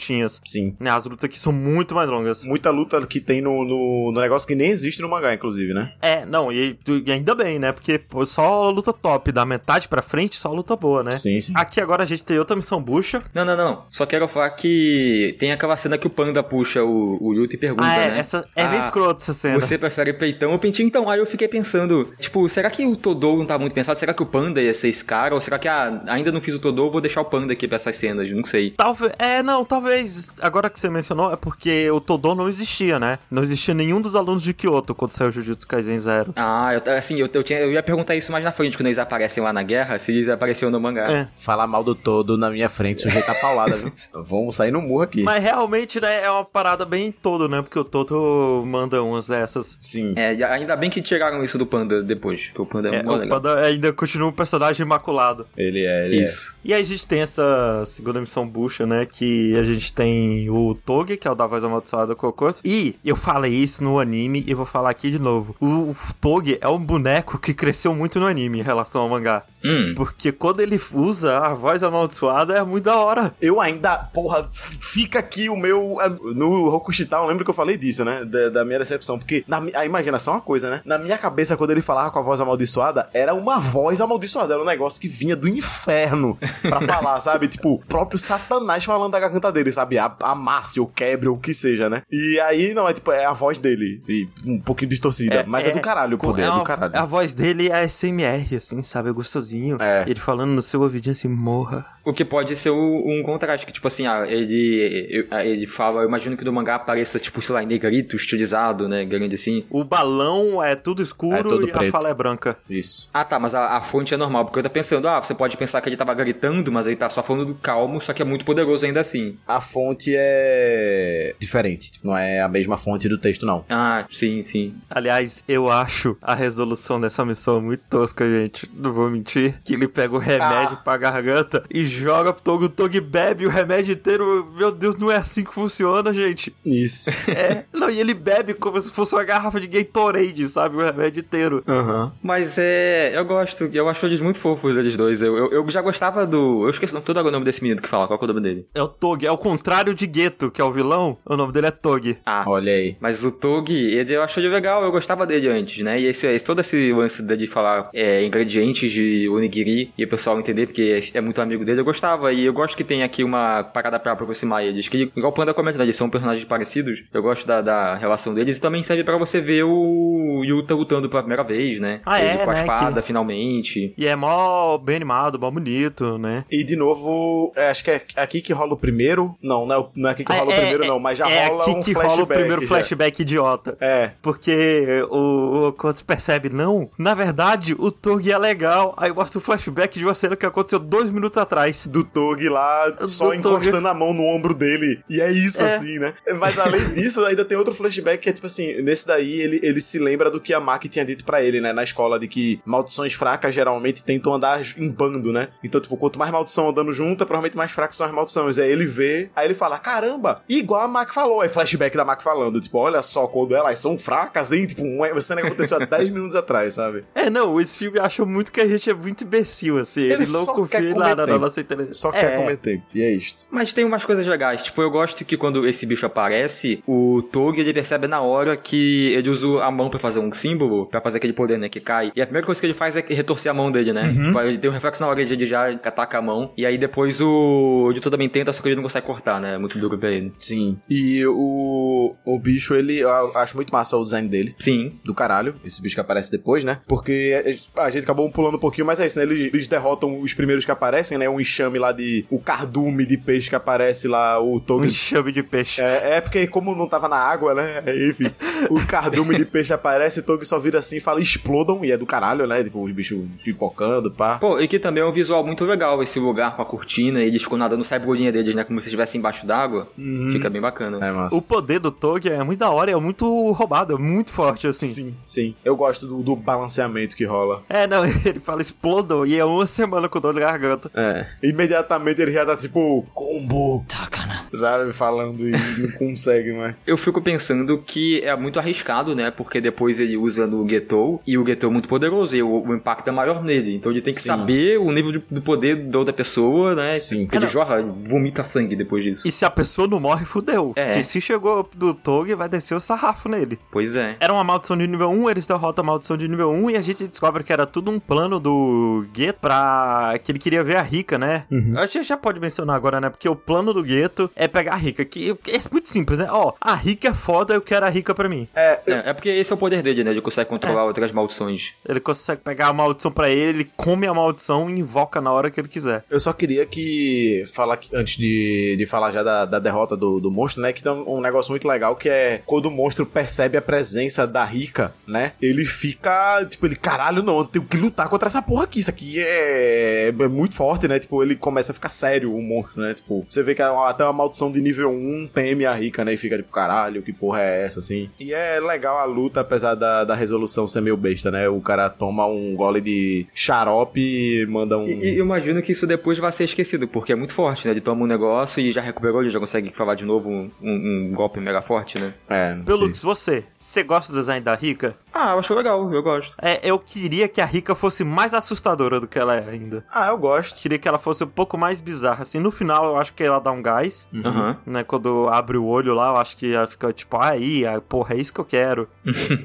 [SPEAKER 2] Sim.
[SPEAKER 1] Né, as lutas aqui são muito mais longas.
[SPEAKER 2] Muita luta que tem no, no, no negócio que nem existe no mangá, inclusive, né?
[SPEAKER 1] É, não, e, tu- e ainda bem, né? Porque pô, só a luta top, da metade pra frente, só a luta boa, né?
[SPEAKER 2] Sim, sim.
[SPEAKER 1] Aqui agora a gente tem outra missão bucha.
[SPEAKER 4] Não, não, não. Só quero falar que tem aquela cena que o Panda puxa o, o Yuta e pergunta,
[SPEAKER 1] Ah, é,
[SPEAKER 4] né?
[SPEAKER 1] essa, é
[SPEAKER 4] Ah,
[SPEAKER 1] meio escroto essa cena.
[SPEAKER 4] Você prefere peitão ou pentinho? Então, aí eu fiquei pensando, tipo, será que o Todou não tá muito pensado? Será que o Panda ia ser esse cara? Ou será que, ah, ainda não fiz o Todou, vou deixar o Panda aqui pra essas cenas? Não sei.
[SPEAKER 1] Talvez. É, não, talvez. Agora que você mencionou, é porque o Todô não existia, né? Não existia nenhum dos alunos de Kyoto quando saiu o Jujutsu Kaisen Zero.
[SPEAKER 4] Ah, eu- assim, eu, eu tinha, eu ia perguntar isso mais na frente, quando eles aparecem lá na guerra, se eles apareceram no mangá.
[SPEAKER 1] É.
[SPEAKER 2] Falar mal do todo na minha frente, sujeita a paulada, viu? *laughs* Vamos sair no murro aqui.
[SPEAKER 1] Mas realmente, né, é uma parada bem todo, né? Porque o Toto manda umas dessas.
[SPEAKER 2] Sim.
[SPEAKER 4] É, e ainda bem que tiraram isso do Panda depois, porque o Panda é,
[SPEAKER 1] É,
[SPEAKER 4] muito
[SPEAKER 1] o
[SPEAKER 4] legal.
[SPEAKER 1] Panda ainda continua um personagem imaculado.
[SPEAKER 2] Ele é, ele
[SPEAKER 4] Isso.
[SPEAKER 1] E aí a gente tem essa segunda missão bucha, né? Que a gente tem o Togi, que é o da voz amaldiçoada do Cocôs. E eu falei isso no anime e vou falar aqui de novo. O, o Togi é um boneco que cresceu muito no anime em relação ao mangá.
[SPEAKER 4] Hum.
[SPEAKER 1] Porque quando ele usa a voz amaldiçoada é muito da hora.
[SPEAKER 2] Eu ainda, porra, f- fica aqui o meu. ah, No Rokushita, eu lembro que eu falei disso, né? Da, da minha decepção. Porque na, mi- a imaginação é uma coisa, né? Na minha cabeça, quando ele falava com a voz amaldiçoada, era uma voz amaldiçoada. Era um negócio que vinha do inferno *laughs* pra falar, sabe? Tipo, o próprio Satanás falando da garganta dele, sabe? A- Amasse ou quebre ou o que seja, né? E aí, não, é tipo, é a voz dele. E um pouquinho distorcida. mas é, do caralho o poder, é,
[SPEAKER 1] uma-
[SPEAKER 2] do caralho.
[SPEAKER 1] A voz dele é SMR, assim, sabe? É gostosinho.
[SPEAKER 2] É.
[SPEAKER 1] Ele falando no seu ouvidinho assim, morra.
[SPEAKER 4] O que pode ser o- um contraste, que tipo assim, ah, ele, eu- ah, ele fala, eu imagino que do mangá apareça, tipo, sei lá, negrito, estilizado, né, grande assim.
[SPEAKER 1] O balão é tudo escuro
[SPEAKER 2] É todo
[SPEAKER 1] e a
[SPEAKER 2] preto.
[SPEAKER 1] fala é branca.
[SPEAKER 2] Isso.
[SPEAKER 4] Ah tá, mas a, a fonte é normal, porque eu tô pensando, ah, você pode pensar que ele tava gritando, mas ele tá só falando do calmo, só que é muito poderoso ainda assim.
[SPEAKER 2] A fonte é diferente. Tipo, não é a mesma fonte do texto, não.
[SPEAKER 4] Ah, sim, sim.
[SPEAKER 1] Aliás, eu acho a resolu- resolução dessa missão é muito tosca, gente. Não vou mentir. Que ele pega o
[SPEAKER 2] Ah.
[SPEAKER 1] remédio pra garganta e joga pro Togo. O Togo bebe o remédio inteiro. Meu Deus, não é assim que funciona, gente.
[SPEAKER 2] Isso.
[SPEAKER 1] É. Não, e ele bebe como se fosse uma garrafa de Gatorade, sabe? O remédio inteiro.
[SPEAKER 2] *laughs* Aham.
[SPEAKER 4] Mas é. Eu gosto, eu acho eles muito fofos, eles dois. Eu, eu, eu já gostava do. Eu esqueci todo o nome desse menino que fala, qual que é o nome dele?
[SPEAKER 1] É o Tog. É o contrário de Gueto, que é o vilão. O nome dele é Tog.
[SPEAKER 4] Ah.
[SPEAKER 2] Olha aí.
[SPEAKER 4] Mas o Tog, ele eu achei ele legal, eu gostava dele antes, né? E esse, esse- todo esse lance dele falar é, ingredientes de onigiri e o pessoal entender, porque é, é muito amigo dele, eu gostava. E eu gosto que tem aqui uma parada pra aproximar eles. Que, igual o Panda comenta, né? Eles são personagens parecidos. Eu gosto da, da relação deles e também serve pra você ver o Yuta lutando pela primeira vez, né?
[SPEAKER 1] Ah,
[SPEAKER 4] Ele
[SPEAKER 1] é,
[SPEAKER 4] com a
[SPEAKER 1] né?
[SPEAKER 4] espada, finalmente.
[SPEAKER 1] E é mó bem animado, mó bonito, né?
[SPEAKER 2] E de novo, é, acho que é aqui que rola o primeiro. Não, não é, o- não é aqui que rola o primeiro, não, mas já
[SPEAKER 1] Ah, é
[SPEAKER 2] rola
[SPEAKER 1] aqui
[SPEAKER 2] um
[SPEAKER 1] que
[SPEAKER 2] flashback.
[SPEAKER 1] rola o primeiro
[SPEAKER 2] já.
[SPEAKER 1] flashback idiota.
[SPEAKER 2] É.
[SPEAKER 1] Porque o, o quando se percebe, não, na verdade o Tog é legal. Aí mostra o flashback de uma cena que aconteceu dois minutos atrás.
[SPEAKER 2] Do Tog lá,
[SPEAKER 1] Do
[SPEAKER 2] só
[SPEAKER 1] Tog.
[SPEAKER 2] encostando a mão no ombro dele. E é isso,
[SPEAKER 1] É.
[SPEAKER 2] assim, né? Mas além disso, ainda tem outro flashback que é tipo assim: nesse daí ele, ele se lembra do que a Maki tinha dito pra ele, né? Na escola, de que maldições fracas geralmente tentam andar em bando, né? Então, tipo, quanto mais maldição andando junto, é provavelmente mais fracas são as maldições. Aí ele vê, aí ele fala: caramba, igual a Maki falou. Aí flashback da Maki falando: tipo, olha só, quando elas são fracas, hein? Tipo, uma cena que aconteceu
[SPEAKER 1] *laughs*
[SPEAKER 2] há 10 minutos atrás, sabe?
[SPEAKER 1] É, não, esse filme acha muito que a gente é muito imbecil, assim. Ele,
[SPEAKER 2] Ele
[SPEAKER 1] não
[SPEAKER 2] só
[SPEAKER 1] confia
[SPEAKER 2] quer
[SPEAKER 1] em
[SPEAKER 2] comer
[SPEAKER 1] nada na
[SPEAKER 2] tempo.
[SPEAKER 1] nossa inteligência.
[SPEAKER 2] Só
[SPEAKER 1] é,
[SPEAKER 2] quer comer tempo. E é isto.
[SPEAKER 4] Mas tem umas coisas legais, tipo, eu gosto que quando esse bicho aparece, o Tog ele percebe na hora que ele usa a mão pra fazer um símbolo, pra fazer aquele poder, né, que cai. E a primeira coisa que ele faz é que retorcer a mão dele, né? Tipo, aí ele tem um reflexo na hora de ele já ataca a mão. E aí depois o Yuto também tenta, só que ele não consegue cortar, né? É muito duro pra ele.
[SPEAKER 2] Sim. E o, o bicho, ele. Eu acho muito massa o design dele.
[SPEAKER 4] Sim.
[SPEAKER 2] Do caralho, esse bicho que aparece depois, né? Porque a- a gente acabou pulando um pouquinho, mas é isso, né? Eles, eles derrotam os primeiros que aparecem, né? Um enxame lá de. O cardume de peixe que aparece lá, o
[SPEAKER 1] Um
[SPEAKER 2] Togo.
[SPEAKER 1] enxame de peixe.
[SPEAKER 2] É, é porque, como não tava na água, né? aí, Enfim, o cardume de peixe aparece, o Togo só vira assim e fala: explodam, e é do caralho, né? Tipo, os bichos pipocando, pá.
[SPEAKER 4] Pô, e que também é um visual muito legal esse lugar com a cortina, e eles ficam nadando, sai a bolinha deles, né? Como se estivesse embaixo d'água. Fica bem bacana. né?
[SPEAKER 2] É massa.
[SPEAKER 1] O poder do Tog é muito da hora, é muito roubado, é muito forte, assim.
[SPEAKER 2] Sim, sim. Eu gosto do, do balanceamento que rola.
[SPEAKER 1] É, não, *laughs* ele fala explodou e é uma semana com dor de garganta.
[SPEAKER 2] É. Imediatamente ele já tá tipo, combo. Takana. Sabe, falando e não consegue, mas.
[SPEAKER 4] Eu fico pensando que é muito arriscado, né? Porque depois ele usa no Getou, e o Getou é muito poderoso, e o, o impacto é maior nele. Então ele tem que
[SPEAKER 2] Sim.
[SPEAKER 4] saber o nível de- do poder da outra pessoa, né?
[SPEAKER 2] Sim.
[SPEAKER 4] Porque ele jorra, vomita sangue depois disso.
[SPEAKER 1] E se a pessoa não morre, fudeu.
[SPEAKER 4] É.
[SPEAKER 1] Que se chegou do Tog, vai descer o sarrafo nele.
[SPEAKER 4] Pois é.
[SPEAKER 1] Era uma maldição de nível 1, eles derrotam a maldição de nível 1 e a gente descobre que era tudo um plano do Gueto pra. que ele queria ver a Rica, né?
[SPEAKER 2] Uhum.
[SPEAKER 1] A gente já pode mencionar agora, né? Porque o plano do Gueto é pegar a Rica, que é muito simples, né? Ó, a Rica é foda, eu quero a Rica pra mim.
[SPEAKER 4] É, é porque esse é o poder dele, né? Ele consegue controlar outras maldições.
[SPEAKER 1] Ele consegue pegar a maldição pra ele, ele come a maldição e invoca na hora que ele quiser.
[SPEAKER 2] Eu só queria que. Falar que- antes de, de falar já da, da derrota do, do monstro, né? Que tem um um negócio muito legal que é quando o monstro percebe a presença da Rica, né? Ele fica. Tipo, ele, caralho, não, eu tenho que lutar contra essa porra aqui. Isso aqui é, é muito forte, né? Tipo, ele começa a ficar sério, o monstro, né? Tipo, você vê que é uma- até uma maldição de nível 1 teme a Rica, né? E fica tipo, caralho, que porra é essa, assim? E é legal a luta, apesar da, da resolução ser meio besta, né? O cara toma um gole de xarope e manda um.
[SPEAKER 4] E, e eu imagino que isso depois vai ser esquecido, porque é muito forte, né? Ele toma um negócio e já recuperou, ele já consegue falar de novo um, um- um golpe mega forte, né?
[SPEAKER 2] É, não
[SPEAKER 1] Pelo
[SPEAKER 2] sei.
[SPEAKER 1] Lux, você, você gosta do design da Rica?
[SPEAKER 4] Ah, eu acho legal, eu gosto.
[SPEAKER 1] É, eu queria que a Rica fosse mais assustadora do que ela é ainda.
[SPEAKER 2] Ah, eu gosto.
[SPEAKER 1] Queria que ela fosse um pouco mais bizarra. Assim, no final eu acho que ela dá um gás,
[SPEAKER 4] Aham.
[SPEAKER 1] né? Quando abre o olho lá, eu acho que ela fica tipo, ah, aí, ah, porra, é isso que eu quero.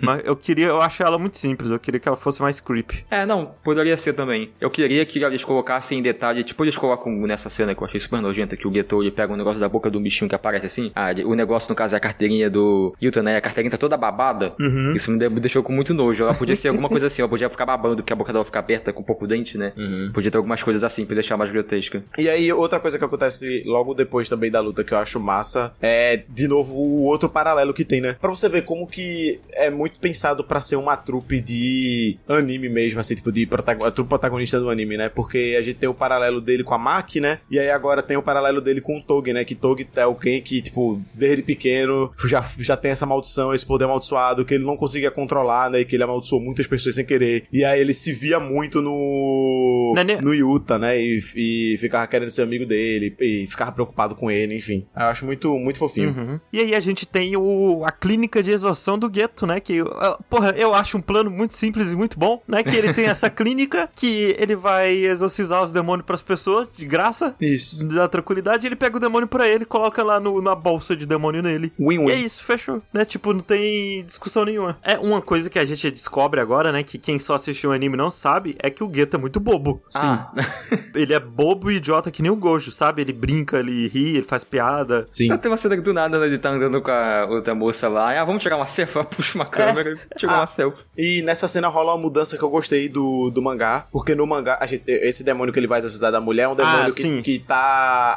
[SPEAKER 1] Mas eu queria, eu acho ela muito simples, eu queria que ela fosse mais creepy.
[SPEAKER 4] É, não, poderia ser também. Eu queria que eles colocassem em detalhe, tipo, eles colocam nessa cena que eu achei super nojenta, que o Geto ele pega um negócio da boca do bichinho que aparece assim. Ah, ele- o negócio, no caso, é a carteirinha do Yuta, né? A carteirinha tá toda babada.
[SPEAKER 1] Uhum.
[SPEAKER 4] Isso me de- me deixou com muito nojo. Ela podia ser alguma coisa assim, ela podia ficar babando, que a boca dela fica aberta com um pouco
[SPEAKER 2] Uhum.
[SPEAKER 4] dente, né? Podia ter algumas coisas assim pra deixar mais grotesca.
[SPEAKER 2] E aí, outra coisa que acontece logo depois também da, da luta que eu acho massa é, de novo, o outro paralelo que tem, né? Pra você ver como que é muito pensado pra ser uma trupe de anime mesmo, assim, tipo, de protago- a trupe protagonista do anime, né? Porque a gente tem o paralelo dele com a Maki, né? E aí agora tem o paralelo dele com o Tog, né? Que Tog é alguém que, tipo, desde pequeno já, já tem essa maldição, esse poder amaldiçoado que ele não conseguia controlar, né? E que ele amaldiçoou muitas pessoas sem querer. E aí ele se via muito no.
[SPEAKER 1] Não é nem-
[SPEAKER 2] no Yuta, né? E, e ficava querendo ser amigo dele, e ficava preocupado com ele, enfim. Eu acho muito, muito fofinho.
[SPEAKER 1] Uhum. E aí a gente tem o, a clínica de exorção do gueto, né? Que, ah, porra, eu acho um plano muito simples e muito bom, né? Que ele tem essa clínica que ele vai exorcizar os demônios pras pessoas, de graça,
[SPEAKER 2] Isso.
[SPEAKER 1] da tranquilidade, ele pega o demônio pra ele, coloca lá no- na bolsa de demônio nele. E é
[SPEAKER 2] Win-win.
[SPEAKER 1] isso, fechou, né? Tipo, não tem discussão nenhuma. É uma coisa que a gente descobre agora, né? Que quem só assistiu o anime não sabe, é que o Gueto é muito bobo.
[SPEAKER 4] Ah, *laughs*
[SPEAKER 1] Ele é bobo e idiota que nem o Gojo, sabe? Ele brinca, ele ri, ele faz piada.
[SPEAKER 2] Sim.
[SPEAKER 4] tem uma cena que do nada né, ele tá andando com a outra moça lá. Ah, vamos tirar uma selfie? Ela Puxa uma câmera, e tira
[SPEAKER 2] É. Ah.
[SPEAKER 4] uma selfie.
[SPEAKER 2] E nessa cena rola uma mudança que eu gostei do, do mangá, porque no mangá, a gente- esse demônio que ele vai exorcizar da mulher é um demônio
[SPEAKER 1] Ah,
[SPEAKER 2] que,
[SPEAKER 1] sim.
[SPEAKER 2] que tá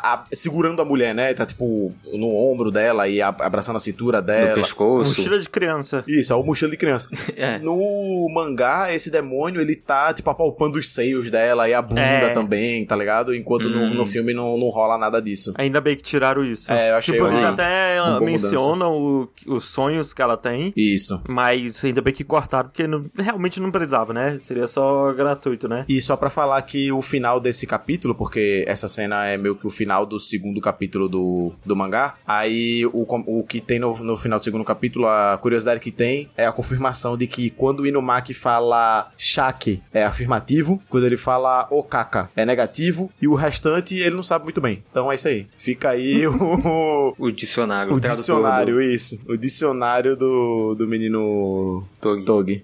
[SPEAKER 2] a- segurando a mulher, né? Tá tipo no ombro dela e a- abraçando a cintura
[SPEAKER 4] No
[SPEAKER 2] dela.
[SPEAKER 4] pescoço.
[SPEAKER 1] Mochila Um de criança.
[SPEAKER 2] Isso, é o mochila de
[SPEAKER 4] *laughs*
[SPEAKER 2] criança.
[SPEAKER 4] É.
[SPEAKER 2] No mangá, esse demônio, ele tá, tipo, apalpando os seios dela e a bunda
[SPEAKER 1] É.
[SPEAKER 2] também, tá ligado? Enquanto no,
[SPEAKER 4] Hum.
[SPEAKER 2] no filme não, não rola nada disso.
[SPEAKER 1] Ainda bem que tiraram isso.
[SPEAKER 2] É, eu achei
[SPEAKER 1] tipo, eles
[SPEAKER 2] uma-
[SPEAKER 1] até
[SPEAKER 2] uma
[SPEAKER 1] ah,
[SPEAKER 2] boa
[SPEAKER 1] mencionam o- os sonhos que ela tem.
[SPEAKER 2] Isso.
[SPEAKER 1] Mas ainda bem que cortaram, porque não- realmente não precisava, né? Seria só gratuito, né?
[SPEAKER 2] E só pra falar que o final desse capítulo, porque essa cena é meio que o final do segundo capítulo do, do mangá, aí o, com- o que tem no, no final do segundo capítulo, a curiosidade que tem é a confirmação de que quando o Inumaki fala Shaki é afirmativo, quando ele fala Okaka é negativo, e o restante ele não sabe muito bem. Então é isso aí. Fica aí *laughs* o.
[SPEAKER 4] O dicionário.
[SPEAKER 2] O
[SPEAKER 4] tradutor do-
[SPEAKER 2] dicionário, isso. O dicionário do, do menino
[SPEAKER 4] do-
[SPEAKER 2] Togi.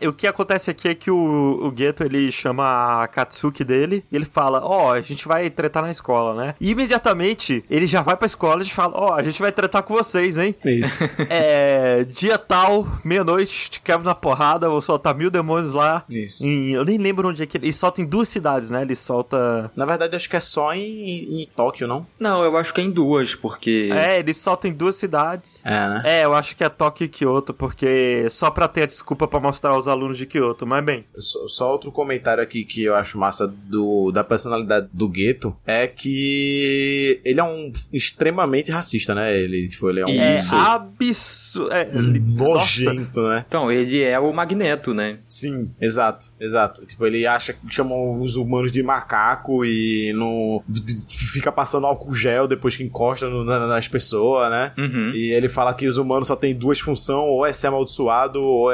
[SPEAKER 1] E O que acontece aqui é que o, o Geto ele chama a Katsuki dele e ele fala: Ó, a gente vai tretar na escola, né? E imediatamente ele já vai pra escola e fala: Ó, a gente vai tretar com vocês,
[SPEAKER 2] *laughs*
[SPEAKER 1] hein?
[SPEAKER 2] Isso.
[SPEAKER 1] é. Dia tal, meia-noite, te quebro na porrada, vou soltar mil demônios lá.
[SPEAKER 2] Isso.
[SPEAKER 1] Em- eu nem lembro onde é que ele. Ele solta em duas cidades, né? Ele solta.
[SPEAKER 2] Na verdade, acho que é só em, em Tóquio, não?
[SPEAKER 4] Não, eu acho que é em duas, porque.
[SPEAKER 1] É, ele solta em duas cidades.
[SPEAKER 2] É, né?
[SPEAKER 1] É, eu acho que é Tóquio e Kyoto, porque só pra ter a desculpa pra mostrar aos alunos de Kyoto, mas bem.
[SPEAKER 2] Só, só outro comentário aqui que eu acho massa do, da personalidade do Gueto é que ele é um extremamente racista, né? Ele, tipo, ele é um
[SPEAKER 1] É
[SPEAKER 4] Isso.
[SPEAKER 1] absurdo. É, li- nossa.
[SPEAKER 2] nojento, né?
[SPEAKER 4] Então, ele é o Magneto, né?
[SPEAKER 2] Sim, exato, exato. Tipo, ele acha que chamam os humanos de macaco e não fica passando álcool gel depois que encosta no- na- nas pessoas, né?
[SPEAKER 4] Uhum.
[SPEAKER 2] E ele fala que os humanos só tem duas funções, ou é ser amaldiçoado, ou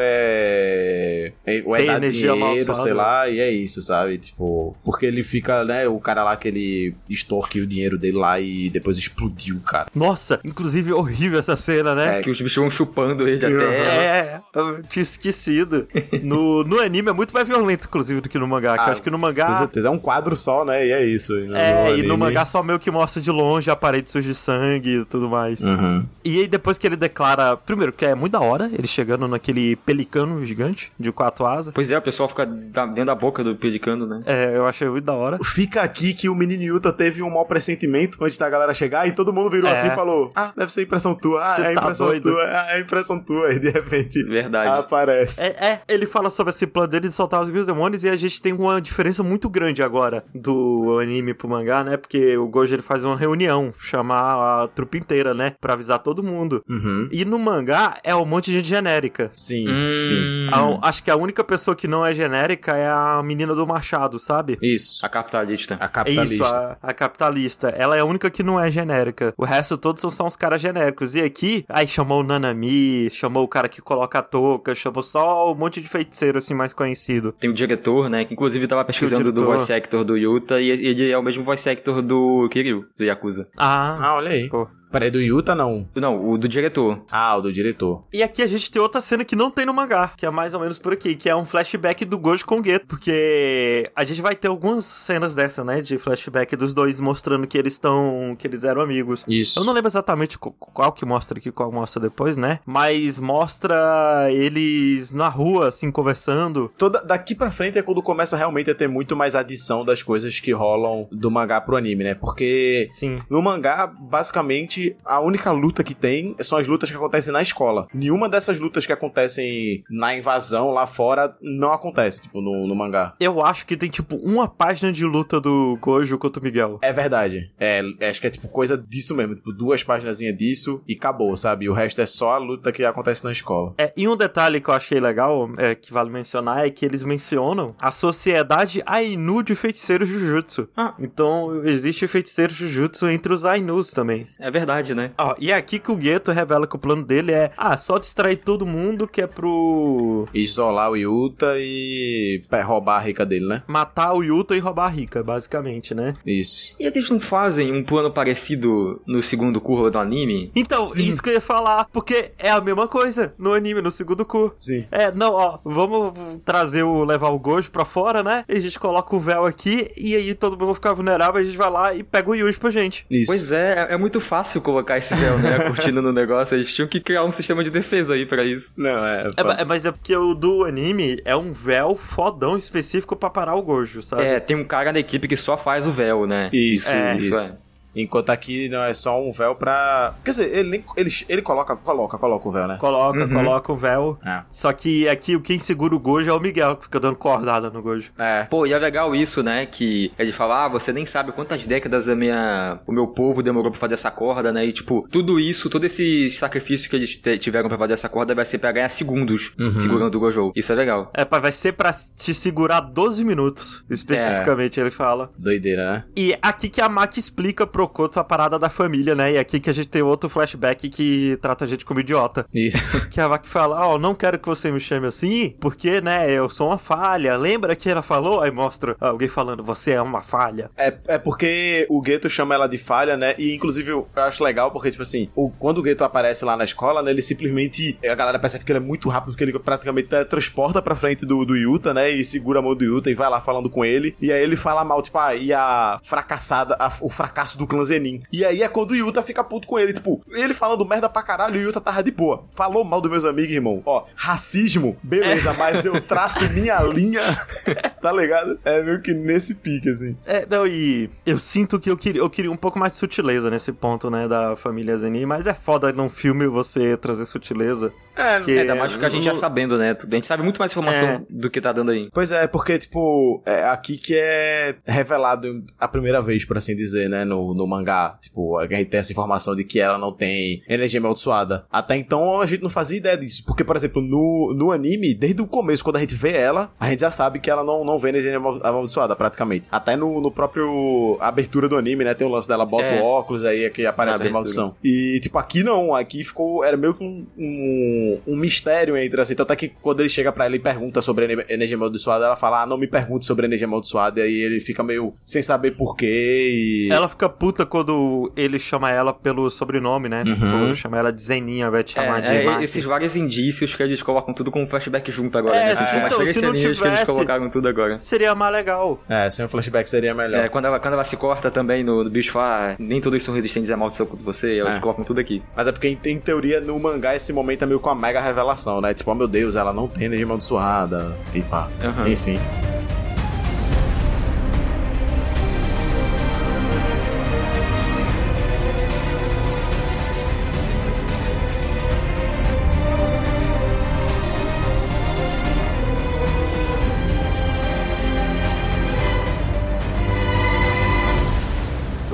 [SPEAKER 2] é. é- Ou é
[SPEAKER 1] Tem
[SPEAKER 2] dar
[SPEAKER 1] energia
[SPEAKER 2] dinheiro,
[SPEAKER 1] amaldiçoada.
[SPEAKER 2] sei lá, e é isso, sabe? Tipo. Porque ele fica, né? O cara lá que ele extorque o dinheiro dele lá e depois explodiu, cara.
[SPEAKER 1] Nossa, inclusive horrível essa cena, né?
[SPEAKER 2] É.
[SPEAKER 4] Que os bichos vão chupando ele até.
[SPEAKER 2] né?
[SPEAKER 1] É, eu tinha esquecido. No, no anime é muito mais violento, inclusive, do que no mangá. que
[SPEAKER 2] Ah,
[SPEAKER 1] eu acho que no
[SPEAKER 2] Com
[SPEAKER 1] mangá.
[SPEAKER 2] certeza. É um quadro só, né? E é isso.
[SPEAKER 1] É, e no
[SPEAKER 2] anime.
[SPEAKER 1] mangá só meio que mostra de longe a parede suja de sangue e tudo mais.
[SPEAKER 2] Uhum.
[SPEAKER 1] E aí depois que ele declara. Primeiro, que é muito da hora, ele chegando naquele pelicano gigante de quatro asas.
[SPEAKER 4] Pois é, o pessoal fica da- dentro da boca do pelicano, né?
[SPEAKER 1] É, eu achei muito da hora.
[SPEAKER 2] Fica aqui que o menino Yuta teve um mau pressentimento antes da galera chegar e todo mundo virou
[SPEAKER 1] É.
[SPEAKER 2] assim e falou: Ah, deve ser impressão tua, ah,
[SPEAKER 1] Cê
[SPEAKER 2] é
[SPEAKER 1] tá
[SPEAKER 2] impressão
[SPEAKER 1] doido.
[SPEAKER 2] tua, ah, é impressão tua. E de repente
[SPEAKER 4] Verdade.
[SPEAKER 2] Ah, aparece.
[SPEAKER 1] É, é, ele fala sobre esse plano dele de soltar os mil demônios e a gente tem uma diferença muito grande agora do anime pro mangá, né? Porque o Gojo ele faz uma reunião, chamar a trupe inteira, né? Pra avisar todo mundo.
[SPEAKER 2] Uhum.
[SPEAKER 1] E no mangá é um monte de gente genérica.
[SPEAKER 2] Sim,
[SPEAKER 4] Hum.
[SPEAKER 2] sim.
[SPEAKER 1] A- acho que a única pessoa que não é genérica é a menina do Machado, sabe?
[SPEAKER 2] Isso.
[SPEAKER 4] A capitalista.
[SPEAKER 2] A
[SPEAKER 1] É isso,
[SPEAKER 2] capitalista.
[SPEAKER 1] a, a capitalista. Ela é a única que não é genérica. O resto todos são só uns caras genéricos. E aqui, aí chamou o Nanami, chamou o cara que coloca a touca, chamou só um monte de feiticeiro, assim, mais conhecido.
[SPEAKER 4] Tem o diretor, né? Que inclusive tava pesquisando do
[SPEAKER 1] diretor.
[SPEAKER 4] voice actor do Yuta e ele é o mesmo voice actor do Kiryu, do Yakuza.
[SPEAKER 1] Ah,
[SPEAKER 2] Ah, olha aí.
[SPEAKER 1] pô.
[SPEAKER 2] Peraí, do Yuta não.
[SPEAKER 4] Não, o do diretor.
[SPEAKER 2] Ah, o do diretor.
[SPEAKER 1] E aqui a gente tem outra cena que não tem no mangá, que é mais ou menos por aqui, que é um flashback do Gojo com Geto, porque a gente vai ter algumas cenas dessa, né, de flashback dos dois mostrando que eles estão, que eles eram amigos.
[SPEAKER 2] Isso.
[SPEAKER 1] Eu não lembro exatamente qu- qual que mostra aqui, qual mostra depois, né? Mas mostra eles na rua, assim, conversando.
[SPEAKER 2] Toda, daqui pra frente é quando começa realmente a ter muito mais adição das coisas que rolam do mangá pro anime, né? Porque
[SPEAKER 1] Sim.
[SPEAKER 2] No mangá, basicamente, a única luta que tem são as lutas que acontecem na escola. Nenhuma dessas lutas que acontecem na invasão lá fora não acontece, tipo, no, no mangá.
[SPEAKER 1] Eu acho que tem, tipo, uma página de luta do Gojo contra o Miguel.
[SPEAKER 2] É verdade. É, acho que é tipo coisa disso mesmo. Tipo, duas páginas disso e acabou, sabe? O resto é só a luta que acontece na escola.
[SPEAKER 1] É, e um detalhe que eu achei legal, é, que vale mencionar, é que eles mencionam a sociedade Ainu de feiticeiros Jujutsu.
[SPEAKER 4] Ah.
[SPEAKER 1] Então, existe feiticeiro Jujutsu entre os Ainus também.
[SPEAKER 4] É verdade, né?
[SPEAKER 1] Ó, e é aqui que o Gueto revela que o plano dele é, ah, só distrair todo mundo que é pro...
[SPEAKER 2] Isolar o Yuta e pé, roubar a rica dele, né?
[SPEAKER 1] Matar o Yuta e roubar a Rika, basicamente, né?
[SPEAKER 2] Isso.
[SPEAKER 4] E eles não fazem um plano parecido no segundo curva do anime?
[SPEAKER 1] Então,
[SPEAKER 2] Sim.
[SPEAKER 1] isso que eu ia falar, porque é a mesma coisa no anime, no segundo cu.
[SPEAKER 2] Sim.
[SPEAKER 1] É, não, ó, vamos trazer o levar o Gojo pra fora, né? E a gente coloca o véu aqui e aí todo mundo fica vulnerável, a gente vai lá e pega o Yuji pra gente.
[SPEAKER 2] Isso.
[SPEAKER 4] Pois é, é- é muito fácil colocar esse véu, né? *laughs* a Cortina no negócio. Eles tinham que criar um sistema de defesa aí pra isso.
[SPEAKER 2] Não, é.
[SPEAKER 1] É, ma- é, mas é porque o do anime é um véu fodão específico pra parar o Gojo, sabe?
[SPEAKER 4] É, tem um cara na equipe que só faz o véu, né?
[SPEAKER 2] Isso,
[SPEAKER 1] É,
[SPEAKER 2] isso.
[SPEAKER 4] isso
[SPEAKER 2] Enquanto aqui não é só um véu pra. Quer dizer, ele, nem- ele, ele coloca, coloca, coloca o véu, né?
[SPEAKER 1] Coloca,
[SPEAKER 4] Uhum.
[SPEAKER 1] coloca o véu.
[SPEAKER 2] É.
[SPEAKER 1] Só que aqui o quem segura o Gojo é o Miguel, que fica dando cordada no Gojo.
[SPEAKER 2] É.
[SPEAKER 4] Pô, e é legal isso, né? Que ele fala, ah, você nem sabe quantas décadas a minha, o meu povo demorou pra fazer essa corda, né? E, tipo, tudo isso, todo esse sacrifício que eles te- tiveram pra fazer essa corda vai ser pra ganhar segundos
[SPEAKER 2] Uhum.
[SPEAKER 4] segurando o Gojo. Isso é legal.
[SPEAKER 1] É, pá, vai ser pra te segurar 12 minutos, especificamente, ele fala.
[SPEAKER 2] Doideira, né?
[SPEAKER 1] E aqui que a Maki explica pro Koto a parada da família, né? E aqui que a gente tem outro flashback que trata a gente como idiota.
[SPEAKER 2] Isso.
[SPEAKER 1] Que a Maki fala, ó, não quero que você me chame assim, porque, né, eu sou uma falha. Lembra que ela falou? Aí mostra alguém falando, você é uma falha.
[SPEAKER 2] É, é porque o Gueto chama ela de falha, né? E inclusive eu acho legal porque, tipo assim, o, quando o Gueto aparece lá na escola, né? Ele simplesmente. A galera percebe que ele é muito rápido, porque ele praticamente tá- transporta pra frente do, do Yuta, né? E segura a mão do Yuta e vai lá falando com ele. E aí ele fala mal, tipo, ah, e a fracassada, a- o fracasso do clã Zenin. E aí é quando o Yuta fica puto com ele, tipo, ele falando merda pra caralho e o Yuta tava de boa. Falou mal dos meus amigos, irmão. Ó, racismo, beleza, mas eu traço minha linha, *laughs* tá ligado? É meio que nesse pique, assim.
[SPEAKER 1] É, não, e eu sinto que eu queria, eu queria um pouco mais de sutileza nesse ponto, né, da família Zeni, mas é foda num filme você trazer sutileza.
[SPEAKER 2] É,
[SPEAKER 1] Que-
[SPEAKER 4] Ainda mais porque a gente já
[SPEAKER 1] no-
[SPEAKER 4] sabendo, né? A gente sabe muito mais informação
[SPEAKER 1] É.
[SPEAKER 4] do que tá dando aí.
[SPEAKER 2] Pois é, porque, tipo, é aqui que é revelado a primeira vez, por assim dizer, né, no, no mangá. Tipo, a gente tem essa informação de que ela não tem energia amaldiçoada. Até então a gente não fazia ideia disso. Porque, por exemplo, no, no anime, desde o começo, quando a gente vê ela, a gente já sabe que ela não, não vê energia amal- amaldiçoada, praticamente. Até no, no próprio abertura do anime, né, tem o lance dela, bota
[SPEAKER 4] É.
[SPEAKER 2] o óculos aí, é que aparece
[SPEAKER 4] Na
[SPEAKER 2] a maldição. E, tipo, aqui não, aqui ficou, era meio que um, um, um mistério entre, assim, tanto é que quando ele chega pra ela e pergunta sobre ener- energia amaldiçoada, ela fala, ah, não me pergunte sobre energia amaldiçoada, e aí ele fica meio sem saber porquê, e...
[SPEAKER 1] Ela fica puta quando ele chama ela pelo sobrenome, né?
[SPEAKER 2] Uhum.
[SPEAKER 1] Tipo, chama ela de Zeninha, ao invés de chamar de
[SPEAKER 4] É, é,
[SPEAKER 1] Maki.
[SPEAKER 4] esses vários indícios que eles colocam tudo como flashback junto agora,
[SPEAKER 1] É,
[SPEAKER 4] né? Esses
[SPEAKER 2] se-
[SPEAKER 4] mais
[SPEAKER 1] então,
[SPEAKER 4] três
[SPEAKER 1] se não
[SPEAKER 4] ceninhas que eles
[SPEAKER 1] tivesse-
[SPEAKER 4] colocaram tudo agora.
[SPEAKER 1] Seria mais legal.
[SPEAKER 2] É, sem um flashback seria melhor.
[SPEAKER 4] É, quando, ela, quando ela se corta também no, no bicho fala, "Ah, nem todos são resistentes à maldição contra você, elas
[SPEAKER 2] É.
[SPEAKER 4] colocam tudo aqui.
[SPEAKER 2] Mas é porque, em, em teoria, no mangá, esse momento é meio com a mega revelação, né? Tipo, oh meu Deus, ela não tem energia amaldiçoada, e pá.
[SPEAKER 4] Aham.
[SPEAKER 2] Enfim.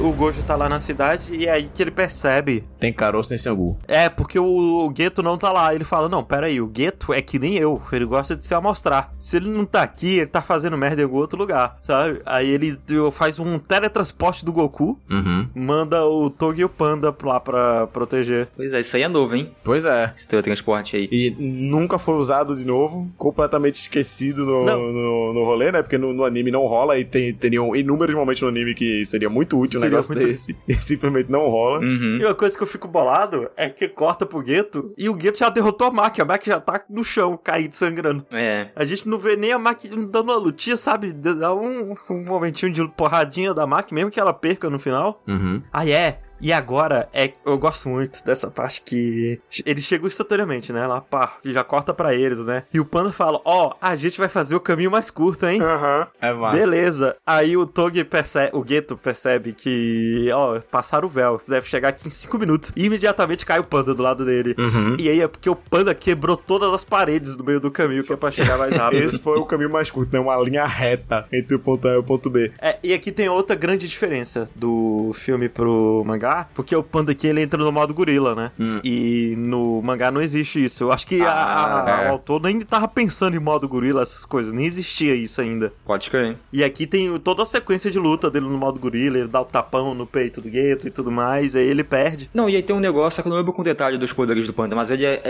[SPEAKER 1] O Gojo tá lá na cidade e é aí que ele percebe.
[SPEAKER 2] Tem caroço, tem sangu.
[SPEAKER 1] É, porque o, o Gueto não tá lá. Ele fala: Não, peraí, o Gueto é que nem eu. Ele gosta de se amostrar. Se ele não tá aqui, ele tá fazendo merda em algum outro lugar, sabe? Aí ele eu- faz um teletransporte do Goku,
[SPEAKER 2] Uhum.
[SPEAKER 1] manda o Togi e o Panda lá pra proteger.
[SPEAKER 4] Pois é, isso aí é novo, hein?
[SPEAKER 2] Pois é.
[SPEAKER 4] Esse teletransporte aí.
[SPEAKER 2] E nunca foi usado de novo, completamente esquecido no,
[SPEAKER 1] Não.
[SPEAKER 2] no, no rolê, né? Porque no, no anime não rola e tem, teriam inúmeros momentos no anime que seria muito útil o
[SPEAKER 1] Seria
[SPEAKER 2] negócio negócio
[SPEAKER 1] muito-
[SPEAKER 2] desse. *laughs* E simplesmente não rola.
[SPEAKER 4] Uhum.
[SPEAKER 1] E uma coisa que eu fico bolado é que corta pro gueto e o gueto já derrotou a Maki. A Maki já tá no chão, caído, sangrando.
[SPEAKER 4] É.
[SPEAKER 1] A gente não vê nem a Maki dando uma lutinha, sabe? Dá um, um momentinho de porradinha da Maki, mesmo que ela perca no final.
[SPEAKER 2] Uhum.
[SPEAKER 1] Ah, é? E agora, é, eu gosto muito dessa parte que eles chegam instantaneamente, né? Lá, pá, que já corta pra eles, né? E o Panda fala: Ó, a gente vai fazer o caminho mais curto, hein?
[SPEAKER 2] Aham. É massa.
[SPEAKER 1] Beleza. Aí o Tog percebe, o Gueto percebe que, ó, passaram o véu, deve chegar aqui em 5 minutos. E imediatamente cai o Panda do lado dele.
[SPEAKER 2] Uhum.
[SPEAKER 1] E aí é porque o Panda quebrou todas as paredes no meio do caminho, que é pra chegar mais
[SPEAKER 2] *laughs*
[SPEAKER 1] rápido. *laughs*
[SPEAKER 2] Esse foi o caminho mais curto, né? Uma linha reta entre o ponto A e o ponto B.
[SPEAKER 1] É, e aqui tem outra grande diferença do filme pro mangá, porque o panda aqui ele entra no modo gorila, né?
[SPEAKER 2] Hum.
[SPEAKER 1] E no mangá não existe isso. Eu acho que a-
[SPEAKER 4] Ah,
[SPEAKER 1] a-
[SPEAKER 4] é.
[SPEAKER 1] o autor nem tava pensando em modo gorila, essas coisas, nem existia isso ainda.
[SPEAKER 4] Pode crer.
[SPEAKER 1] E aqui tem o- toda a sequência de luta dele no modo gorila, ele dá o tapão no peito do gueto e tudo mais, aí ele perde.
[SPEAKER 4] Não, e aí tem um negócio que eu não lembro com detalhe dos poderes do Panda, mas ele é.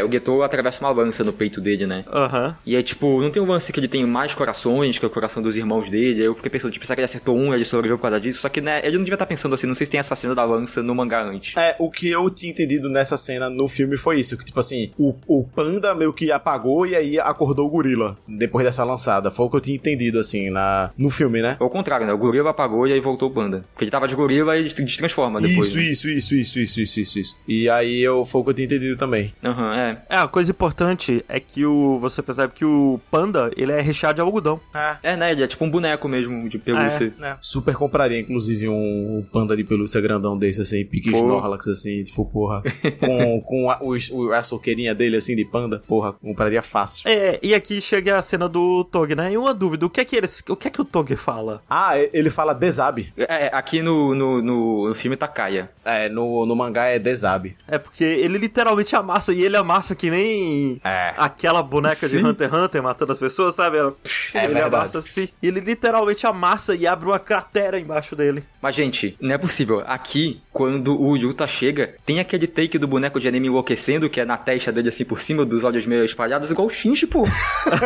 [SPEAKER 4] é, o Geto atravessa uma lança no peito dele, né?
[SPEAKER 1] Aham.
[SPEAKER 4] E aí, tipo, não tem um lance que ele tem mais corações, que é o coração dos irmãos dele. Aí eu fiquei pensando, tipo, será que ele acertou um e ele sobreviveu por causa disso? Só que, né, ele não devia estar pensando assim, não sei se tem essa cena da lança no mangá antes.
[SPEAKER 2] É, o que eu tinha entendido nessa cena no filme foi isso, que tipo assim, o, o panda meio que apagou e aí acordou o gorila depois dessa lançada. Foi o que eu tinha entendido assim na no filme, né?
[SPEAKER 4] Ou o contrário, né? O gorila apagou e aí voltou o panda. Porque ele tava de gorila e ele se destransforma depois.
[SPEAKER 2] isso,
[SPEAKER 4] né?
[SPEAKER 2] isso, isso, isso, isso, isso, isso, isso. E aí eu foi o que eu tinha entendido também.
[SPEAKER 4] Aham, é.
[SPEAKER 1] É, a coisa importante é que o você percebe que o panda, ele é recheado de algodão.
[SPEAKER 2] É. né.
[SPEAKER 4] É, né? Ele é tipo um boneco mesmo de pelúcia.
[SPEAKER 2] Super compraria, inclusive, um panda de pelúcia grandão desse, assim, pique
[SPEAKER 4] Pô.
[SPEAKER 2] Snorlax, assim, tipo, porra.
[SPEAKER 4] *laughs*
[SPEAKER 2] com com a, os- o- a soqueirinha dele, assim, de panda, porra, compraria fácil.
[SPEAKER 1] É, e aqui chega a cena do Tog, né? E uma dúvida, o que é que eles, o que é que o Tog fala?
[SPEAKER 2] Ah, e- ele fala desabe.
[SPEAKER 4] É, é, aqui no, no, no, no filme Takaya.
[SPEAKER 2] É, no, no mangá é desabe.
[SPEAKER 1] É porque ele literalmente amassa, e ele amassa que nem
[SPEAKER 2] É.
[SPEAKER 1] aquela boneca de
[SPEAKER 2] Sim.
[SPEAKER 1] Hunter x Hunter matando as pessoas, sabe? Ela-
[SPEAKER 2] É
[SPEAKER 1] ele
[SPEAKER 2] verdade.
[SPEAKER 1] amassa assim. E ele literalmente amassa e abre uma cratera embaixo dele.
[SPEAKER 4] Mas, gente, não é possível. Aqui, quando o Yuta chega, tem aquele take do boneco de anime enlouquecendo, que é na testa dele assim por cima, dos olhos meio espalhados, igual o Shinji, pô. *laughs*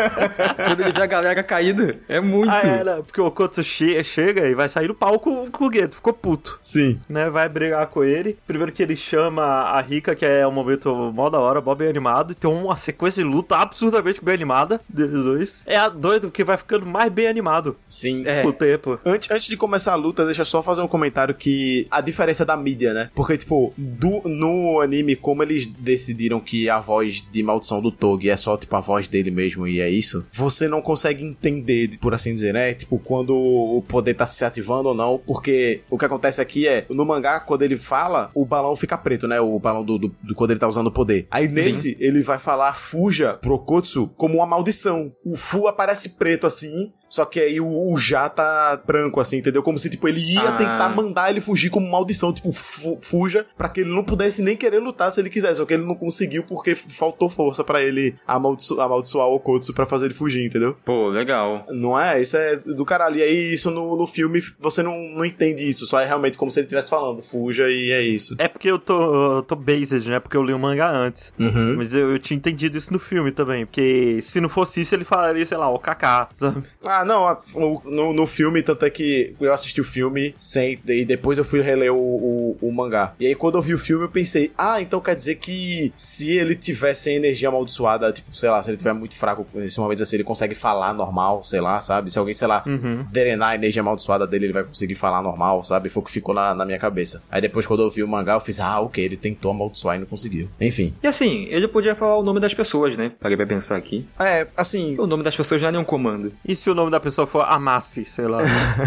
[SPEAKER 4] quando ele vê a galera caída. É muito.
[SPEAKER 1] Ah, era, porque o Okotsu che- chega e vai sair do palco com o Gueto, ficou puto.
[SPEAKER 2] Sim.
[SPEAKER 1] né? Vai brigar com ele. Primeiro que ele chama a Rika, que é um momento mó da hora, mó bem animado. Tem uma sequência de luta absurdamente bem animada deles dois. É a doido que vai ficando mais bem animado
[SPEAKER 2] Sim.
[SPEAKER 4] É.
[SPEAKER 1] com o tempo.
[SPEAKER 2] Antes, antes de começar a luta, deixa eu só fazer um comentário que a diferença é da mídia, né? Porque, tipo, do, no anime, como eles decidiram que a voz de maldição do Tog é só, tipo, a voz dele mesmo e é isso, você não consegue entender, por assim dizer, né? Tipo, quando o poder tá se ativando ou não, porque o que acontece aqui é, no mangá, quando ele fala, o balão fica preto, né? O balão do, do, do- quando ele tá usando o poder. Aí nesse, ele vai falar fuja pro Okotsu como uma maldição. O Fu aparece preto assim, só que aí o, o já tá branco, assim, entendeu? Como se, tipo, ele ia
[SPEAKER 4] Ah.
[SPEAKER 2] tentar mandar ele fugir como maldição. Tipo, fu- fuja pra que ele não pudesse nem querer lutar se ele quisesse. Só que ele não conseguiu porque faltou força pra ele amaldiço amaldiçoar o Okotsu pra fazer ele fugir, entendeu?
[SPEAKER 4] Pô, legal.
[SPEAKER 2] Não é? Isso é do caralho. E aí, isso no, no filme, você não, não entende isso. Só é realmente como se ele estivesse falando, fuja e é isso.
[SPEAKER 1] É porque eu tô, eu tô based, né? Porque eu li o mangá antes.
[SPEAKER 2] Uhum.
[SPEAKER 1] Mas eu, eu tinha entendido isso no filme também. Porque se não fosse isso, ele falaria, sei lá, o Kaká. sabe?
[SPEAKER 2] Ah, não, a- o- no, no filme, tanto é que eu assisti o filme sem, e depois eu fui reler o, o, o mangá. E aí, quando eu vi o filme, eu pensei, ah, então quer dizer que se ele tiver sem energia amaldiçoada, tipo, sei lá, se ele tiver muito fraco nesse momento, assim, ele consegue falar normal, sei lá, sabe? Se alguém, sei lá,
[SPEAKER 1] Uhum.
[SPEAKER 2] drenar a energia amaldiçoada dele, ele vai conseguir falar normal, sabe? Foi o que ficou na, na minha cabeça. Aí depois, quando eu vi o mangá, eu fiz, ah, ok, ele tentou amaldiçoar e não conseguiu. Enfim.
[SPEAKER 4] E assim, ele podia falar o nome das pessoas, né? Parei pra pensar aqui.
[SPEAKER 2] É, assim,
[SPEAKER 4] O nome das pessoas não é nenhum comando. Tá
[SPEAKER 1] E se o nome da pessoa for Amassi, sei *laughs* lá.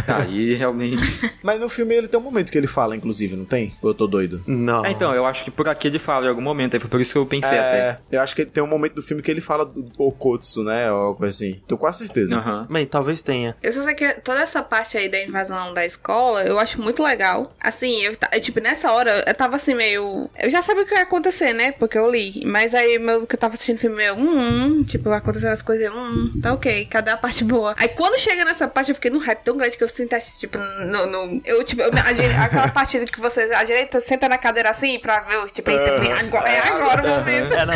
[SPEAKER 4] Aí, *laughs* realmente.
[SPEAKER 2] mas no filme ele tem um momento que ele fala, inclusive, não tem? Ou eu tô doido?
[SPEAKER 1] não.
[SPEAKER 4] É, então, eu acho que por aqui ele fala em algum momento, aí foi por isso que eu pensei até.
[SPEAKER 2] É, eu acho que tem um momento do filme que ele fala do Okotsu, né? Ou algo assim. Tô quase certeza. *laughs*
[SPEAKER 4] Aham.
[SPEAKER 1] Bem, talvez tenha.
[SPEAKER 3] Eu só sei que toda essa parte aí da invasão da escola, eu acho muito legal. Assim, eu, ta- eu, tipo, nessa hora eu tava assim meio. Eu já sabia o que ia acontecer, né? Porque eu li. Mas aí meu, que eu tava assistindo o filme meio. Hum, hum, tipo, acontecendo as coisas, hum, hum, tá ok, hum, cadê a parte boa? Aí quando chega nessa parte, eu fiquei num hype tão grande que eu senti, tipo, no, no- eu, tipo, eu me- a gente- *laughs* aquela parte que você, a direita, senta na cadeira assim pra ver, tipo, eita, foi agora, é agora o momento.
[SPEAKER 1] É, não.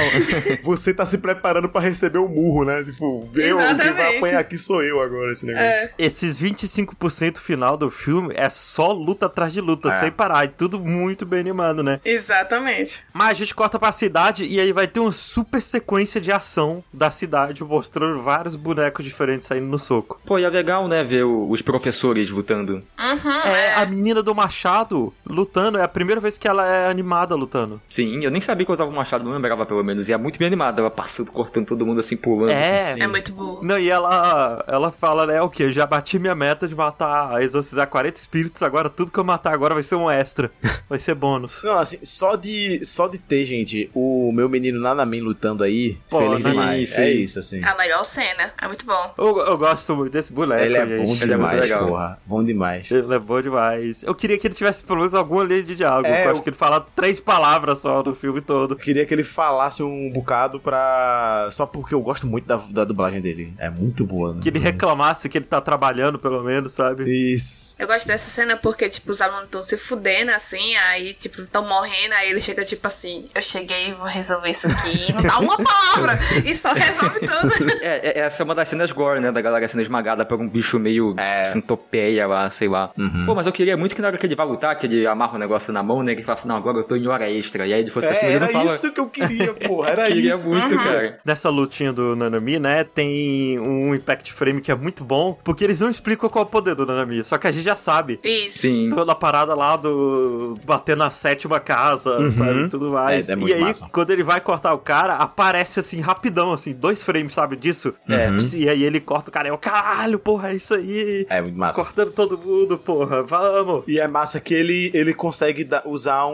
[SPEAKER 5] Você tá se preparando pra receber
[SPEAKER 2] um
[SPEAKER 5] o murro, né? Tipo, eu, o que vai
[SPEAKER 3] Exatamente.
[SPEAKER 5] apanhar aqui sou eu agora, esse negócio.
[SPEAKER 3] É.
[SPEAKER 1] Esses 25% final do filme é só luta atrás de luta, sem parar. E tudo muito bem animado, né?
[SPEAKER 3] Exatamente.
[SPEAKER 1] Mas a gente corta pra cidade e aí vai ter uma super sequência de ação da cidade, mostrando vários bonecos diferentes saindo no soco.
[SPEAKER 4] Pô, e é legal, né, ver o- os professores lutando.
[SPEAKER 3] Uhum,
[SPEAKER 1] É,
[SPEAKER 3] é.
[SPEAKER 1] a menina do machado lutando, é a primeira vez que ela é animada lutando.
[SPEAKER 4] Sim, eu nem sabia que eu usava o machado, não lembrava pelo menos. E é muito bem animado, ela passando, cortando todo mundo assim, pulando.
[SPEAKER 1] É.
[SPEAKER 4] assim.
[SPEAKER 3] É muito boa.
[SPEAKER 1] Não, e ela, ela fala, né, o que? Eu já bati minha meta de matar, exorcizar 40 espíritos, agora tudo que eu matar agora vai ser um extra. Vai ser bônus.
[SPEAKER 2] Não, assim, só de, só de ter, gente, o meu menino Nanamin lutando aí,
[SPEAKER 1] Pô,
[SPEAKER 2] feliz
[SPEAKER 1] sim,
[SPEAKER 2] demais.
[SPEAKER 4] sim.
[SPEAKER 2] É isso, assim.
[SPEAKER 3] A melhor cena. É muito bom.
[SPEAKER 1] Eu, eu gosto muito desse boneco,
[SPEAKER 2] ele é bom
[SPEAKER 1] gente.
[SPEAKER 4] ele é muito
[SPEAKER 2] demais,
[SPEAKER 4] legal.
[SPEAKER 2] porra. Bom demais.
[SPEAKER 1] Ele é bom demais. Eu queria que ele tivesse pelo menos alguma linha de diálogo.
[SPEAKER 2] É,
[SPEAKER 1] eu acho
[SPEAKER 2] eu-
[SPEAKER 1] que ele fala três palavras só no filme todo.
[SPEAKER 2] Queria que ele falasse um bocado pra. Só porque eu gosto muito da, da dublagem dele. É muito boa. Né?
[SPEAKER 1] Que ele reclamasse que ele tá trabalhando, pelo menos, sabe?
[SPEAKER 2] Isso.
[SPEAKER 3] Eu gosto dessa cena porque, tipo, os alunos estão se fudendo assim, aí, tipo, estão morrendo, aí ele chega, tipo assim, eu cheguei, vou resolver isso aqui, e não dá uma palavra, e só resolve tudo.
[SPEAKER 4] É, é- essa é uma das cenas gore, né? Da galera sendo esmagada por um bicho meio
[SPEAKER 2] É.
[SPEAKER 4] centopeia lá, sei lá. Pô, mas eu queria muito que na hora que ele vá lutar, que ele amarra um negócio na mão, né? Que ele fala assim, não, agora eu tô em hora extra. E aí ele fosse pra cima
[SPEAKER 2] É,
[SPEAKER 4] dele e
[SPEAKER 2] era
[SPEAKER 4] não fala.
[SPEAKER 2] isso que eu *laughs* queria, porra. Era
[SPEAKER 4] queria
[SPEAKER 2] isso.
[SPEAKER 4] muito, cara.
[SPEAKER 1] Nessa lutinha do Nanami, né? Tem um impact frame que é muito bom, porque eles não explicam qual é o poder do Nanami, só que a gente já sabe.
[SPEAKER 3] Isso.
[SPEAKER 4] Sim.
[SPEAKER 1] Toda a parada lá do bater na sétima casa, sabe? e Tudo mais.
[SPEAKER 2] É, é muito
[SPEAKER 1] e aí,
[SPEAKER 2] massa.
[SPEAKER 1] quando ele vai cortar o cara, aparece assim, rapidão, assim, dois frames, sabe disso?
[SPEAKER 2] Uhum.
[SPEAKER 1] É. E aí ele corta o cara e eu, caralho, porra, é isso aí.
[SPEAKER 2] É muito massa.
[SPEAKER 1] Cortando todo mundo, porra, vamos.
[SPEAKER 2] E é massa que ele, ele consegue da- usar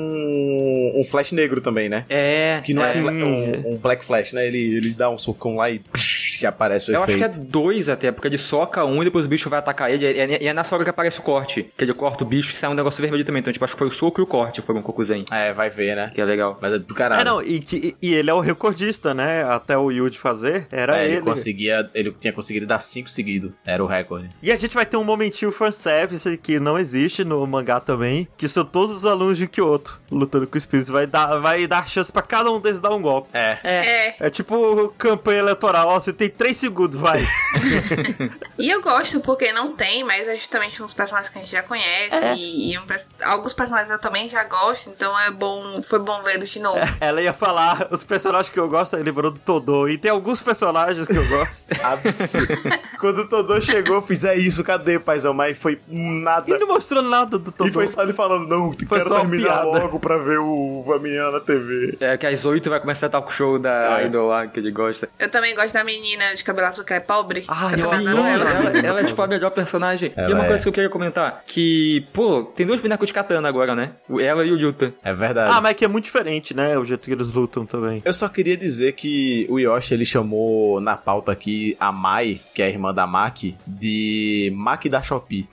[SPEAKER 2] um, um flash negro também, né?
[SPEAKER 4] É.
[SPEAKER 2] Que não
[SPEAKER 4] é.
[SPEAKER 2] é, fla-
[SPEAKER 1] Sim.
[SPEAKER 2] um, um black flash, né? Ele, ele dá um socão lá e psh, que aparece o
[SPEAKER 4] Eu acho
[SPEAKER 2] efeito.
[SPEAKER 4] que é dois até, porque ele soca um e depois o bicho vai atacar ele. E é, e é nessa hora que aparece o corte. Que ele corta o bicho e sai um negócio vermelho também. Então, tipo, acho que foi o soco e o corte foram um Kokuzen.
[SPEAKER 2] É, vai ver, né?
[SPEAKER 4] Que é legal.
[SPEAKER 2] Mas é do
[SPEAKER 1] É,
[SPEAKER 2] caralho.
[SPEAKER 1] não, e, que- e ele é o recordista, né? Até o Yuji fazer, era
[SPEAKER 2] É, ele,
[SPEAKER 1] ele.
[SPEAKER 2] conseguia, ele tinha conseguido dar cinco seguidos. Era o recorde.
[SPEAKER 1] E a gente vai ter um momentinho fanservice que não existe no mangá também, que são todos os alunos de Kyoto lutando com espíritos. Vai dar, vai dar chance pra cada um deles dar um golpe.
[SPEAKER 2] É.
[SPEAKER 3] É.
[SPEAKER 1] É tipo campanha eleitoral, ó, você tem três segundos, *laughs* vai.
[SPEAKER 3] E eu gosto porque não tem, mas é justamente uns personagens que a gente já conhece. E, e um pers- alguns personagens eu também já gosto, então é bom. Foi bom vê-los de novo.
[SPEAKER 1] Ela ia falar, os personagens que eu gosto, aí lembrou do Todô, e tem alguns personagens que eu gosto.
[SPEAKER 2] Absurdo. Quando o Todô chegou, eu fiz, é isso, cadê, paizão? Mas foi
[SPEAKER 1] *laughs* e
[SPEAKER 2] nada.
[SPEAKER 1] não mostrou nada do Todô.
[SPEAKER 5] E foi só ele falando, não, quero
[SPEAKER 1] só uma
[SPEAKER 5] terminar
[SPEAKER 1] piada.
[SPEAKER 5] logo pra ver o, a menina na TV.
[SPEAKER 4] É que às oito vai começar a talk show da
[SPEAKER 2] É.
[SPEAKER 4] Idol lá, que ele gosta.
[SPEAKER 3] Eu também gosto da menina de cabelo azul que é pobre.
[SPEAKER 1] Ai,
[SPEAKER 3] eu tô
[SPEAKER 1] eu
[SPEAKER 3] adorando
[SPEAKER 1] adoro
[SPEAKER 4] ela,
[SPEAKER 3] ela.
[SPEAKER 4] ela- ela é tipo a melhor personagem. e uma
[SPEAKER 2] Ela
[SPEAKER 4] coisa
[SPEAKER 2] é.
[SPEAKER 4] que eu queria comentar: que, pô, tem dois bonecos de katana agora, né? O- Ela e o Yuta.
[SPEAKER 2] É verdade.
[SPEAKER 1] Ah, mas é que é muito diferente, né? O jeito que eles lutam também.
[SPEAKER 2] Eu só queria dizer que o Yoshi ele chamou na pauta aqui a Mai, que é a irmã da Maki, de Maki da Shopee.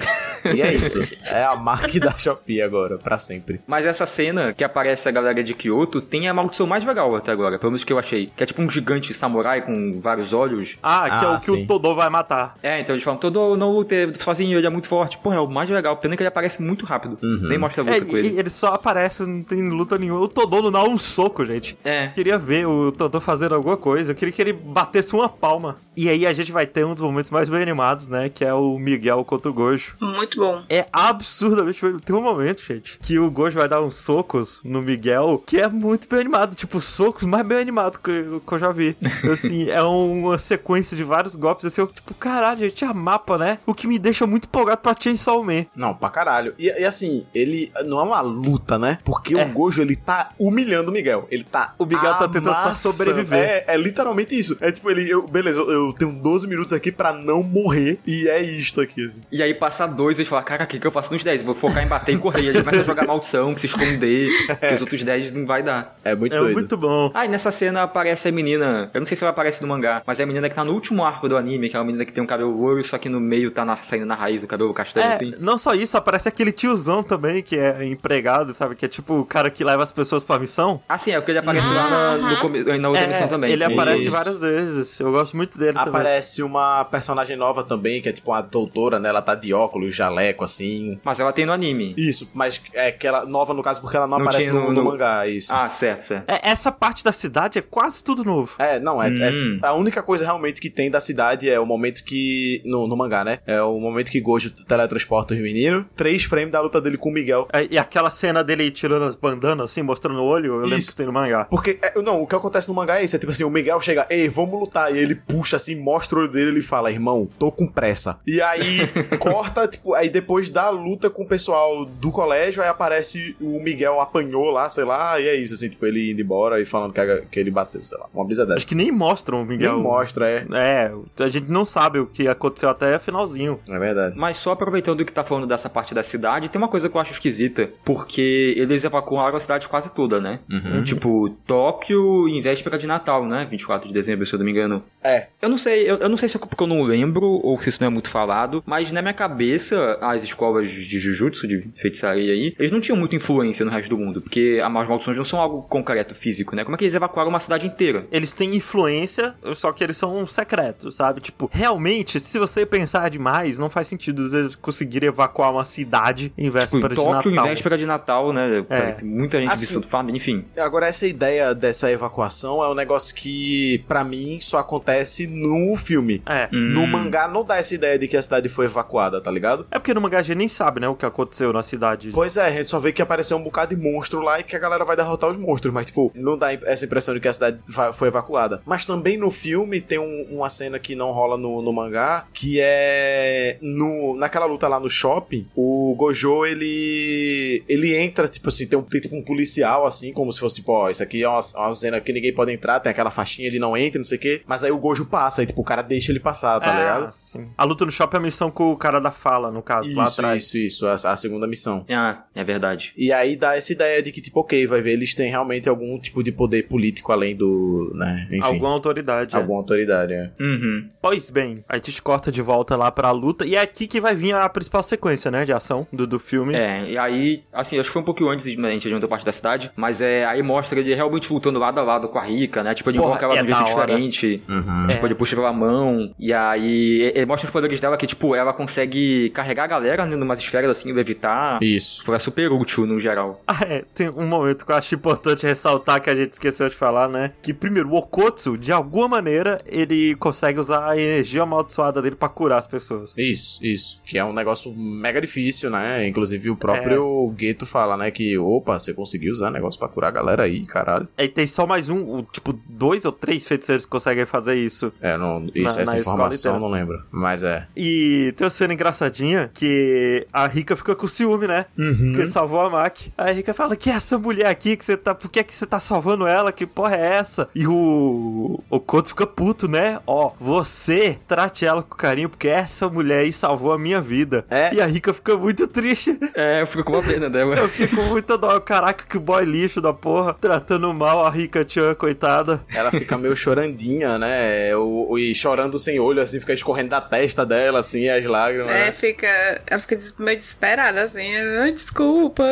[SPEAKER 2] E
[SPEAKER 1] *laughs*
[SPEAKER 2] é isso. É a Maki da Shopee agora, pra sempre.
[SPEAKER 4] Mas essa cena que aparece a galera de Kyoto tem a maldição mais legal até agora, pelo menos que eu achei. Que é tipo um gigante samurai com vários olhos.
[SPEAKER 1] Ah, que é
[SPEAKER 2] Ah,
[SPEAKER 1] o que
[SPEAKER 2] sim.
[SPEAKER 1] o Todô vai matar.
[SPEAKER 4] É, então eles falam, todo não lute sozinho, ele é muito forte. Pô, é o mais legal. Pena que ele aparece muito rápido.
[SPEAKER 2] Uhum.
[SPEAKER 4] Nem mostra
[SPEAKER 1] É,
[SPEAKER 4] você com
[SPEAKER 1] e-
[SPEAKER 4] ele.
[SPEAKER 1] e ele só aparece, não tem luta nenhuma. O Todô não dá um soco, gente.
[SPEAKER 4] É.
[SPEAKER 1] Eu queria ver o Todô fazendo alguma coisa. Eu queria que ele batesse uma palma. E aí a gente vai ter um dos momentos mais bem animados, né? Que é o Miguel contra o Gojo.
[SPEAKER 3] Muito bom.
[SPEAKER 1] É absurdamente bem- Tem um momento, gente, que o Gojo vai dar uns socos no Miguel, que é muito bem animado. Tipo, os socos mais bem animado que, eu- que eu já vi. Assim, é uma sequência de vários golpes. Assim, eu, tipo, caralho, gente, tinha mapa, né? O que me deixa muito empolgado pra Chainsaw Man.
[SPEAKER 2] Não, pra caralho. E, e assim, ele não é uma luta, né? Porque
[SPEAKER 1] É.
[SPEAKER 2] o Gojo, ele tá humilhando o Miguel. Ele tá.
[SPEAKER 1] O Miguel tá tentando só
[SPEAKER 2] amassando.
[SPEAKER 1] sobreviver.
[SPEAKER 5] É, é literalmente isso. É tipo, ele, eu, beleza, eu, eu tenho 12 minutos aqui pra não morrer, e é isto aqui, assim.
[SPEAKER 4] E aí passa dois e e fala: Cara, o que, que eu faço nos 10? Vou focar em bater e correr. Ele começa a jogar maldição, que se esconder, que os outros 10 não vai dar.
[SPEAKER 2] É muito
[SPEAKER 1] É
[SPEAKER 2] doido.
[SPEAKER 1] muito bom.
[SPEAKER 4] Ah, e nessa cena aparece a menina. Eu não sei se ela aparece no mangá, mas é a menina que tá no último arco do anime, que é uma menina que tem um cabelo loiro, só que no meio tá na- saindo na raiz o cabelo castanho,
[SPEAKER 1] É,
[SPEAKER 4] assim.
[SPEAKER 1] não só isso, aparece aquele tiozão também que é empregado, sabe? Que é tipo o cara que leva as pessoas pra missão.
[SPEAKER 4] Ah, sim, é porque ele aparece lá na, no come- na outra
[SPEAKER 1] É,
[SPEAKER 4] missão também.
[SPEAKER 1] Ele aparece
[SPEAKER 2] Isso.
[SPEAKER 1] várias vezes. Eu gosto muito dele também.
[SPEAKER 2] Aparece uma personagem nova também, que é tipo uma doutora, né? Ela tá de óculos, jaleco, assim.
[SPEAKER 4] Mas ela tem no anime.
[SPEAKER 2] Isso, mas é que ela nova no caso porque ela não,
[SPEAKER 4] Não
[SPEAKER 2] aparece
[SPEAKER 4] tinha
[SPEAKER 2] no,
[SPEAKER 4] no-
[SPEAKER 2] no
[SPEAKER 4] no-
[SPEAKER 2] mangá, isso.
[SPEAKER 4] Ah, certo, certo.
[SPEAKER 1] É, essa parte da cidade é quase tudo novo.
[SPEAKER 2] É, não, é,
[SPEAKER 4] Hum.
[SPEAKER 2] é- A única coisa realmente que tem da cidade é o momento que. No, no mangá, né? É o momento que Gojo teletransporta os meninos. Três frames da luta dele com o Miguel.
[SPEAKER 1] É, E aquela cena dele tirando as bandanas, assim, mostrando o olho, eu lembro
[SPEAKER 2] Isso.
[SPEAKER 1] que tem no mangá.
[SPEAKER 2] Porque, é, não, o que acontece no mangá é isso. É tipo assim, o Miguel chega, ei, vamos lutar. E ele puxa assim, mostra o olho dele ele fala, irmão, tô com pressa. E aí
[SPEAKER 1] *laughs*
[SPEAKER 2] corta, tipo, aí depois da luta com o pessoal do colégio, aí aparece o Miguel apanhou lá, sei lá, e é isso, assim, tipo, ele indo embora e falando que, a- que ele bateu, sei lá. Uma brisa dessa.
[SPEAKER 1] Acho que nem mostram o
[SPEAKER 2] Nem
[SPEAKER 1] Miguel.
[SPEAKER 2] mostra, é.
[SPEAKER 1] É, a gente não sabe o que aconteceu até finalzinho.
[SPEAKER 2] É verdade.
[SPEAKER 4] Mas só aproveitando que tá falando dessa parte da cidade, tem uma coisa que eu acho esquisita, porque eles evacuaram a cidade quase toda, né?
[SPEAKER 1] Uhum.
[SPEAKER 2] Uhum.
[SPEAKER 4] Tipo, Tóquio em véspera de Natal, né? 24 de dezembro, se eu não me engano.
[SPEAKER 2] É.
[SPEAKER 4] Eu não sei, eu, eu não sei se é porque eu não lembro ou se isso não é muito falado, mas na minha cabeça, as escolas de Jujutsu, de feitiçaria aí, eles não tinham muita influência no resto do mundo, porque as maldições não são algo concreto físico, né? Como é que eles evacuaram uma cidade inteira?
[SPEAKER 1] Eles têm influência, só que eles são secretos, sabe? Tipo, realmente, se você pensar demais, não faz sentido eles conseguirem evacuar uma cidade em
[SPEAKER 4] Tipo, em
[SPEAKER 1] véspera de Natal.
[SPEAKER 4] Tóquio em véspera de Natal, né?
[SPEAKER 1] É.
[SPEAKER 4] Tem Muita gente
[SPEAKER 2] Assim-
[SPEAKER 4] vestindo família, enfim.
[SPEAKER 2] Agora, essa ideia dessa evacuação é um negócio que, pra mim, só acontece no filme.
[SPEAKER 1] É.
[SPEAKER 2] No
[SPEAKER 4] Hum.
[SPEAKER 2] mangá não dá essa ideia de que a cidade foi evacuada, tá ligado?
[SPEAKER 1] É porque no mangá a gente nem sabe, né, o que aconteceu na cidade.
[SPEAKER 2] Pois é, a gente só vê que apareceu um bocado de monstro lá e que a galera vai derrotar os monstros, mas tipo, não dá essa impressão de que a cidade va- foi evacuada. Mas também no filme tem um- uma cena que não rola no, no mangá, que é no, naquela luta lá no shopping, o Gojo, ele ele entra, tipo assim, tem, um, tem tipo um policial assim, como se fosse tipo, ó, isso aqui é uma, uma cena que ninguém pode entrar, tem aquela faixinha de não entra, não sei o quê, mas aí o Gojo passa, aí tipo, o cara deixa ele passar, tá
[SPEAKER 1] Ah,
[SPEAKER 2] ligado?
[SPEAKER 1] sim. A luta no shopping é a missão com o cara da fala, no caso, lá
[SPEAKER 2] Isso,
[SPEAKER 1] atrás.
[SPEAKER 2] isso, isso, a- a segunda missão.
[SPEAKER 4] Ah, é verdade.
[SPEAKER 2] E aí dá essa ideia de que, tipo, ok, vai ver, eles têm realmente algum tipo de poder político além do. né? Enfim.
[SPEAKER 1] Alguma autoridade. é.
[SPEAKER 2] Alguma autoridade, é.
[SPEAKER 4] Uhum.
[SPEAKER 1] Pois bem, a gente corta de volta lá pra luta. E é aqui que vai vir a principal sequência, né? De ação do, do filme.
[SPEAKER 4] É, e aí, assim, acho que foi um pouquinho antes de a gente adiantar parte da cidade, mas é, aí mostra ele realmente lutando lado a lado com a Rica, né? Tipo, ele
[SPEAKER 1] Porra,
[SPEAKER 4] invoca ela
[SPEAKER 1] é
[SPEAKER 4] de um jeito
[SPEAKER 1] da hora.
[SPEAKER 4] diferente.
[SPEAKER 2] Uhum.
[SPEAKER 1] É.
[SPEAKER 4] Tipo, ele puxa pela mão, e aí e- ele mostra os poderes dela que, tipo, ela consegue carregar a galera né, numas esferas assim, levitar.
[SPEAKER 2] Isso.
[SPEAKER 4] Tipo, é super útil no geral.
[SPEAKER 1] *laughs* Ah, é, tem um momento que eu acho importante ressaltar que a gente esqueceu de falar, né? Que primeiro, o Okotsu, de alguma maneira, ele consegue usar a energia amaldiçoada dele pra curar as pessoas.
[SPEAKER 2] Isso, isso. Que é um negócio mega difícil, né? Inclusive o próprio
[SPEAKER 1] É.
[SPEAKER 2] Gueto fala, né? Que, opa, você conseguiu usar negócio pra curar a galera aí, caralho.
[SPEAKER 1] Aí tem só mais um, o- tipo, dois ou três feiticeiros que conseguem fazer isso.
[SPEAKER 2] É, não, isso,
[SPEAKER 1] Na-
[SPEAKER 2] essa
[SPEAKER 1] na escola
[SPEAKER 2] informação eu
[SPEAKER 1] inteira.
[SPEAKER 2] não lembro. Mas é.
[SPEAKER 1] E tem uma cena engraçadinha que a Rika fica com ciúme, né?
[SPEAKER 2] Uhum.
[SPEAKER 1] Que salvou a Mac. Aí a Rika fala: Que é essa mulher aqui que você tá. Por que, é que você tá salvando ela? Que porra é essa? E o. O Koto fica puto, né? Ó, você trate ela com carinho, porque essa mulher aí salvou a minha vida.
[SPEAKER 2] É.
[SPEAKER 1] E a Rika fica muito triste.
[SPEAKER 4] É, eu fico com uma pena dela.
[SPEAKER 1] Eu fico muito dó. Caraca, que boy lixo da porra. Tratando mal a Rika Chan, coitada.
[SPEAKER 2] Ela fica meio chorandinha, né? O, o- e chorando sem olho, assim, fica escorrendo da testa dela, assim, as lágrimas.
[SPEAKER 3] É,
[SPEAKER 2] né?
[SPEAKER 3] fica, ela fica des- meio desesperada, assim. "Ah, Desculpa.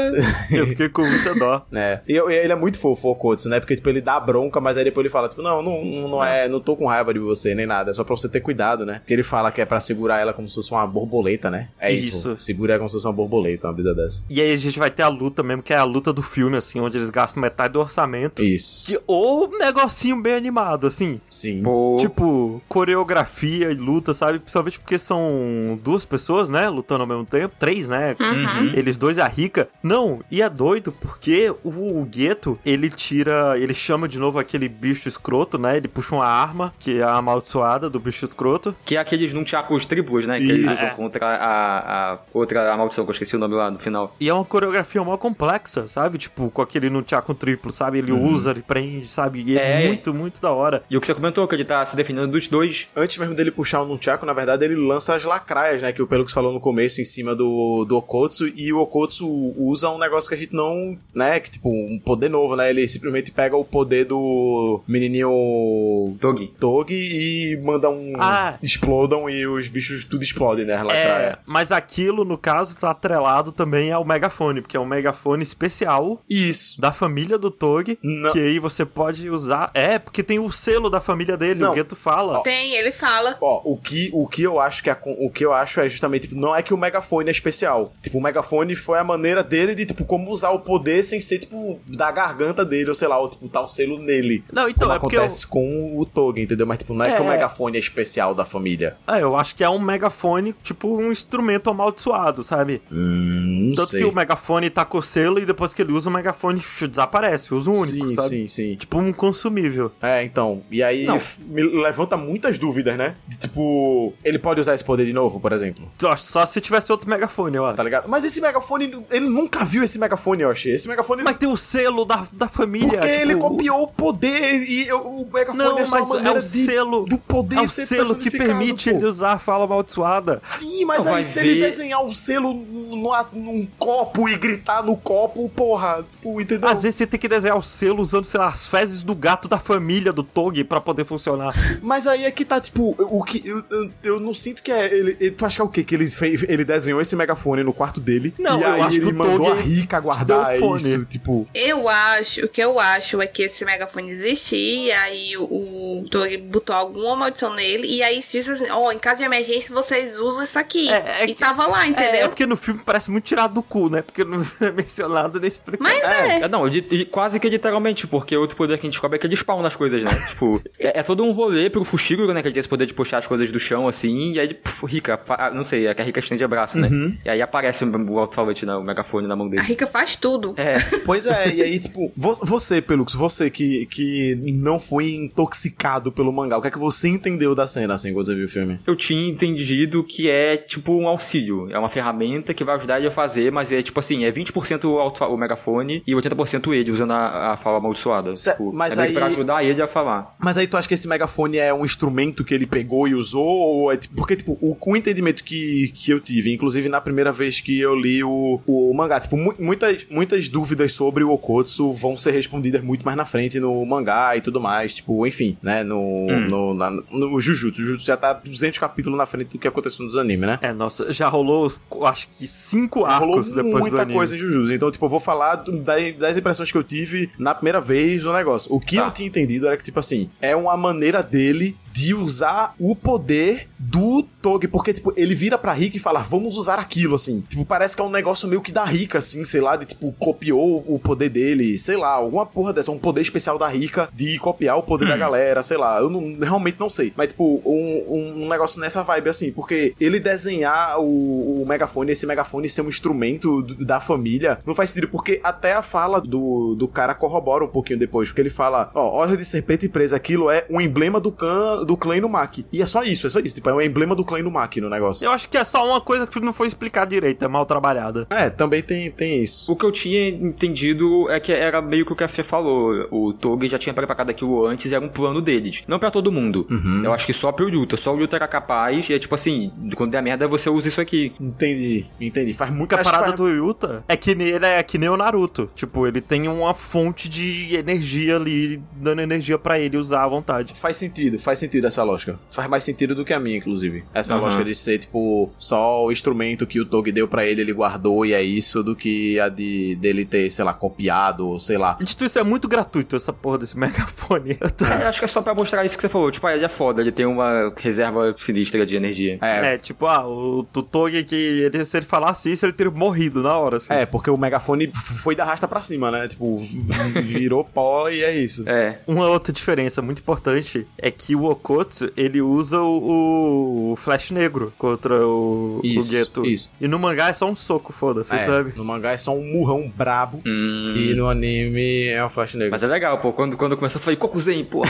[SPEAKER 1] Eu fiquei com muita dó.
[SPEAKER 2] né? E, eu- e ele é muito fofo, o Okotsu, né? Porque, tipo, ele dá bronca, mas aí depois ele fala, tipo, não, não, não, é, não tô com raiva de você, nem nada. É só pra você ter cuidado, né? Porque ele fala que é pra segurar ela como se fosse uma borboleta, né? É isso.
[SPEAKER 1] Isso.
[SPEAKER 2] Segura ela como se fosse uma borboleta, uma brisa dessa.
[SPEAKER 1] E aí a gente vai ter a luta mesmo, que é a luta do filme, assim, onde eles gastam metade do orçamento.
[SPEAKER 2] Isso.
[SPEAKER 1] Que- ou um negocinho bem animado, assim.
[SPEAKER 2] Sim.
[SPEAKER 4] *laughs* Pô,
[SPEAKER 1] Tipo, coreografia e luta, sabe? Principalmente porque são duas pessoas, né? Lutando ao mesmo tempo. Três, né?
[SPEAKER 3] Uhum.
[SPEAKER 1] Eles dois e a Rica. Não, e é doido porque o, o Gueto, ele tira. Ele chama de novo aquele bicho escroto, né? Ele puxa uma arma, que é a amaldiçoada do bicho escroto.
[SPEAKER 4] que é aqueles nunchakus tribos, né? Que eles
[SPEAKER 2] Isso.
[SPEAKER 4] lutam contra a, a outra a maldição, que eu esqueci o nome lá no final.
[SPEAKER 1] E é uma coreografia mó complexa, sabe? Tipo, com aquele nunchaku triplo, sabe? Ele usa, ele prende, sabe? E é,
[SPEAKER 4] É.
[SPEAKER 1] muito, muito da hora.
[SPEAKER 4] E o que você comentou, que ele tá se defendendo dos dois,
[SPEAKER 2] Antes mesmo dele puxar o Nunchaku, na verdade, ele lança as lacraias, né? Que o Pelux falou no começo em cima do, do Okotsu, e o Okotsu usa um negócio que a gente não, né, que tipo, um poder novo, né, ele simplesmente pega o poder do menininho
[SPEAKER 4] Togi.
[SPEAKER 2] Togi e manda um...
[SPEAKER 1] Ah.
[SPEAKER 2] Explodam e os bichos tudo explode, né, lá atrás.
[SPEAKER 1] É, mas aquilo, no caso, tá atrelado também ao megafone, porque é um megafone especial
[SPEAKER 2] Isso.
[SPEAKER 1] da família do Tog,
[SPEAKER 2] Não.
[SPEAKER 1] que aí você pode usar. É, porque tem o selo da família dele,
[SPEAKER 2] Não.
[SPEAKER 1] o Gueto fala.
[SPEAKER 3] Tem, ele fala.
[SPEAKER 2] Ó, o que, o que eu acho que é, o que eu acho é justamente, tipo, não é que o megafone é especial. Tipo, o megafone foi a maneira dele de, tipo, como usar o poder sem ser, tipo, da garganta dele, ou sei lá, ou tipo, tal selo nele.
[SPEAKER 1] Não, então,
[SPEAKER 2] como
[SPEAKER 1] é porque eu,
[SPEAKER 2] acontece com o Togen, entendeu? Mas, tipo, não é, que o
[SPEAKER 1] É.
[SPEAKER 2] megafone é especial da família.
[SPEAKER 1] é, eu acho que é um megafone, tipo um instrumento amaldiçoado, sabe?
[SPEAKER 2] Hum, não
[SPEAKER 1] Tanto que o megafone tá com o selo e depois que ele usa o megafone xiu, desaparece, usa o único,
[SPEAKER 2] sim,
[SPEAKER 1] sabe?
[SPEAKER 2] sim, sim.
[SPEAKER 1] Tipo um consumível.
[SPEAKER 2] É, então. E aí
[SPEAKER 4] Não.
[SPEAKER 2] f- me levanta muitas dúvidas, né? De, tipo, ele pode usar esse poder de novo, por exemplo.
[SPEAKER 1] Só- Só se tivesse outro megafone, ó.
[SPEAKER 2] Tá ligado? Mas esse megafone, ele nunca viu esse megafone, eu achei. Esse megafone
[SPEAKER 1] Ah, Mas tem o selo da, da família.
[SPEAKER 2] Porque
[SPEAKER 1] tipo,
[SPEAKER 2] ele copiou o poder e eu- o megafone
[SPEAKER 1] Não,
[SPEAKER 2] é só uma
[SPEAKER 1] mas é
[SPEAKER 2] maneira
[SPEAKER 1] um
[SPEAKER 2] de-
[SPEAKER 1] selo-
[SPEAKER 2] do poder
[SPEAKER 1] É o
[SPEAKER 2] ser
[SPEAKER 1] selo que
[SPEAKER 2] personificado,
[SPEAKER 1] permite
[SPEAKER 2] pô.
[SPEAKER 1] ele usar a fala amaldiçoada.
[SPEAKER 2] Sim, mas
[SPEAKER 4] Não,
[SPEAKER 2] aí
[SPEAKER 4] vai
[SPEAKER 2] se ele
[SPEAKER 4] ver-
[SPEAKER 2] desenhar o selo numa- num copo e gritar no copo, porra, tipo, entendeu?
[SPEAKER 1] Às vezes você tem que desenhar o selo usando, sei lá, as fezes do gato da família do Tog pra poder funcionar.
[SPEAKER 2] Mas aí é que tá, tipo, o que. Eu, eu, eu não sinto que é. Ele, ele- tu acha que é o quê? Que ele, fez, ele desenhou esse megafone no quarto dele.
[SPEAKER 1] Não,
[SPEAKER 2] e
[SPEAKER 1] eu
[SPEAKER 2] aí
[SPEAKER 1] acho que
[SPEAKER 2] ele
[SPEAKER 1] o
[SPEAKER 2] mandou
[SPEAKER 1] Tolkien
[SPEAKER 2] a Rica guardar
[SPEAKER 1] deu o fone.
[SPEAKER 2] isso, tipo.
[SPEAKER 3] Eu acho, o que eu acho é que esse megafone existia, e aí o, o Togi botou alguma maldição nele, e aí disse assim, ó, em caso de emergência vocês usam isso aqui.
[SPEAKER 1] É, é
[SPEAKER 3] e
[SPEAKER 1] que-
[SPEAKER 3] tava lá,
[SPEAKER 1] É,
[SPEAKER 3] entendeu?
[SPEAKER 1] porque no filme parece muito tirado do cu, né? Porque não é mencionado nem explicado.
[SPEAKER 3] Mas é.
[SPEAKER 4] É, não, de- de- quase que literalmente, porque outro poder que a gente descobre é que ele spawna as coisas, né? *laughs* tipo, é, é todo um rolê pro Fushiguro, né? Que ele tem esse poder de puxar as coisas do chão, assim, e aí, puf, Rica, fa- ah, não sei, é que a Rica estende abraço, né?
[SPEAKER 2] Uhum.
[SPEAKER 4] E aí aparece o alto-falante, né, o megafone na mão
[SPEAKER 3] A
[SPEAKER 1] é.
[SPEAKER 4] dele.
[SPEAKER 3] Rica faz tudo.
[SPEAKER 4] É,
[SPEAKER 2] Pois é, e aí, tipo, vo- você, Pelux, você que, que não foi intoxicado pelo mangá, o que é que você entendeu da cena, assim, quando você viu o filme?
[SPEAKER 4] eu tinha entendido que é tipo um auxílio, é uma ferramenta que vai ajudar ele a fazer, mas é tipo assim, é 20% o, alto, o megafone e 80% ele usando a, a fala amaldiçoada.
[SPEAKER 2] Cê-
[SPEAKER 4] Tipo,
[SPEAKER 2] mas
[SPEAKER 4] é meio que pra
[SPEAKER 2] aí-
[SPEAKER 4] ajudar ele a falar.
[SPEAKER 2] Mas aí tu acha que esse megafone é um instrumento que ele pegou e usou? Ou é tipo, porque, tipo, o, o entendimento que, que eu tive, inclusive na primeira vez que eu li o, o mangá, tipo, mu- muitas, muitas dúvidas sobre o Okotsu vão ser respondidas muito mais na frente no mangá e tudo mais, tipo, enfim, né? No, no, na- no Jujutsu. O Jujutsu já tá 200 capítulos na frente do que aconteceu nos animes, né?
[SPEAKER 1] É, nossa, já rolou, os- acho que, cinco
[SPEAKER 2] Rolou
[SPEAKER 1] arcos depois do
[SPEAKER 2] muita
[SPEAKER 1] anime.
[SPEAKER 2] coisa em Jujutsu. Então, tipo, eu vou falar do- da- das impressões que eu tive na primeira vez do negócio. O que
[SPEAKER 4] Tá.
[SPEAKER 2] eu tinha entendido era que, tipo assim, é uma maneira dele de usar o poder do Tog. Porque, tipo, ele vira pra Rick e fala, vamos usar aquilo, assim. Tipo, parece que é um negócio meio que da Rica, assim, sei lá, de, tipo, copiou o poder dele, sei lá, alguma porra dessa, um poder especial da Rica de copiar o poder da galera, sei lá. Eu não- realmente não sei. Mas, tipo, um, um negócio nessa vibe, assim, porque ele desenhar o, o megafone, esse megafone ser um instrumento do- da família, não faz sentido, porque até a fala do, do cara corrobora um pouquinho depois, porque ele fala, ó, olha de serpente presa, aquilo é um emblema do, can, do clã Inumaki. E é só isso, é só isso, tipo, é um emblema do clã Inumaki no negócio.
[SPEAKER 1] Eu acho que é só uma coisa que não foi explicada direito, é mal trabalhada.
[SPEAKER 2] É, também tem, tem isso.
[SPEAKER 4] O que eu tinha entendido é que era meio que o que a Fê falou. O Togi já tinha preparado aquilo antes, era um plano deles. Não pra todo mundo. Eu acho que só pro Yuta. Só o Yuta era capaz, e é tipo assim, quando der merda, você usa isso aqui.
[SPEAKER 2] Entendi, entendi. Faz muito
[SPEAKER 1] Porque a parada
[SPEAKER 2] faz...
[SPEAKER 1] do Yuta é que ne- ele é que nem o Naruto. Tipo, ele tem uma fonte de energia ali, dando energia pra ele usar à vontade.
[SPEAKER 2] Faz sentido, faz sentido essa lógica. Faz mais sentido do que a minha, inclusive. Essa
[SPEAKER 4] Aham.
[SPEAKER 2] lógica de ser, tipo, só o instrumento que o Tog deu pra ele, ele guardou e é isso, do que a de dele ter, sei lá, copiado, ou sei lá.
[SPEAKER 1] Dito isso, é muito gratuito essa porra desse megafone. *laughs* Eu tô-
[SPEAKER 4] É, acho que é só pra mostrar isso que você falou. Tipo, ah, ele é foda, ele tem uma reserva sinistra de energia.
[SPEAKER 2] É.
[SPEAKER 1] É, tipo, ah, o Tutog que ele, se ele falasse isso, ele teria morrido na hora, assim.
[SPEAKER 2] É, porque o megafone f- foi da rasta pra cima, né? Tipo, *laughs* v- virou pó e é isso.
[SPEAKER 4] É.
[SPEAKER 1] Uma outra diferença muito importante é que o Okotsu, ele usa o, o Flash Negro contra o, o
[SPEAKER 2] Isso,
[SPEAKER 1] Geto.
[SPEAKER 2] isso.
[SPEAKER 1] E no mangá é só um soco, foda-se,
[SPEAKER 2] É,
[SPEAKER 1] sabe?
[SPEAKER 2] No mangá é só um murrão brabo.
[SPEAKER 4] Hum.
[SPEAKER 2] E no anime é uma flash negra.
[SPEAKER 4] Mas é legal, pô. Quando, quando começou, eu falei, Kokuzen, porra.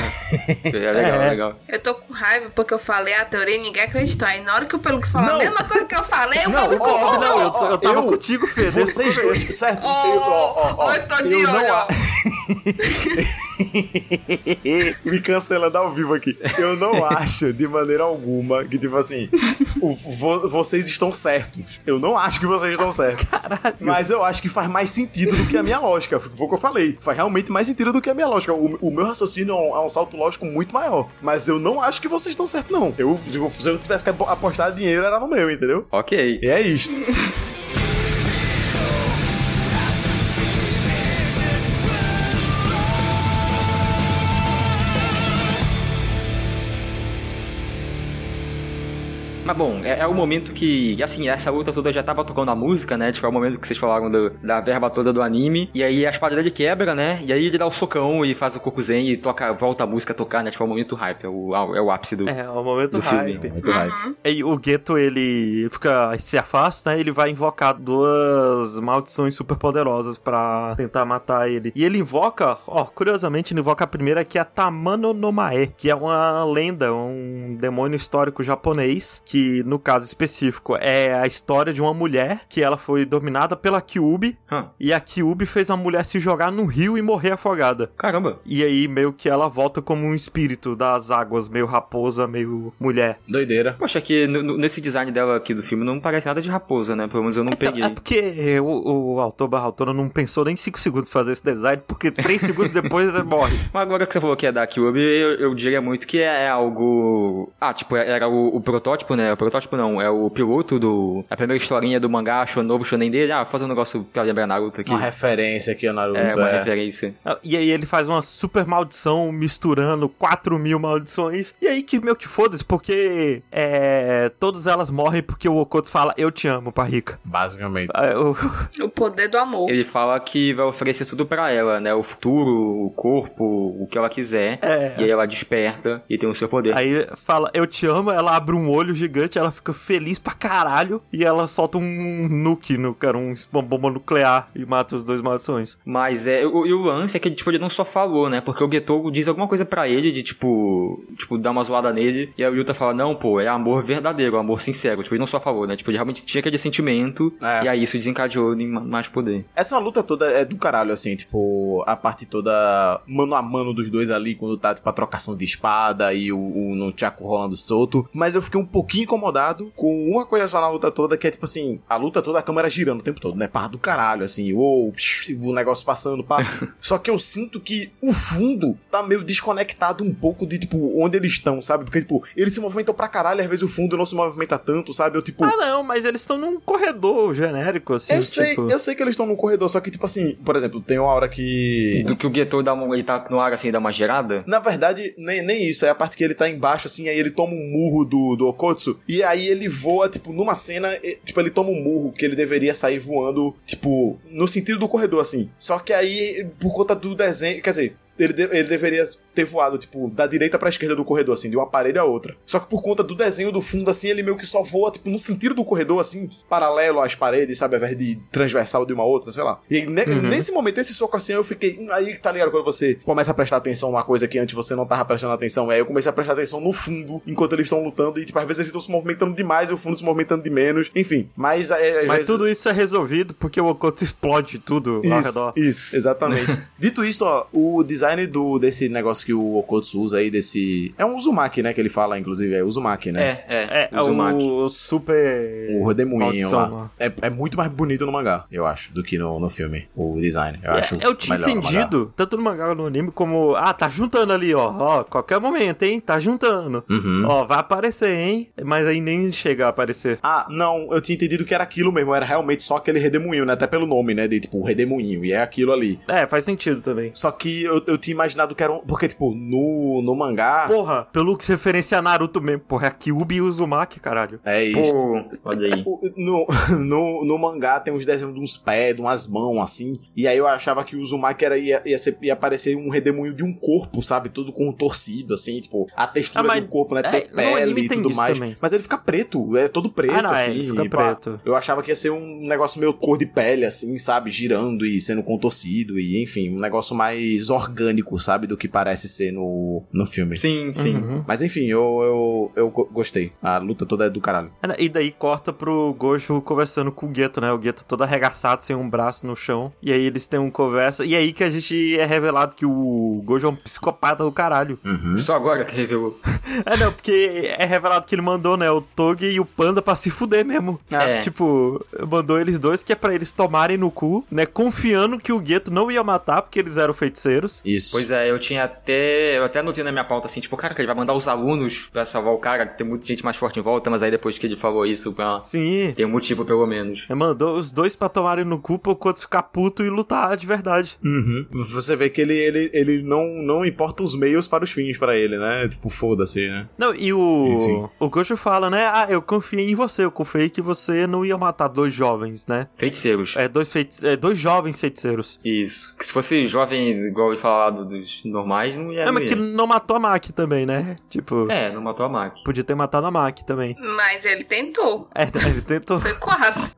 [SPEAKER 4] é legal,
[SPEAKER 1] É.
[SPEAKER 4] é legal.
[SPEAKER 3] Eu tô com raiva porque eu falei a teoria e ninguém acreditou. Aí na hora que o Pelux falou a mesma coisa que eu falei, o maluco
[SPEAKER 2] ó, ó,
[SPEAKER 1] não, eu, t- eu tava
[SPEAKER 2] eu-
[SPEAKER 1] contigo, Fê. desde o
[SPEAKER 2] Vocês
[SPEAKER 1] começo.
[SPEAKER 2] dois, certo?
[SPEAKER 3] Ó, ó, ó, eu tô de
[SPEAKER 2] não
[SPEAKER 3] olho,
[SPEAKER 2] a-
[SPEAKER 3] ó.
[SPEAKER 5] Me cancelando ao vivo aqui. Eu
[SPEAKER 2] *laughs*
[SPEAKER 5] não acho de maneira alguma que, tipo assim, o- vo- vocês estão certos. Eu não acho que vocês estão certos. Mas eu acho que faz mais sentido do que a minha lógica. Foi o que eu falei. Faz realmente mais sentido do que a minha lógica. O, o meu raciocínio é um, é um salto lógico muito maior. Mas eu não acho que vocês estão certos, não. Eu, se eu tivesse que apo- apostar dinheiro, era no meu, entendeu?
[SPEAKER 4] Ok.
[SPEAKER 5] E é isto.
[SPEAKER 4] Mas bom, é, é o momento que, assim, essa luta toda já tava tocando a música, né? Tipo, é o momento que vocês falaram do- da verba toda do anime. E aí a espada dele quebra, né? E aí ele dá o socão e faz o Kokuzen e toca, volta a música a tocar, né? Tipo, é o momento hype, é o, é o ápice
[SPEAKER 1] *laughs*
[SPEAKER 4] do.
[SPEAKER 1] É, é o momento
[SPEAKER 4] Do filme.
[SPEAKER 1] hype. Uhum.
[SPEAKER 2] Muito hype.
[SPEAKER 1] E o Gueto, ele fica, se afasta, né? Ele vai invocar duas maldições super poderosas pra tentar matar ele. E ele invoca, ó, curiosamente, ele invoca a primeira que é a Tamano no Mae, que é uma lenda, um demônio histórico japonês, que no caso específico é a história de uma mulher que ela foi dominada pela Kyubi,
[SPEAKER 4] Hã,
[SPEAKER 1] e a Kyubi fez a mulher se jogar no rio e morrer afogada.
[SPEAKER 4] caramba.
[SPEAKER 1] E aí, meio que ela volta como um espírito das águas, meio raposa, meio mulher.
[SPEAKER 2] Doideira.
[SPEAKER 4] Poxa, que no- no- nesse design dela aqui do filme não parece nada de raposa, né? Pelo menos eu não peguei.
[SPEAKER 1] É porque o, o autor barra autora não pensou nem 5 segundos pra fazer esse design, porque 3 segundos depois ele morre.
[SPEAKER 4] Mas agora que você falou que é da Cube, eu, eu diria muito que é, é algo. Ah, tipo, era o, o protótipo, né? O protótipo não, é o piloto do. A primeira historinha do mangá, o novo shonen dele. Ah, fazer um negócio pra lembrar Naruto aqui.
[SPEAKER 2] Uma referência aqui ao Naruto.
[SPEAKER 4] é, uma
[SPEAKER 2] é.
[SPEAKER 4] referência.
[SPEAKER 1] E aí ele faz uma super maldição misturando 4 mil maldições. E aí que meio que foda-se, porque é, todas elas morrem porque o Okoto fala eu te amo, Parrica.
[SPEAKER 2] Basicamente.
[SPEAKER 1] Ah, eu-
[SPEAKER 3] O poder do amor.
[SPEAKER 4] Ele fala que vai oferecer tudo pra ela, né? O futuro, o corpo, o que ela quiser.
[SPEAKER 1] *laughs* É.
[SPEAKER 4] E aí ela desperta e tem o seu poder.
[SPEAKER 1] Aí fala, eu te amo, ela abre um olho gigante, ela fica feliz pra caralho, e ela solta um nuke, no, cara, um, uma bomba nuclear e mata os dois maldições.
[SPEAKER 4] Mas é, o, e o lance é que tipo, ele não só falou, né? Porque o Getogo diz alguma coisa pra ele de tipo, tipo, dar uma zoada nele. E aí o Yuta fala: Não, pô, é amor verdadeiro, amor sincero. Tipo, ele não só falou, né? Tipo, ele realmente tinha aquele sentimento.
[SPEAKER 2] É.
[SPEAKER 4] E aí isso desencadeou em ma- mais poder.
[SPEAKER 2] Essa luta toda é do caralho, assim, tipo, a parte toda mano a mano dos dois ali, quando tá, tipo, a trocação de espada e o, o Nunchaku rolando solto. Mas eu fiquei um pouquinho incomodado com uma coisa só na luta toda, que é, tipo assim, a luta toda, a câmera girando o tempo todo, né? Parra do caralho, assim, uou, psh, o negócio passando, pá. só que eu sinto que o fundo tá meio desconectado um pouco de, tipo, onde eles estão, sabe? Porque, tipo, eles se movimentam pra caralho, às vezes o fundo não se movimenta tanto, sabe? Eu, tipo,
[SPEAKER 1] Ah, não, mas eles estão num corredor genérico, assim,
[SPEAKER 2] eu sei,
[SPEAKER 1] tipo...
[SPEAKER 2] eu sei que eles estão no corredor, só que, tipo assim, por exemplo, tem uma hora que.
[SPEAKER 4] Do que o Getogo dá uma, ele tá no ar assim e dá uma gerada.
[SPEAKER 2] Na verdade, nem, nem isso. É a parte que ele tá embaixo, assim, aí ele toma um murro do, do Okotsu. E aí ele voa, tipo, numa cena, e, tipo, ele toma um murro que ele deveria sair voando, tipo, no sentido do corredor, assim. Só que aí, por conta do desenho. Quer dizer. Ele, de- ele deveria ter voado, tipo, da direita pra esquerda do corredor, assim, de uma parede à outra. Só que por conta do desenho do fundo, assim, ele meio que só voa, tipo, no sentido do corredor, assim, paralelo às paredes, sabe? Ao invés de transversal de uma outra, sei lá. E ne-
[SPEAKER 1] Uhum.
[SPEAKER 2] nesse momento, esse soco assim, eu fiquei. "Hum", Aí, tá ligado? Quando você começa a prestar atenção numa coisa que antes você não tava prestando atenção, aí eu comecei a prestar atenção no fundo, enquanto eles estão lutando, e, tipo, às vezes eles estão se movimentando demais e o fundo se movimentando de menos. Enfim, mas. É, às
[SPEAKER 1] Mas
[SPEAKER 2] vezes-
[SPEAKER 1] tudo isso é resolvido porque o Okoto explode tudo ao redor.
[SPEAKER 2] isso, exatamente.
[SPEAKER 1] *laughs*
[SPEAKER 2] Dito isso, ó, o design do, desse negócio que o Okotsu usa aí, desse. É um Uzumaki, né? Que ele fala, inclusive, é Uzumaki, né?
[SPEAKER 4] É, é.
[SPEAKER 1] É, é o super...
[SPEAKER 2] O redemoinho
[SPEAKER 1] Maldição,
[SPEAKER 2] lá.
[SPEAKER 1] lá.
[SPEAKER 2] É, é muito mais bonito no mangá, eu acho, do que no, no filme. O design. Eu acho.
[SPEAKER 1] É, eu tinha
[SPEAKER 2] melhor no mangá.
[SPEAKER 1] entendido, tanto no mangá como no anime, como... Ah, tá juntando ali, ó, ó, qualquer momento, hein, tá juntando.
[SPEAKER 2] Uhum.
[SPEAKER 1] Ó, vai aparecer, hein, mas aí nem chega a aparecer.
[SPEAKER 2] Ah, não, eu tinha entendido que era aquilo mesmo, era realmente só aquele redemoinho, né? Até pelo nome, né? De tipo, redemoinho, e é aquilo ali.
[SPEAKER 1] É, faz sentido também.
[SPEAKER 2] Só que eu, eu tinha imaginado que era um. Porque, tipo, no, no mangá.
[SPEAKER 1] Porra, pelo que se referência a Naruto mesmo, porra, é a Kyubi e o Uzumaki, caralho.
[SPEAKER 2] é isso.
[SPEAKER 4] Pô, olha aí.
[SPEAKER 2] O- No, *laughs* no, no mangá tem uns desenhos de uns pés, de umas mãos, assim. E aí eu achava que o Uzumaki era, ia, ia, ser- ia aparecer um redemoinho de um corpo, sabe? Todo contorcido, assim, tipo, a textura
[SPEAKER 1] Ah, mas-
[SPEAKER 2] do corpo, né?
[SPEAKER 1] é,
[SPEAKER 2] Tem
[SPEAKER 1] no
[SPEAKER 2] pele
[SPEAKER 1] anime
[SPEAKER 2] e
[SPEAKER 1] tem
[SPEAKER 2] tudo
[SPEAKER 1] isso
[SPEAKER 2] mais.
[SPEAKER 1] também.
[SPEAKER 2] Mas ele fica preto, é todo preto,
[SPEAKER 1] Ah, não, é,
[SPEAKER 2] assim.
[SPEAKER 1] ele fica
[SPEAKER 2] e pá.
[SPEAKER 1] preto.
[SPEAKER 2] Eu achava que ia ser um negócio meio cor de pele, assim, sabe? Girando e sendo contorcido, e enfim, um negócio mais orgânico, sabe? Do que parece SC no, no filme.
[SPEAKER 4] Sim, sim.
[SPEAKER 1] Uhum.
[SPEAKER 2] Mas enfim, eu, eu, eu go- gostei. A luta toda é do caralho.
[SPEAKER 1] E daí corta pro Gojo conversando com o Gueto, né? O Gueto todo arregaçado, sem um braço no chão. E aí eles têm uma conversa. E aí que a gente é revelado que o Gojo é um psicopata do caralho. *laughs*
[SPEAKER 4] Só agora que revelou.
[SPEAKER 1] É, não, porque é revelado que ele mandou, né, o Tog e o Panda pra se fuder mesmo.
[SPEAKER 4] É.
[SPEAKER 1] Tipo, mandou eles dois, que é pra eles tomarem no cu, né, confiando que o Gueto não ia matar, porque eles eram feiticeiros.
[SPEAKER 2] Isso.
[SPEAKER 4] Pois é, eu tinha até. Eu até anotei na minha pauta assim, tipo, cara, que ele vai mandar os alunos pra salvar o cara, que tem muita gente mais forte em volta, mas aí depois que ele falou isso, pra...
[SPEAKER 1] Sim.
[SPEAKER 4] tem um motivo pelo menos.
[SPEAKER 1] É, Mandou os dois pra tomarem no cu pra quando ficar puto e lutar de verdade.
[SPEAKER 2] Uhum. Você vê que ele, ele, ele não, não importa os meios para os fins pra ele, né? Tipo, foda-se, né?
[SPEAKER 1] Não, e o.
[SPEAKER 2] Enfim.
[SPEAKER 1] O Gojo fala, né? Ah, eu confiei em você, eu confiei que você não ia matar dois jovens, né?
[SPEAKER 4] Feiticeiros.
[SPEAKER 1] É, dois, feiti é, dois jovens feiticeiros.
[SPEAKER 4] Isso. Que se fosse jovem, igual eu falado dos normais, não ia.
[SPEAKER 1] É, mas
[SPEAKER 4] não
[SPEAKER 1] que
[SPEAKER 4] ia.
[SPEAKER 1] não matou a Maki também, né? Tipo,
[SPEAKER 4] É, não matou a Mac.
[SPEAKER 1] podia ter matado a Maki também. *laughs*
[SPEAKER 3] Mas ele tentou.
[SPEAKER 1] É, ele tentou.
[SPEAKER 3] Foi quase.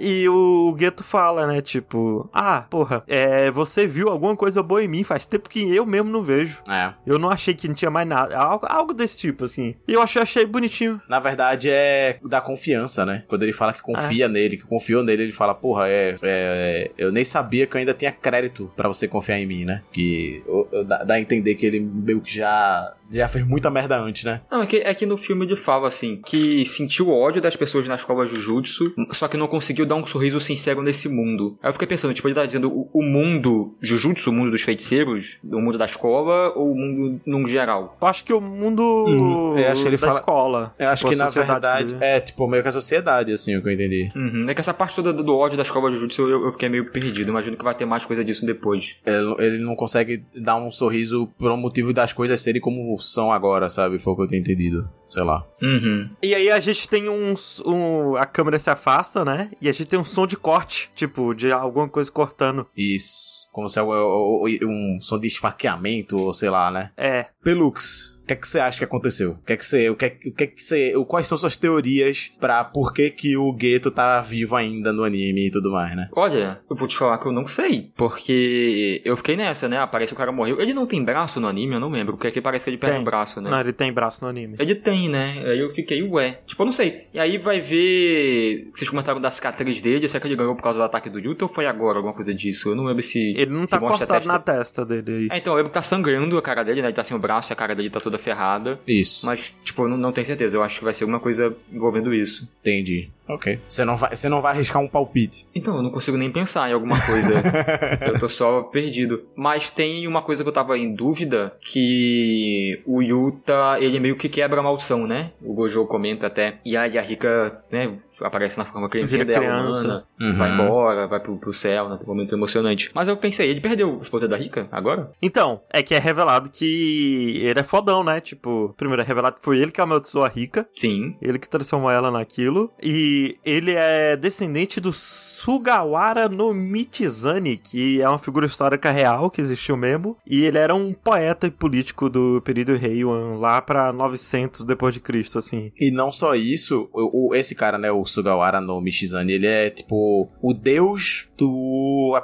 [SPEAKER 1] E o, o Gueto fala, né? Tipo, ah, porra, é, você viu alguma coisa boa em mim, faz tempo que eu mesmo não vejo.
[SPEAKER 2] É.
[SPEAKER 1] Eu não achei que não tinha mais nada. Algo, algo desse tipo, assim. E eu achei, achei bonitinho.
[SPEAKER 2] Na verdade, é da confiança, né? Quando ele fala que confia nele, que confiou nele, ele fala, porra, é, é- Eu nem sabia que eu ainda tinha crédito pra você confiar em mim, né? Que eu- eu- dá, dá a entender que ele meio que já, já fez muita merda antes, né?
[SPEAKER 4] Não, é que, é que no filme ele fala assim, que sentiu o ódio das pessoas na escola Jujutsu, só que não conseguiu dar um sorriso sincero nesse mundo. Aí eu fiquei pensando, tipo, ele tá dizendo o, o mundo Jujutsu, o mundo dos feiticeiros, o mundo da escola ou o mundo num geral?
[SPEAKER 1] Eu acho que o mundo
[SPEAKER 2] Hum, eu acho que ele
[SPEAKER 1] da
[SPEAKER 2] fala-
[SPEAKER 1] escola.
[SPEAKER 2] Eu acho
[SPEAKER 1] tipo,
[SPEAKER 2] que
[SPEAKER 1] a
[SPEAKER 2] na
[SPEAKER 1] sociedade
[SPEAKER 2] verdade.
[SPEAKER 1] que-
[SPEAKER 2] É, tipo, meio que a sociedade, assim, o que eu entendi.
[SPEAKER 4] Uhum. É que essa parte toda do, do ódio da escola Jujutsu eu, eu fiquei meio perdido, imagino que vai ter mais coisa disso depois.
[SPEAKER 2] Ele, ele não consegue dar um sorriso por motivo das coisas serem como são agora, sabe? Foi o que eu tenho entendido. Sei lá.
[SPEAKER 4] Uhum.
[SPEAKER 1] E aí a gente tem uns. Um, a câmera se afasta, né? E a gente tem um som de corte. Tipo, de alguma coisa cortando.
[SPEAKER 2] Isso. Como se é algo- ou- ou- um som de esfaqueamento, ou sei lá, né?
[SPEAKER 1] É.
[SPEAKER 2] Pelux, o que é que você acha que aconteceu? O que é que você, o que é, que- o que é que você, o- quais são suas teorias pra por que que o Gueto tá vivo ainda no anime e tudo mais, né?
[SPEAKER 4] Olha, eu vou te falar que eu não sei, porque eu fiquei nessa, né? Ah, parece que o cara morreu. Ele não tem braço no anime, eu não lembro, porque aqui parece que ele perde
[SPEAKER 1] Tem.
[SPEAKER 4] um braço, né?
[SPEAKER 1] Não, ele tem braço no anime.
[SPEAKER 4] Ele tem, né? Aí eu fiquei, ué. Tipo, eu não sei. E aí vai ver. Vocês comentaram da cicatriz dele. Será que ele ganhou por causa do ataque do Yuta ou foi agora alguma coisa disso? Eu não lembro se.
[SPEAKER 1] Ele não
[SPEAKER 4] se
[SPEAKER 1] tá
[SPEAKER 4] mostra a
[SPEAKER 1] cortado na testa dele aí.
[SPEAKER 4] É, então, eu lembro que tá sangrando a cara dele, né? Ele tá sem o braço e a cara dele tá toda ferrada.
[SPEAKER 2] Isso.
[SPEAKER 4] Mas, tipo, eu não, não tenho certeza. Eu acho que vai ser alguma coisa envolvendo isso.
[SPEAKER 2] Entendi. Ok. Você não vai, você não vai arriscar um palpite.
[SPEAKER 4] Então, eu não consigo nem pensar em alguma coisa. eu tô só perdido. Mas tem uma coisa que eu tava em dúvida, que o Yuta, ele meio que quebra a maldição, né? O Gojo comenta até. E aí a Rika, né, aparece na forma criancinha
[SPEAKER 1] Vira
[SPEAKER 4] dela,
[SPEAKER 1] criança.
[SPEAKER 4] humana,
[SPEAKER 2] Uhum.
[SPEAKER 4] vai embora, vai pro, pro céu, né? Um momento emocionante. Mas eu pensei, ele perdeu os poderes da Rika agora?
[SPEAKER 1] Então, é que é revelado que ele é fodão, né? Tipo, primeiro é revelado que foi ele que amaldiçoou a Rica,
[SPEAKER 4] Sim.
[SPEAKER 1] ele que transformou ela naquilo, e ele é descendente do Sugawara no Michizane, que é uma figura histórica real que existiu mesmo, e ele era um poeta e político do período Heian, lá pra 900 depois de Cristo, assim.
[SPEAKER 2] E não só isso, o, o- esse cara, né, o Sugawara no Michizane, ele é tipo o deus do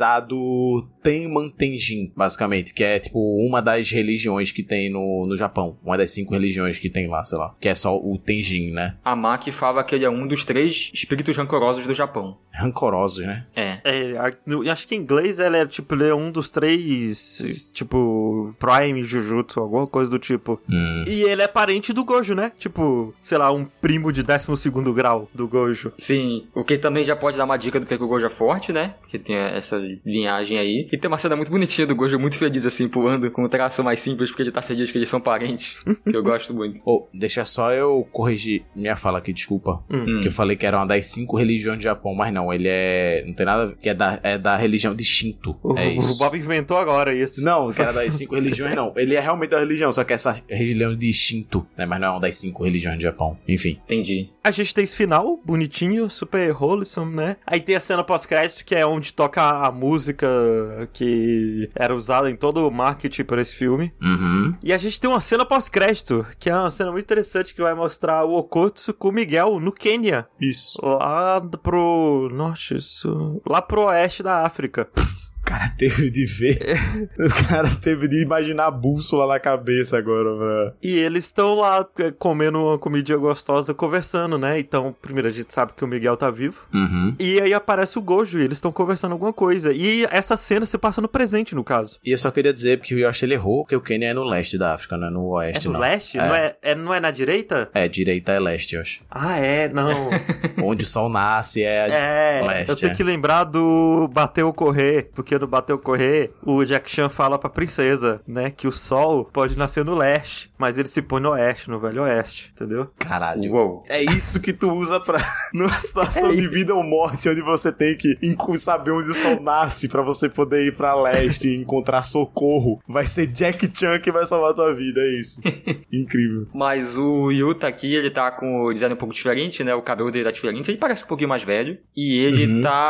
[SPEAKER 2] aprendizado Tenman Tenjin, basicamente, que é tipo uma das religiões que tem no, no Japão, uma das cinco religiões que tem lá, sei lá, que é só o Tenjin, né?
[SPEAKER 4] A Maki fala que ele é um dos três espíritos rancorosos do Japão.
[SPEAKER 2] Rancorosos, né?
[SPEAKER 4] É.
[SPEAKER 1] É, a- eu acho que em inglês ele é, tipo, ele é um dos três, tipo, Prime Jujutsu, alguma coisa do tipo.
[SPEAKER 2] Hum.
[SPEAKER 1] E ele é parente do Gojo, né? Tipo, sei lá, um primo de 12 grau do Gojo.
[SPEAKER 4] Sim, o que também já pode dar uma dica do que, é que o Gojo é forte, né? Porque tem essa linhagem aí. E tem uma cena muito bonitinha do Gojo, muito feliz assim, pulando com um traço mais simples, porque ele tá feliz que eles são parentes. *laughs* que eu gosto muito.
[SPEAKER 2] Oh, deixa só eu corrigir minha fala aqui, desculpa.
[SPEAKER 1] Hum.
[SPEAKER 2] Que eu falei que era uma das cinco religiões do Japão, mas não, ele é. Não tem nada. a ver, Que é da, é da religião de Shinto.
[SPEAKER 1] *laughs* O,
[SPEAKER 2] é isso.
[SPEAKER 1] o Bob inventou agora isso.
[SPEAKER 2] Não, que era das cinco religiões, não. Ele é realmente da religião, só que essa religião de Shinto, né? Mas não é uma das cinco religiões do Japão. Enfim.
[SPEAKER 4] Entendi.
[SPEAKER 1] A gente tem esse final, bonitinho, super wholesome, né? Aí tem a cena pós-crédito, que é onde toca a música que era usada em todo o marketing para esse filme.
[SPEAKER 2] Uhum.
[SPEAKER 1] E a gente tem uma cena pós-crédito, que é uma cena muito interessante, que vai mostrar o Okotsu com o Miguel no Quênia.
[SPEAKER 2] Isso.
[SPEAKER 1] Lá pro norte, sul... Lá pro oeste da África.
[SPEAKER 2] cara *laughs* teve de ver. o cara teve de imaginar a bússola na cabeça agora, pra...
[SPEAKER 1] E eles estão lá é, comendo uma comidinha gostosa, conversando, né? Então, primeiro a gente sabe que o Miguel tá vivo.
[SPEAKER 6] Uhum.
[SPEAKER 1] E aí aparece o Gojo e eles estão conversando alguma coisa. E essa cena se passa no presente, no caso.
[SPEAKER 6] E eu só queria dizer que o Yoshi ele errou, porque o Quênia é no leste da África, não é no
[SPEAKER 1] É
[SPEAKER 6] oeste,
[SPEAKER 1] no
[SPEAKER 6] não.
[SPEAKER 1] leste?
[SPEAKER 6] É.
[SPEAKER 1] Não, é, é- não é na direita?
[SPEAKER 6] É, direita é leste,
[SPEAKER 1] *laughs*
[SPEAKER 6] Yoshi.
[SPEAKER 1] Ah, *laughs* é, não.
[SPEAKER 6] Onde o sol nasce é...
[SPEAKER 1] É,
[SPEAKER 6] Leste,
[SPEAKER 1] eu tenho
[SPEAKER 6] é.
[SPEAKER 1] que lembrar do Bater ou Correr, porque no Bater ou Correr, o Jack Chan fala pra princesa, né, que o sol pode nascer no leste, mas ele se põe no oeste, no velho oeste, entendeu?
[SPEAKER 6] Caralho.
[SPEAKER 4] Uou.
[SPEAKER 2] É isso que tu usa pra. *laughs* numa situação de vida ou morte, onde você tem que incu- saber onde o sol nasce pra você poder ir pra leste e encontrar socorro. Vai ser Jack Chan que vai salvar tua vida, é *laughs* isso. Incrível.
[SPEAKER 4] Mas o Yuta aqui, ele tá com o design um pouco diferente, né? O cabelo dele tá diferente. Ele parece um pouquinho mais velho. E ele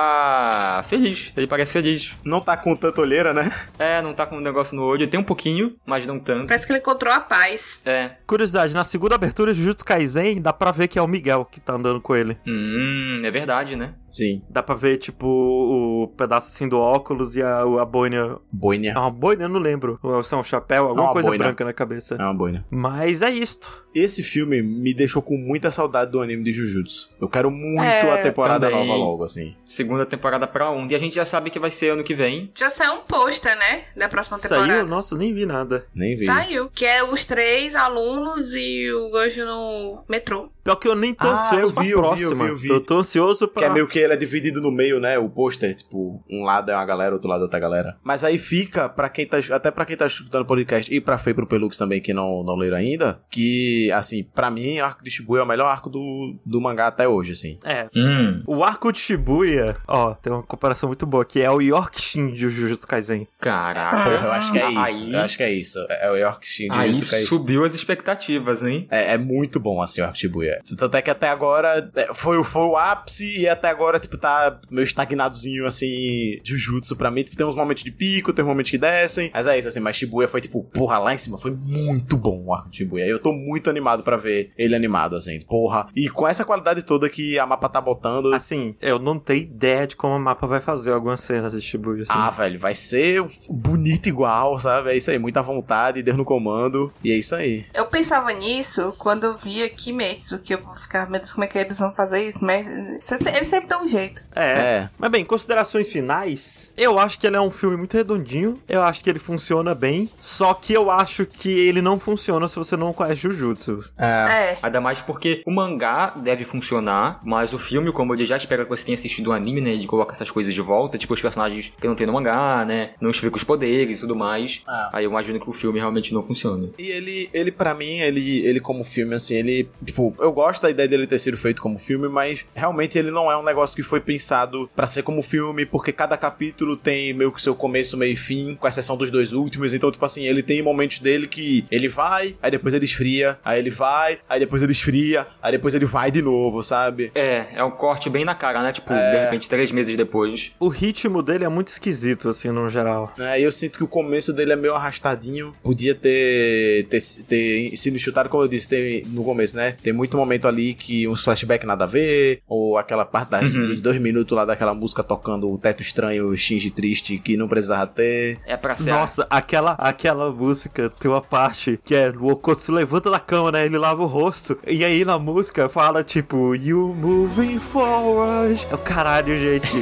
[SPEAKER 4] tá feliz. Ele parece feliz.
[SPEAKER 2] Não tá com tanta olheira, né?
[SPEAKER 4] É, não tá com um negócio no olho. Ele tem um pouquinho, mas não tanto.
[SPEAKER 3] Parece que ele encontrou a paz.
[SPEAKER 4] É.
[SPEAKER 1] Curiosidade, na segunda abertura de Jujutsu Kaisen, dá pra ver que é o Miguel que tá andando com ele.
[SPEAKER 4] Hum, é verdade, né?
[SPEAKER 6] Sim.
[SPEAKER 1] Dá pra ver, tipo, o pedaço assim do óculos e a, a boina.
[SPEAKER 6] Boina.
[SPEAKER 1] É uma boina? Eu não lembro. Ou é um chapéu,
[SPEAKER 6] É
[SPEAKER 1] alguma
[SPEAKER 6] uma
[SPEAKER 1] coisa
[SPEAKER 2] né?
[SPEAKER 6] boina.
[SPEAKER 1] branca na cabeça.
[SPEAKER 6] É uma boina.
[SPEAKER 1] Mas é isto.
[SPEAKER 2] Esse filme me deixou com muita saudade do anime de Jujutsu. Eu quero muito
[SPEAKER 1] É,
[SPEAKER 2] a temporada
[SPEAKER 4] também.
[SPEAKER 2] nova logo, assim.
[SPEAKER 4] Segunda temporada pra onde? E a gente já sabe que vai ser ano que vem.
[SPEAKER 3] Já saiu um pôster, né? Da próxima
[SPEAKER 1] Saiu?
[SPEAKER 3] temporada.
[SPEAKER 1] Nossa, nem vi nada.
[SPEAKER 6] Nem vi.
[SPEAKER 3] Saiu. Que é os três alunos e o Gojo no metrô.
[SPEAKER 1] Pior que eu nem tô
[SPEAKER 2] Ah,
[SPEAKER 1] ansioso
[SPEAKER 2] eu vi,
[SPEAKER 1] pra
[SPEAKER 2] eu vi, eu
[SPEAKER 1] próxima.
[SPEAKER 2] vi, eu vi.
[SPEAKER 1] tô ansioso pra...
[SPEAKER 2] Que é meio que ele é dividido no meio, né? O pôster, tipo, um lado é uma galera, outro lado é outra galera. Mas aí fica, para quem tá, até pra quem tá escutando o podcast e pra Fê e pro Pelux também, que não, não leram ainda, que, assim, pra mim, o arco de Shibuya é o melhor arco do, do mangá até hoje, assim.
[SPEAKER 1] É,
[SPEAKER 4] Hum.
[SPEAKER 1] o arco de Shibuya, ó, tem uma comparação muito boa, que é o Yorkshin de Jujutsu Kaisen.
[SPEAKER 4] Caraca.
[SPEAKER 6] Porra, eu acho que é
[SPEAKER 4] Aí-
[SPEAKER 6] isso. Eu acho que é isso. É o York Shin de
[SPEAKER 4] Ah. Aí
[SPEAKER 6] Jujutsu Kaisen.
[SPEAKER 4] subiu as expectativas, hein?
[SPEAKER 2] É, é muito bom, assim, o arco de Shibuya. Tanto é que até agora é, foi, o- foi o ápice e até agora, tipo, tá meio estagnadozinho, assim, Jujutsu pra mim. Tipo, tem uns momentos de pico, tem uns momentos que descem. Mas é isso, assim, mas Shibuya foi, tipo, porra, lá em cima foi muito bom o arco de Shibuya. Eu tô muito animado pra ver ele animado, assim, porra. E com essa qualidade toda que a mapa tá botando...
[SPEAKER 1] Assim, eu não tenho ideia de como a mapa vai fazer algumas cenas de Shibuya, assim.
[SPEAKER 2] Ah, velho, vai ser bonito igual, sabe? É isso aí, muita vontade, Deus no comando, e é isso aí.
[SPEAKER 3] Eu pensava nisso quando eu via Kimetsu, que eu ficava, meu Deus, como é que eles vão fazer isso? Mas eh, se- se- eles sempre dão um jeito.
[SPEAKER 1] é,
[SPEAKER 2] É,
[SPEAKER 1] Mas bem, considerações finais. Eu acho que ele é um filme muito redondinho. Eu acho que ele funciona bem. Só que eu acho que ele não funciona se você não conhece Jujutsu.
[SPEAKER 3] É.
[SPEAKER 4] Ainda mais porque o mangá deve funcionar, mas o filme, como ele já espera que você tenha assistido o anime, né? Ele coloca essas coisas de volta, tipo os personagens que não tem no mangá, né? Não explica os poderes e tudo mais.
[SPEAKER 2] Ah.
[SPEAKER 4] Aí eu imagino que o filme realmente não funciona.
[SPEAKER 2] E ele, ele para mim, ele, ele como filme, assim, ele. Tipo, eu gosto da ideia dele ter sido feito como filme, mas realmente ele não é um negócio que foi pensado pra ser como filme, porque cada capítulo tem meio que seu começo, meio e fim, com exceção dos dois últimos. Então, tipo assim, ele tem momentos dele que ele vai, aí depois ele esfria, aí ele vai, aí depois ele esfria, aí depois ele vai de novo, sabe?
[SPEAKER 4] É, é um corte bem na cara, né? Tipo, de repente, três meses depois.
[SPEAKER 1] O ritmo dele é muito esquisito, assim, no geral.
[SPEAKER 2] É, e eu sinto que o começo dele é meio arrastadinho. Podia ter, ter, ter sido chutado, como eu disse tem- no começo, né? Tem muito momento ali que uns flashback nada a ver, ou aquela parte das-
[SPEAKER 1] Uhum.
[SPEAKER 2] dos dois minutos lá daquela música tocando o teto estranho, o Shinji triste, que não precisava ter.
[SPEAKER 4] É pra ser.
[SPEAKER 1] Nossa, aquela, aquela música tem uma parte que é o Okotsu levanta da cama, né? Ele lava o rosto. E aí na música fala tipo, You moving forward. É o caralho, gente.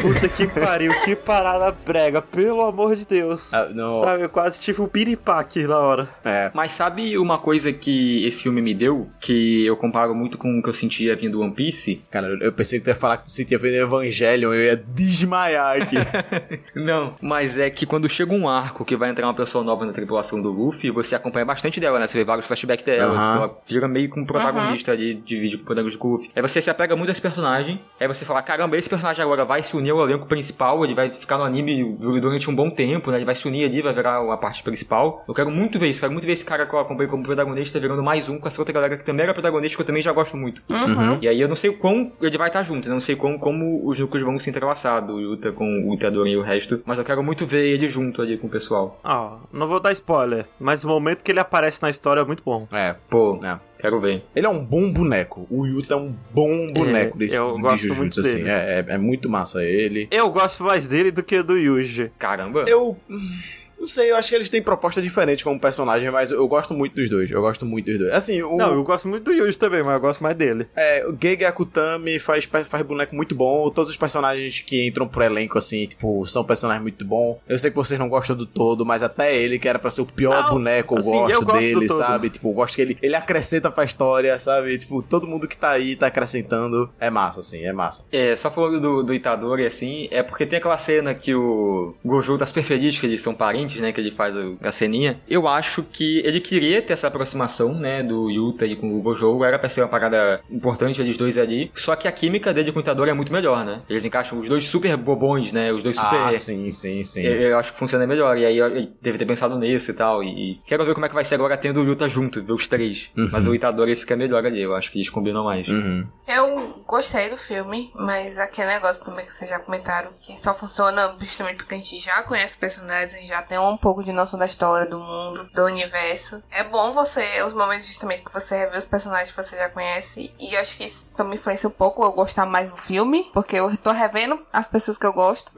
[SPEAKER 1] Puta que pariu, que parada brega, pelo amor de Deus.
[SPEAKER 2] Ah, não,
[SPEAKER 1] Sabe, eu quase tive um piripaque na hora.
[SPEAKER 2] é.
[SPEAKER 4] Mas sabe uma coisa que esse filme me deu? Que eu comparo muito com o que eu sentia vindo do One Piece?
[SPEAKER 2] Cara, eu- eu pensei que tu ia falar que tu sentia vendo Evangelion, eu ia desmaiar
[SPEAKER 1] *laughs*
[SPEAKER 2] aqui.
[SPEAKER 4] Não. Mas é que quando chega um arco que vai entrar uma pessoa nova na tripulação do Luffy, você acompanha bastante dela, né? Você vê vários flashbacks dela.
[SPEAKER 2] Aham.
[SPEAKER 4] Ela vira meio que um protagonista ali, divide com o protagonista do Luffy. Aí você se apega muito a esse personagem. Aí você fala, caramba, esse personagem agora vai se unir ao elenco principal, ele vai ficar no anime durante um bom tempo, né? Ele vai se unir ali, vai virar a parte principal. Eu quero muito ver isso, quero muito ver esse cara que eu acompanho como protagonista virando mais um com essa outra galera que também era protagonista, que eu também já gosto muito.
[SPEAKER 3] Uhum.
[SPEAKER 4] E aí eu não sei o quão ele vai estar junto, né? eu não sei quão, como os núcleos vão se entrelaçar do Yuta com o Itador e o resto, mas eu quero muito ver ele junto ali com o pessoal.
[SPEAKER 1] Ó, não vou dar spoiler, mas o momento que ele aparece na história é muito bom.
[SPEAKER 2] É,
[SPEAKER 4] Pô,
[SPEAKER 2] É.
[SPEAKER 4] Quero ver.
[SPEAKER 2] Ele é um bom boneco. O Yuta é um bom boneco desse
[SPEAKER 1] É, eu
[SPEAKER 2] de
[SPEAKER 1] gosto
[SPEAKER 2] Jujutsu,
[SPEAKER 1] muito
[SPEAKER 2] assim.
[SPEAKER 1] dele.
[SPEAKER 2] É, é- é muito massa ele.
[SPEAKER 1] Eu gosto mais dele do que do Yuji.
[SPEAKER 4] Caramba.
[SPEAKER 2] Eu. Não sei, eu acho que eles têm proposta diferente como personagem, mas eu gosto muito dos dois. Eu gosto muito dos dois. Assim, o.
[SPEAKER 1] Não, eu gosto muito do Yuji também, mas eu gosto mais dele.
[SPEAKER 2] É, o Gege Akutami faz, faz boneco muito bom. Todos os personagens que entram pro elenco, assim, tipo, são personagens muito bons. Eu sei que vocês não gostam do todo, mas até ele, que era pra ser o pior
[SPEAKER 1] Não,
[SPEAKER 2] boneco, eu
[SPEAKER 1] assim,
[SPEAKER 2] gosto,
[SPEAKER 1] eu gosto do
[SPEAKER 2] dele,
[SPEAKER 1] todo.
[SPEAKER 2] sabe? Tipo, eu gosto que ele, ele acrescenta pra história, sabe? Tipo, todo mundo que tá aí tá acrescentando. É massa, assim, é massa.
[SPEAKER 4] É, só falando do, do Itadori, assim, é porque tem aquela cena que o Gojo tá super feliz que eles são parentes, né, que ele faz o- a ceninha. Eu acho que ele queria ter essa aproximação, né, do Yuta e com o Gojo, era pra ser uma parada importante eles dois ali, só que a química dele com o Itadori é muito melhor, né? Eles encaixam os dois super bobões, né, os dois super...
[SPEAKER 2] Ah, sim, sim, sim.
[SPEAKER 1] É.
[SPEAKER 4] Eu, eu acho que funciona melhor. E aí eu- ele deve ter pensado nisso e tal. E, e quero ver como é que vai ser agora tendo o Yuta junto, ver os três. Mas o Itadori fica melhor ali, eu acho que eles combinam mais.
[SPEAKER 2] Uhum.
[SPEAKER 3] Eu gostei do filme, mas aquele negócio também que vocês já comentaram, que só funciona justamente porque a gente já conhece personagens, a gente já tem um pouco de noção da história, do mundo, do universo. É bom você, os momentos justamente que você revê os personagens que você já conhece, e eu acho que isso também influencia um pouco eu gostar mais do filme, porque eu tô revendo as pessoas que eu gosto.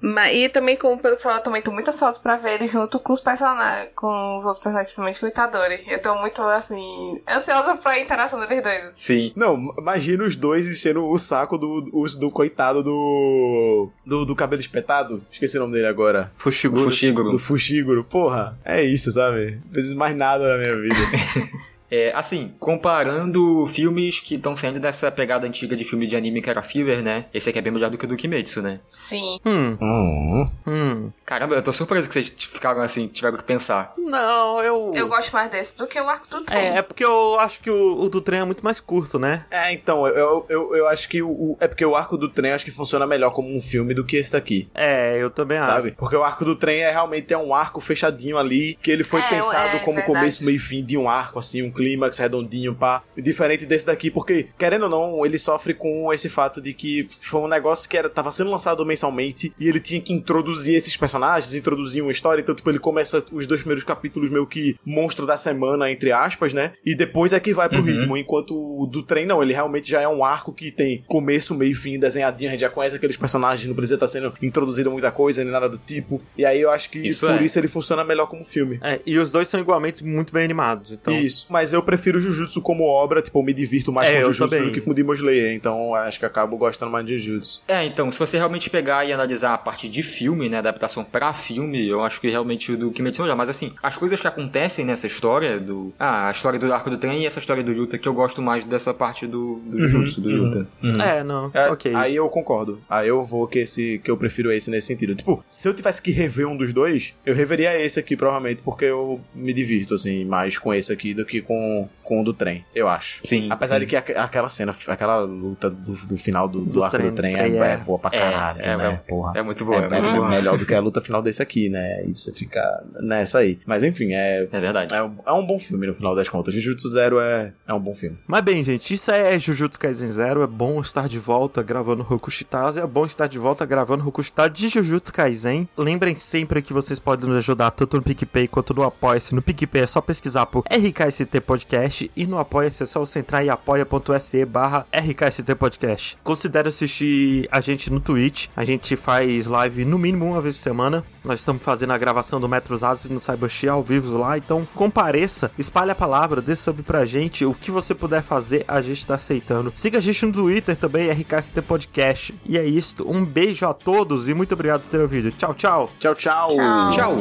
[SPEAKER 3] Mas, e também, como pelo que você falou, eu também tô muito ansiosa pra ver ele junto com os personagens, com os outros personagens, principalmente com o Itadori. Eu tô muito, assim, ansiosa pra interação deles dois.
[SPEAKER 4] Sim.
[SPEAKER 5] Não, imagina os dois enchendo o saco do, os- do coitado do, do. do cabelo espetado. Esqueci o nome dele agora.
[SPEAKER 4] O
[SPEAKER 1] Fushiguro.
[SPEAKER 4] Fushiguro.
[SPEAKER 5] Do Fushiguro. Porra, é isso, sabe? Não preciso mais nada na minha vida.
[SPEAKER 4] É, assim, comparando filmes que estão saindo dessa pegada antiga de filme de anime que era filler, né? Esse aqui é bem melhor do que o do Kimetsu, né?
[SPEAKER 3] Sim.
[SPEAKER 1] Hum,
[SPEAKER 2] Hum.
[SPEAKER 1] hum.
[SPEAKER 4] Caramba, eu tô surpreso que vocês ficaram assim, tiveram que pensar.
[SPEAKER 1] Não, eu.
[SPEAKER 3] Eu gosto mais desse do que o arco do trem.
[SPEAKER 1] Tipo, É, é porque eu acho que o, o do trem é muito mais curto, né?
[SPEAKER 2] É, então, eu, eu, eu acho que o, o- É porque o arco do trem eu acho que funciona melhor como um filme do que esse daqui.
[SPEAKER 1] É, eu também acho.
[SPEAKER 2] sabe? Porque o arco do trem é realmente é um arco fechadinho ali, que ele foi
[SPEAKER 3] É,
[SPEAKER 2] pensado
[SPEAKER 3] é,
[SPEAKER 2] como
[SPEAKER 3] verdade.
[SPEAKER 2] começo, meio e fim de um arco, assim, um clímax redondinho, pá. Diferente desse daqui, porque, querendo ou não, ele sofre com esse fato de que foi um negócio que era, tava sendo lançado mensalmente e ele tinha que introduzir esses personagens, introduzir uma história, então, tipo, ele começa os dois primeiros capítulos meio que monstro da semana, entre aspas, né? E depois é que vai pro
[SPEAKER 4] Uhum.
[SPEAKER 2] ritmo, enquanto o do trem não, ele realmente já é um arco que tem começo, meio e fim desenhadinho, a gente já conhece aqueles personagens, não precisa estar sendo introduzido muita coisa, nem nada do tipo. E aí eu acho que
[SPEAKER 4] Isso
[SPEAKER 2] por
[SPEAKER 4] é.
[SPEAKER 2] isso ele funciona melhor como filme.
[SPEAKER 1] É, e os dois são igualmente muito bem animados. Então,
[SPEAKER 2] Isso. Mas eu prefiro Jujutsu como obra, tipo, eu me divirto mais
[SPEAKER 1] É, eu
[SPEAKER 2] com Jujutsu
[SPEAKER 1] também.
[SPEAKER 2] do que com Demon Slayer, então eu acho que eu acabo gostando mais de Jujutsu.
[SPEAKER 4] É, então, se você realmente pegar e analisar a parte de filme, né, adaptação pra filme, eu acho que realmente o do Kimetsu é melhor. Mas assim, as coisas que acontecem nessa história do... Ah, a história do Arco do Trem e essa história do Yuta, que eu gosto mais dessa parte do, do Jujutsu, do
[SPEAKER 2] uhum.
[SPEAKER 4] Yuta.
[SPEAKER 1] É, não.
[SPEAKER 2] É,
[SPEAKER 1] ok.
[SPEAKER 2] Aí eu concordo. Aí eu vou que esse que eu prefiro esse nesse sentido. Tipo, se eu tivesse que rever um dos dois, eu reveria esse aqui, provavelmente, porque eu me divirto, assim, mais com esse aqui do que com, com o do trem, eu acho.
[SPEAKER 4] Sim,
[SPEAKER 2] Apesar
[SPEAKER 4] sim.
[SPEAKER 2] de que aqu- aquela cena, aquela luta do, do final do, do,
[SPEAKER 1] Do
[SPEAKER 2] arco do
[SPEAKER 1] trem,
[SPEAKER 2] trem
[SPEAKER 1] trem,
[SPEAKER 2] é,
[SPEAKER 1] é.
[SPEAKER 2] é boa pra
[SPEAKER 4] É,
[SPEAKER 2] caralho,
[SPEAKER 4] é,
[SPEAKER 2] né? Porra.
[SPEAKER 4] É muito bom,
[SPEAKER 2] É,
[SPEAKER 4] é,
[SPEAKER 2] é
[SPEAKER 4] muito bom.
[SPEAKER 2] melhor do que a luta final desse aqui, né? E você fica nessa aí. Mas enfim, é,
[SPEAKER 4] É verdade.
[SPEAKER 2] é, um- é um bom filme no final das contas. Jujutsu Zero é, é um bom filme.
[SPEAKER 1] Mas bem, gente, isso é Jujutsu Kaisen Zero. É bom estar de volta gravando Rokushitaze. É bom estar de volta gravando Rokushitaze de Jujutsu Kaisen. Lembrem sempre que vocês podem nos ajudar tanto no PicPay quanto no Apoia-se. No PicPay é só pesquisar por RKST Podcast. E no Apoia-se é só você entrar em apoia.se barra RKST Podcast. Considere assistir a gente no Twitch. A gente faz live no mínimo uma vez por semana. Nós estamos fazendo a gravação do Metro Zazo no Cybershi ao vivo lá, então compareça, espalhe a palavra, dê sub pra gente, o que você puder fazer, a gente tá aceitando. Siga a gente no Twitter também, RKST Podcast. E é isso, um beijo a todos e muito obrigado por ter ouvido. Tchau, tchau!
[SPEAKER 2] Tchau, tchau.
[SPEAKER 3] Tchau.
[SPEAKER 4] Tchau!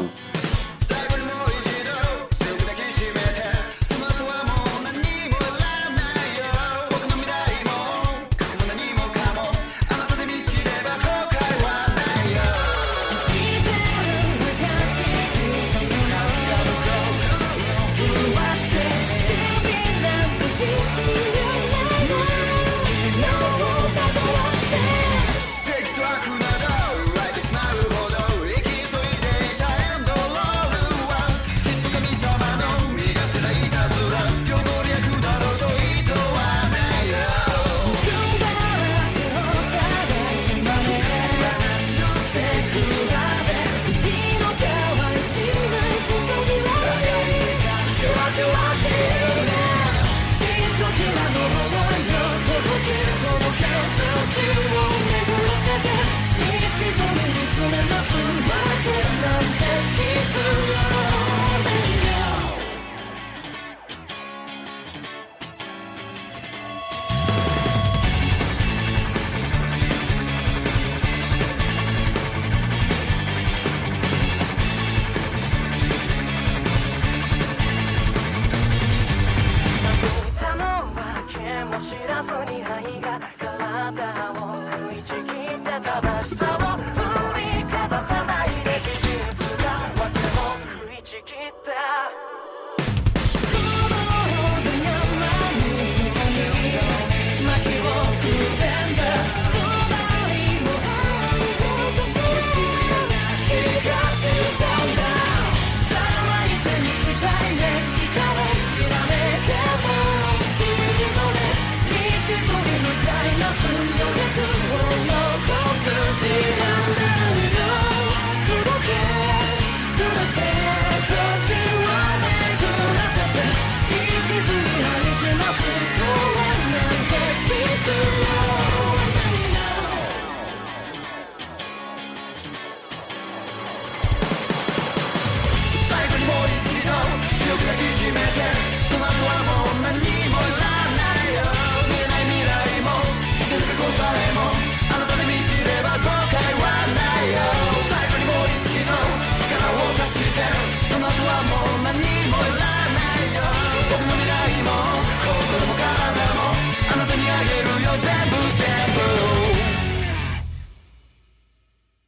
[SPEAKER 7] 最後にもう一度強く抱きしめてスマートはもう何もならないよ僕の未来も過去も何もかも甘さで満ちれば後悔はないよ赤と悪など Life is なるほど生き急いでいたエンドロー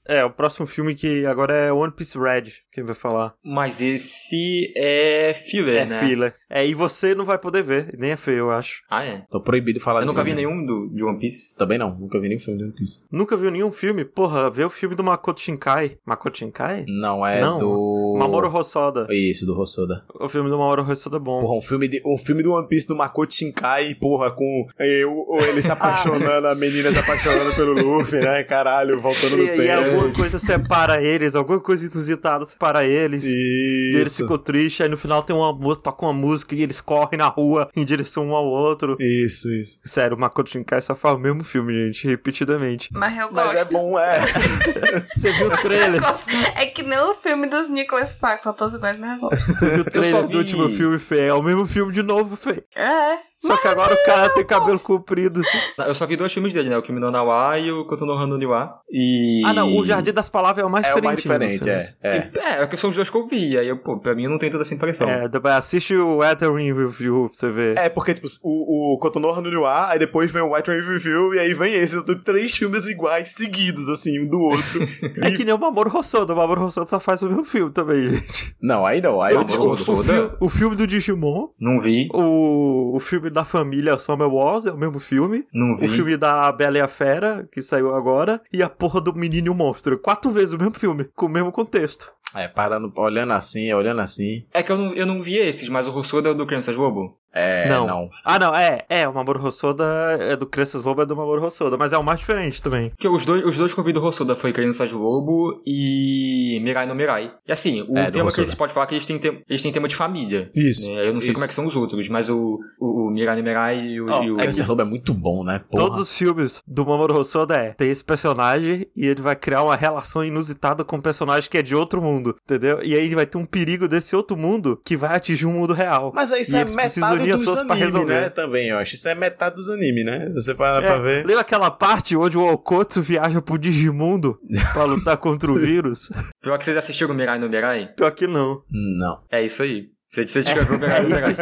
[SPEAKER 1] É, o próximo filme que agora é One Piece Red, quem vai falar.
[SPEAKER 4] Mas esse é filler,
[SPEAKER 1] É,
[SPEAKER 4] né?
[SPEAKER 1] filler. É, e você não vai poder ver, nem é feio, eu acho.
[SPEAKER 4] Ah, é?
[SPEAKER 2] Tô proibido de falar de
[SPEAKER 4] Eu nunca vi
[SPEAKER 2] filme.
[SPEAKER 4] nenhum do, de One Piece.
[SPEAKER 2] Também não, nunca vi nenhum filme de One Piece.
[SPEAKER 1] Nunca viu nenhum filme? Porra, vê o filme do Makoto Shinkai. Makoto Shinkai?
[SPEAKER 2] Não, é
[SPEAKER 1] Não.
[SPEAKER 2] do.
[SPEAKER 1] Mamoru Hosoda.
[SPEAKER 2] Isso, do Rossoda.
[SPEAKER 1] O filme do Mamoru Hosoda é bom.
[SPEAKER 2] Porra, um filme, de, um filme do One Piece do Makoto Shinkai, porra, com eu, ou
[SPEAKER 1] *laughs*
[SPEAKER 2] ele se apaixonando, a menina se apaixonando pelo Luffy, né? Caralho, voltando no
[SPEAKER 1] E,
[SPEAKER 2] tempo.
[SPEAKER 1] e alguma coisa separa eles, alguma coisa inusitada separa eles. E ele
[SPEAKER 2] Isso.
[SPEAKER 1] ficou triste, aí no final tem uma mu- toca uma música e eles correm na rua *laughs* em direção um ao outro.
[SPEAKER 2] Isso, isso.
[SPEAKER 1] Sério, o Makoto Shinkai só faz o mesmo filme, gente, repetidamente.
[SPEAKER 3] Mas eu
[SPEAKER 2] Mas
[SPEAKER 3] gosto.
[SPEAKER 2] é bom, é.
[SPEAKER 1] Você viu o
[SPEAKER 3] *laughs*
[SPEAKER 1] *laughs*
[SPEAKER 3] Eu
[SPEAKER 1] trailer?
[SPEAKER 3] gosto. É que nem o filme dos Nicholas Parks, são todos iguais, mas eu gosto.
[SPEAKER 1] Você viu o trailer
[SPEAKER 4] só vi-
[SPEAKER 1] do último filme, Fê? É o mesmo filme de novo, Fê.
[SPEAKER 3] É.
[SPEAKER 1] Só que agora o cara tem cabelo comprido.
[SPEAKER 4] Eu só vi dois filmes dele, né? O Kimi no Nawa e o Kotonohan no Niwa. E...
[SPEAKER 1] Ah, não, o Jardim das Palavras é o mais
[SPEAKER 2] É o mais
[SPEAKER 1] diferente. né,
[SPEAKER 2] diferente,
[SPEAKER 1] dos
[SPEAKER 2] é.
[SPEAKER 1] filmes.
[SPEAKER 2] é.
[SPEAKER 4] É, é que são os dois que eu vi. Aí, eu, pô, pra mim não tem toda essa impressão.
[SPEAKER 1] É, depois assiste o Ethering Review pra você ver.
[SPEAKER 2] É, porque, tipo, o, o Cotonou no Noir, aí depois vem o White Rain Review, e aí vem esse. Eu tô três filmes iguais, seguidos, assim, um do outro.
[SPEAKER 1] É, que nem o Mamoru Hosoda, o Mamoru Hosoda só faz o mesmo filme também, gente.
[SPEAKER 2] *laughs* não, aí não, aí eu
[SPEAKER 4] Eu- eu-
[SPEAKER 2] discordo.
[SPEAKER 4] eu-
[SPEAKER 1] O, fil- o filme do Digimon,
[SPEAKER 4] Não vi,
[SPEAKER 1] o, o filme da família Summer Wars é o mesmo filme.
[SPEAKER 4] não vi.
[SPEAKER 1] O filme da Bela e a Fera, que saiu agora, e a porra do Menino e o Monstro. Quatro vezes o mesmo filme, com o mesmo contexto.
[SPEAKER 2] É, parando, olhando assim, olhando assim.
[SPEAKER 4] É que eu não, eu não vi esses, mas o Rossoda é o do Crianças Lobo.
[SPEAKER 2] É,
[SPEAKER 1] Não.
[SPEAKER 2] não.
[SPEAKER 1] Ah, não, é, é, o Mamoru Hosoda é do Crianças Lobo, é do Mamoru Hosoda, mas é o mais diferente também.
[SPEAKER 4] Que os dois, os dois que eu vi do Rossoda foi Crianças Lobo e Mirai no Mirai. E assim, o
[SPEAKER 2] É, do
[SPEAKER 4] tema que
[SPEAKER 2] Rossoda.
[SPEAKER 4] eles podem falar é que eles têm, tem- eles têm tema de família.
[SPEAKER 2] Isso.
[SPEAKER 4] né? Eu não sei
[SPEAKER 2] isso.
[SPEAKER 4] como é que são os outros, mas o, o, o Mirai no Mirai e o...
[SPEAKER 1] Ó,
[SPEAKER 4] e o-
[SPEAKER 2] É que esse lobo é muito bom, né? Porra.
[SPEAKER 1] Todos os filmes do Mamoru Hosoda é, tem esse personagem e ele vai criar uma relação inusitada com um personagem que é de outro mundo, entendeu? E aí vai ter um perigo desse outro mundo que vai atingir o mundo real.
[SPEAKER 2] Mas aí isso
[SPEAKER 1] E
[SPEAKER 2] é
[SPEAKER 1] eles precisam
[SPEAKER 2] metade
[SPEAKER 1] unir as
[SPEAKER 2] dos
[SPEAKER 1] suas pra
[SPEAKER 2] animes,
[SPEAKER 1] resolver.
[SPEAKER 2] né? Também, eu acho. Isso é metade dos animes, né? Você para pra
[SPEAKER 1] É,
[SPEAKER 2] ver.
[SPEAKER 1] Lembra aquela parte onde o Okotsu viaja pro Digimundo
[SPEAKER 2] *laughs*
[SPEAKER 1] pra lutar contra o vírus?
[SPEAKER 4] Pior que vocês assistiram Mirai no Mirai?
[SPEAKER 1] Pior que não.
[SPEAKER 2] Não.
[SPEAKER 4] É isso aí. Você, você escreveu Mirai no
[SPEAKER 2] *laughs*
[SPEAKER 4] Mirai.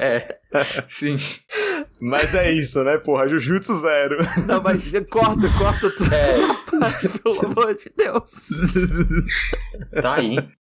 [SPEAKER 4] É. Sim.
[SPEAKER 2] Mas é isso, né, porra? Jujutsu zero.
[SPEAKER 1] Não, mas corta,
[SPEAKER 2] É.
[SPEAKER 1] *laughs*
[SPEAKER 2] *laughs*
[SPEAKER 1] corta tudo. Pelo amor de Deus.
[SPEAKER 4] Tá aí.